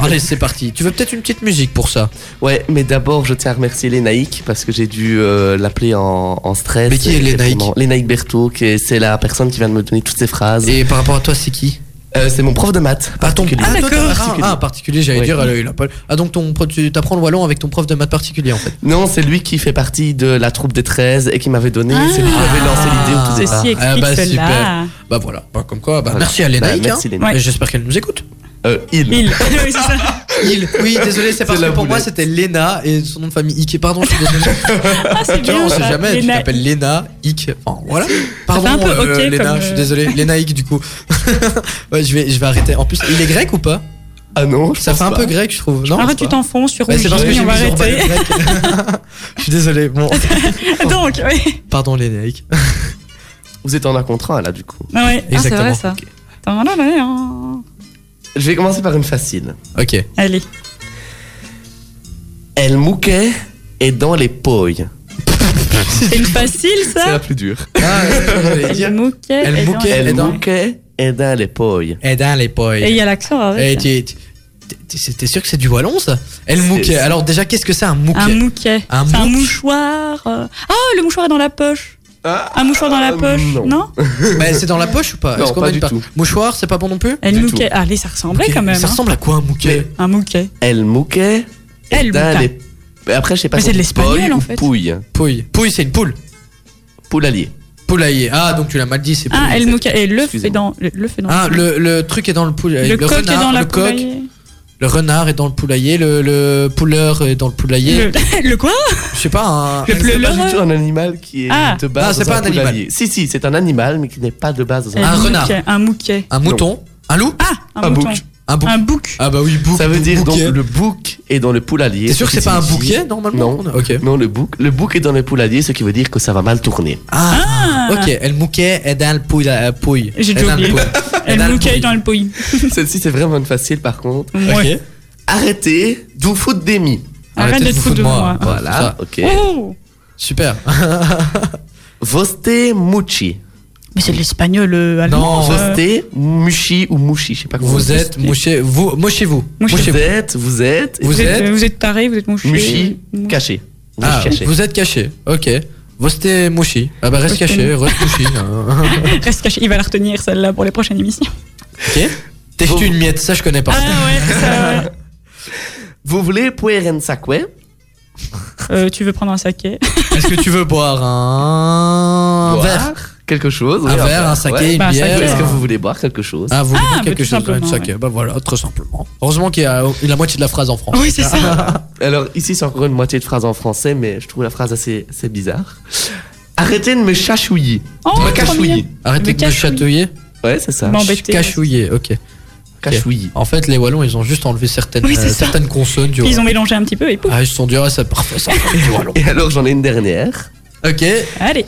Allez, c'est parti. Tu veux peut-être une petite musique pour ça Ouais, mais d'abord, je tiens à remercier Lénaïque parce que j'ai dû euh, l'appeler en, en stress. Mais qui est Et Lénaïque vraiment, Lénaïque Berthaud, qui est- c'est la personne qui vient de me donner toutes ces phrases. Et par rapport à toi, c'est qui Euh, c'est mon prof de maths. Ah, ton particulier. ah, toi, t'as- ah, Particulier. ah, particulier, j'allais Ouais. dire. elle, il a pas- Ah, donc ton, pro- tu t'apprends le wallon avec ton prof de maths particulier en fait. Non, c'est lui qui fait partie de la troupe des 13 et qui m'avait donné, c'est lui qui Ah. m'avait lancé l'idée au tout Ceci départ. explique Ah bah, cela. super. Bah voilà, Bah, comme quoi, bah, Voilà. merci à Lénaïque. Bah, merci, hein. Lénaïque. Et J'espère qu'elle nous écoute. Euh, il. Il. [LAUGHS] Oui, c'est ça. Ah, Il, oui, désolé, c'est parce C'est que la pour moi boulette. c'était Léna et son nom de famille Ike. Pardon, je suis désolé. Ah, c'est tu vois, [LAUGHS] bien, on sait ça. jamais, tu Léna- t'appelles Léna, Ike. Enfin, voilà. Pardon, un peu ok Léna, comme, je suis euh, désolé. [LAUGHS] Léna Ike, du coup. [LAUGHS] ouais, je vais, je vais arrêter. En plus, il est grec ou pas Ah non, je Ça pense fait un pas. peu grec, je trouve. Non, Arrête, tu t'enfonces, tu Bah, rougis, c'est parce que j'ai on va mis sur arrêter. Ballet grec. [LAUGHS] Je suis désolé. Bon, Ah, Donc, oui. pardon Léna Ike. Vous êtes en un contrat là du coup. Ah ouais, ah, c'est vrai Exactement. ça. Attends, là, là, là, hein. Je vais commencer par une facile. Ok. Allez. El Mouquet est dans les poilles. C'est une facile ça plus dure. Ah, j'allais [LAUGHS] dire. Elle moquait. Elle elle moquait, en- elle El dans- Mouquet est dans les poilles. Et Eh, dans les poils. Et il y a l'accent hein, Eh, avec. t'es- t'es- t'es- T'es sûr que c'est du wallon ça El Mouquet. c'est- Alors déjà, qu'est-ce que c'est un Mouquet Un mouquet. Un C'est un mouc. mouchoir. euh. Ah, le mouchoir est dans la poche. Ah, Un mouchoir dans la euh, poche, non. non Bah, c'est dans la poche ou pas Non, Est-ce qu'on pas a une du pa- tout. Mouchoir, c'est pas bon non plus Elle Du mouquet. Allez, ça ressemblait Ok. Eh, quand même. Ça hein. ressemble à quoi un mouquet Un mouquet. El Mouquet est El dans Mouquet. les Mais Après, je sais pas Mais si c'est de on dit l'espagnol, poilles en ou fait. Pouille. Pouille. Pouille, c'est une poule. Poule alliée. Poulailler. Ah, donc tu l'as mal dit, c'est Ah, pouille. elle mouquet. Et l'œuf Excusez-moi. est dans. le- L'œuf est dans. Ah, le, le truc est dans le poulailler. Le coq est renard, dans la le coq, poulailler. le renard est dans le poulailler, le, le pouleur est dans le poulailler. Le [LAUGHS] le quoi Je sais pas, un. Le C'est pas pleureur du tout un animal qui est Ah. de base. Ah, c'est dans pas un poule animal. alliée. Si, si, c'est un animal, mais qui n'est pas de base dans un. Elle Un renard. mouquet, Un mouquet. Un mouton. Un loup Ah, un mouton. bouc. Un bouc. Ah bah oui, bouc. Ça veut dire bouquet. donc le bouc est dans le poulailler. T'es sûr ce que qui c'est pas un signifie- bouquet, normalement Non, non le, bouc, le bouc est dans le poulailler, ce qui veut dire que ça va mal tourner. Ah, ok, El Mouquet est dans le pouille. euh, pouille. J'ai Est déjà dans le oublié. pouille. Est dans Elle le nous caille pouille. dans [LAUGHS] le pouille. [LAUGHS] Celle-ci, c'est vraiment une facile par contre. Ouais. Arrêtez de vous foutre des mis. Arrête Arrêtez de de vous foutre foutre de de moi. moi. Voilà, ok. Oh Super. Voste muchi. Mais c'est de l'espagnol euh, allemand. ça. Voste muchi ou muchi, je sais pas comment [LAUGHS] Vous êtes mouché, vous, mouchez-vous. Vous Mouchez-vous. êtes, vous êtes, Vous êtes- vous êtes taré, vous êtes mouché. muchi, caché. Vous Ah, êtes caché. vous êtes caché, ok. Vosté mouchi. Ah bah reste Vosté caché, mouchi. reste mouchi. [LAUGHS] Reste caché, il va la retenir celle-là pour les prochaines émissions. [LAUGHS] ok. T'es jeté une miette, ça je connais pas. Ah. Vous voulez puer en saque Euh, tu veux prendre [LAUGHS] un saké Est-ce que tu veux boire un, Boire verre Quelque chose. Un oui, verre, un saké, ouais. une Bah, un bière. saké, Est-ce que ouais. vous voulez boire quelque chose Ah, vous voulez quelque tout chose dans une simplement, saké. Bah voilà, très simplement. Heureusement qu'il y a euh, la moitié de la phrase en France. Alors ici c'est encore une moitié de phrase en français, mais je trouve la phrase assez, assez bizarre. Arrêtez de me chachouiller. Oh, me trop mignon. cachouiller. Arrêtez Me de me cachouiller. chatouiller. Ouais, c'est ça. M'embêter. Cachouiller, ok. Ok. Cachouiller. En fait, les Wallons, ils ont juste enlevé certaines, Oui, c'est euh, ça. certaines consonnes du Ils Wallon. ont mélangé un petit peu et pouf. Ah, ils se sont dit, ah, c'est parfait, ça. du Wallon. Et alors j'en ai une dernière. Ok. Allez.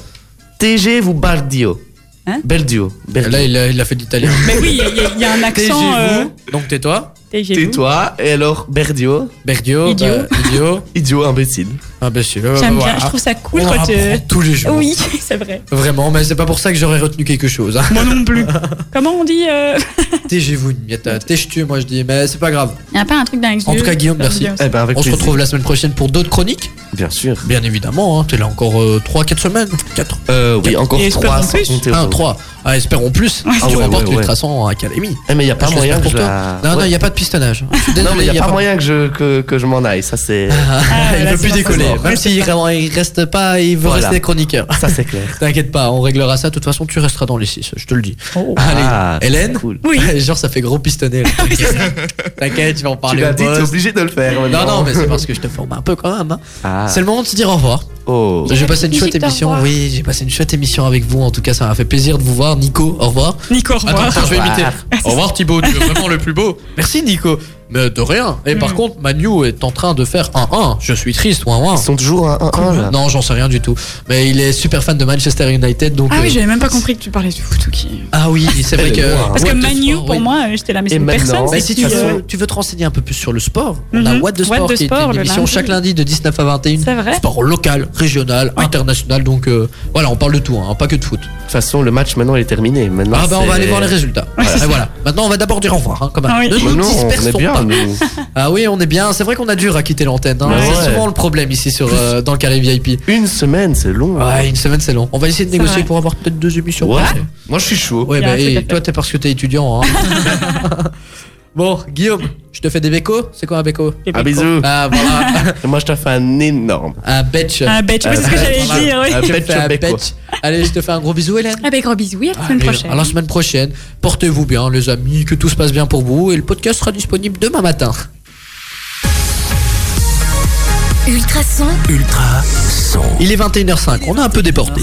TG vous bardio. Hein Berdio. Berdio. Là, il a, il a fait de l'italien. Mais oui, il y a- il y, a- il y a un accent. euh, Taisez-vous. Donc tais-toi. TGV. Tais-toi. Et alors Berdio. Berdio. Idiot. bah, idiot. Idiot imbécile. Imbécile. euh, J'aime voilà. bien, je trouve ça cool On quand apprend tu. tous les jours. Oui, [LAUGHS] c'est vrai. Vraiment, mais c'est pas pour ça que j'aurais retenu quelque chose. [LAUGHS] hein. Moi non plus. Comment on dit euh... Taisez-vous une miette. Taisez-tu, moi je dis, mais c'est pas grave. Il n'y a pas un truc d'un En tout cas, Guillaume, merci. Ah, Eh ben avec On se plaisir. retrouve la semaine prochaine pour d'autres chroniques. Bien sûr. Bien évidemment, hein, t'es là encore 3-4 semaines 4 Euh, oui, encore Et espérons trois. sans plus. compter Ah, aujourd'hui. 3 Ah, espérons plus Ouais, Si tu ouais, remportes ouais, ouais. l'Ultrason à Academy Eh, mais il n'y a pas Ah, Je moyen l'espère que pour je toi. la- Non, non, Ouais. il n'y a pas de pistonnage Je suis Non, désolé, mais il y n'y a pas moyen que je, que, que je m'en aille. Ça, c'est. Ah, Il là, veut c'est plus pas décoller possible. Même s'il vraiment, il reste pas Il veut Voilà. rester chroniqueur [LAUGHS] ça, c'est clair. T'inquiète pas, on réglera ça. De toute façon, tu resteras dans les 6, je te le dis. Oh. Allez, Ah, c'est Hélène cool. Oui. [LAUGHS] Genre, ça fait gros pistonné. [LAUGHS] là. T'inquiète, tu vas en Tu parler m'as au dit, t'es boss. obligé de le faire. Non, maintenant. non, mais c'est parce que je te forme un peu quand même. hein. Ah. C'est le moment de se dire au revoir. Oh. J'ai passé une Dis-le, chouette au émission. revoir. Oui, j'ai passé une chouette émission avec vous. En tout cas, ça m'a fait plaisir de vous voir. Nico, au revoir. Eh, Nico, au revoir. Attends, attends, je vais Au revoir. imiter. Au revoir Thibaut, tu es vraiment le plus beau. Merci Nico. Mais de rien. Et par Mm. contre, Manu est en train de faire un 1. Je suis triste, ouin ouin. Ils sont toujours à Oh 1-1 là. Non, j'en sais rien du tout. Mais il est super fan de Manchester United, donc. Ah oui, euh, j'avais même pas compris que tu parlais de foot. ok. ah oui, [LAUGHS] c'est vrai Elle est que. loin. Parce What que the Manu, fuck, pour oui. moi, euh, j'étais là, mais c'est une maintenant, personne. Mais Bah, c'est si qui, tu, veux- euh, tu veux te renseigner un peu plus sur le sport, on a Mhm. What the What Sport the qui est Sport, une le émission lundi. chaque lundi de 19 à 21. C'est vrai. Sport local, régional, international. Donc euh, voilà, on parle de tout, hein, pas que de foot. De toute façon, le match maintenant il est terminé. Maintenant, ah bah on c'est- va aller voir les résultats. c'est Et voilà. Maintenant on va d'abord dire au revoir. hein, quand même. Ah oui. Ne nous Maintenant, Bah on est dispersons bien. pas. nous. Ah oui, on est bien. C'est vrai qu'on a dur à quitter l'antenne. hein. Ouais. C'est Ouais. souvent le problème ici sur, euh, dans le carré VIP. Une semaine, c'est long. hein. Ouais, une semaine c'est long. On va essayer de C'est négocier vrai. pour avoir peut-être deux émissions. Ouais. Ouais, Moi, je suis chaud. Ouais, Il y a un bah truc hey, à faire. toi t'es parce que t'es étudiant. hein. bon, Guillaume, je te fais des bécos. C'est quoi un béco Un bisou. Ah voilà, Et Moi, je te fais un énorme. un betch. Un bitch, oui, ben, c'est ce que j'allais Euh, Voilà. Ah, dire. Un oui. Je te betch, fais un un béco. betch. Allez, je te fais un gros bisou, Hélène. Ah bah, gros bisous, oui, à la semaine Allez, prochaine. À la semaine prochaine. Portez-vous bien, les amis, que tout se passe bien pour vous. Et le podcast sera disponible demain matin. Ultrason, Ultra son. Il est 21h05. On a un peu déporté.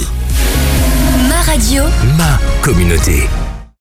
ma radio. Ma communauté.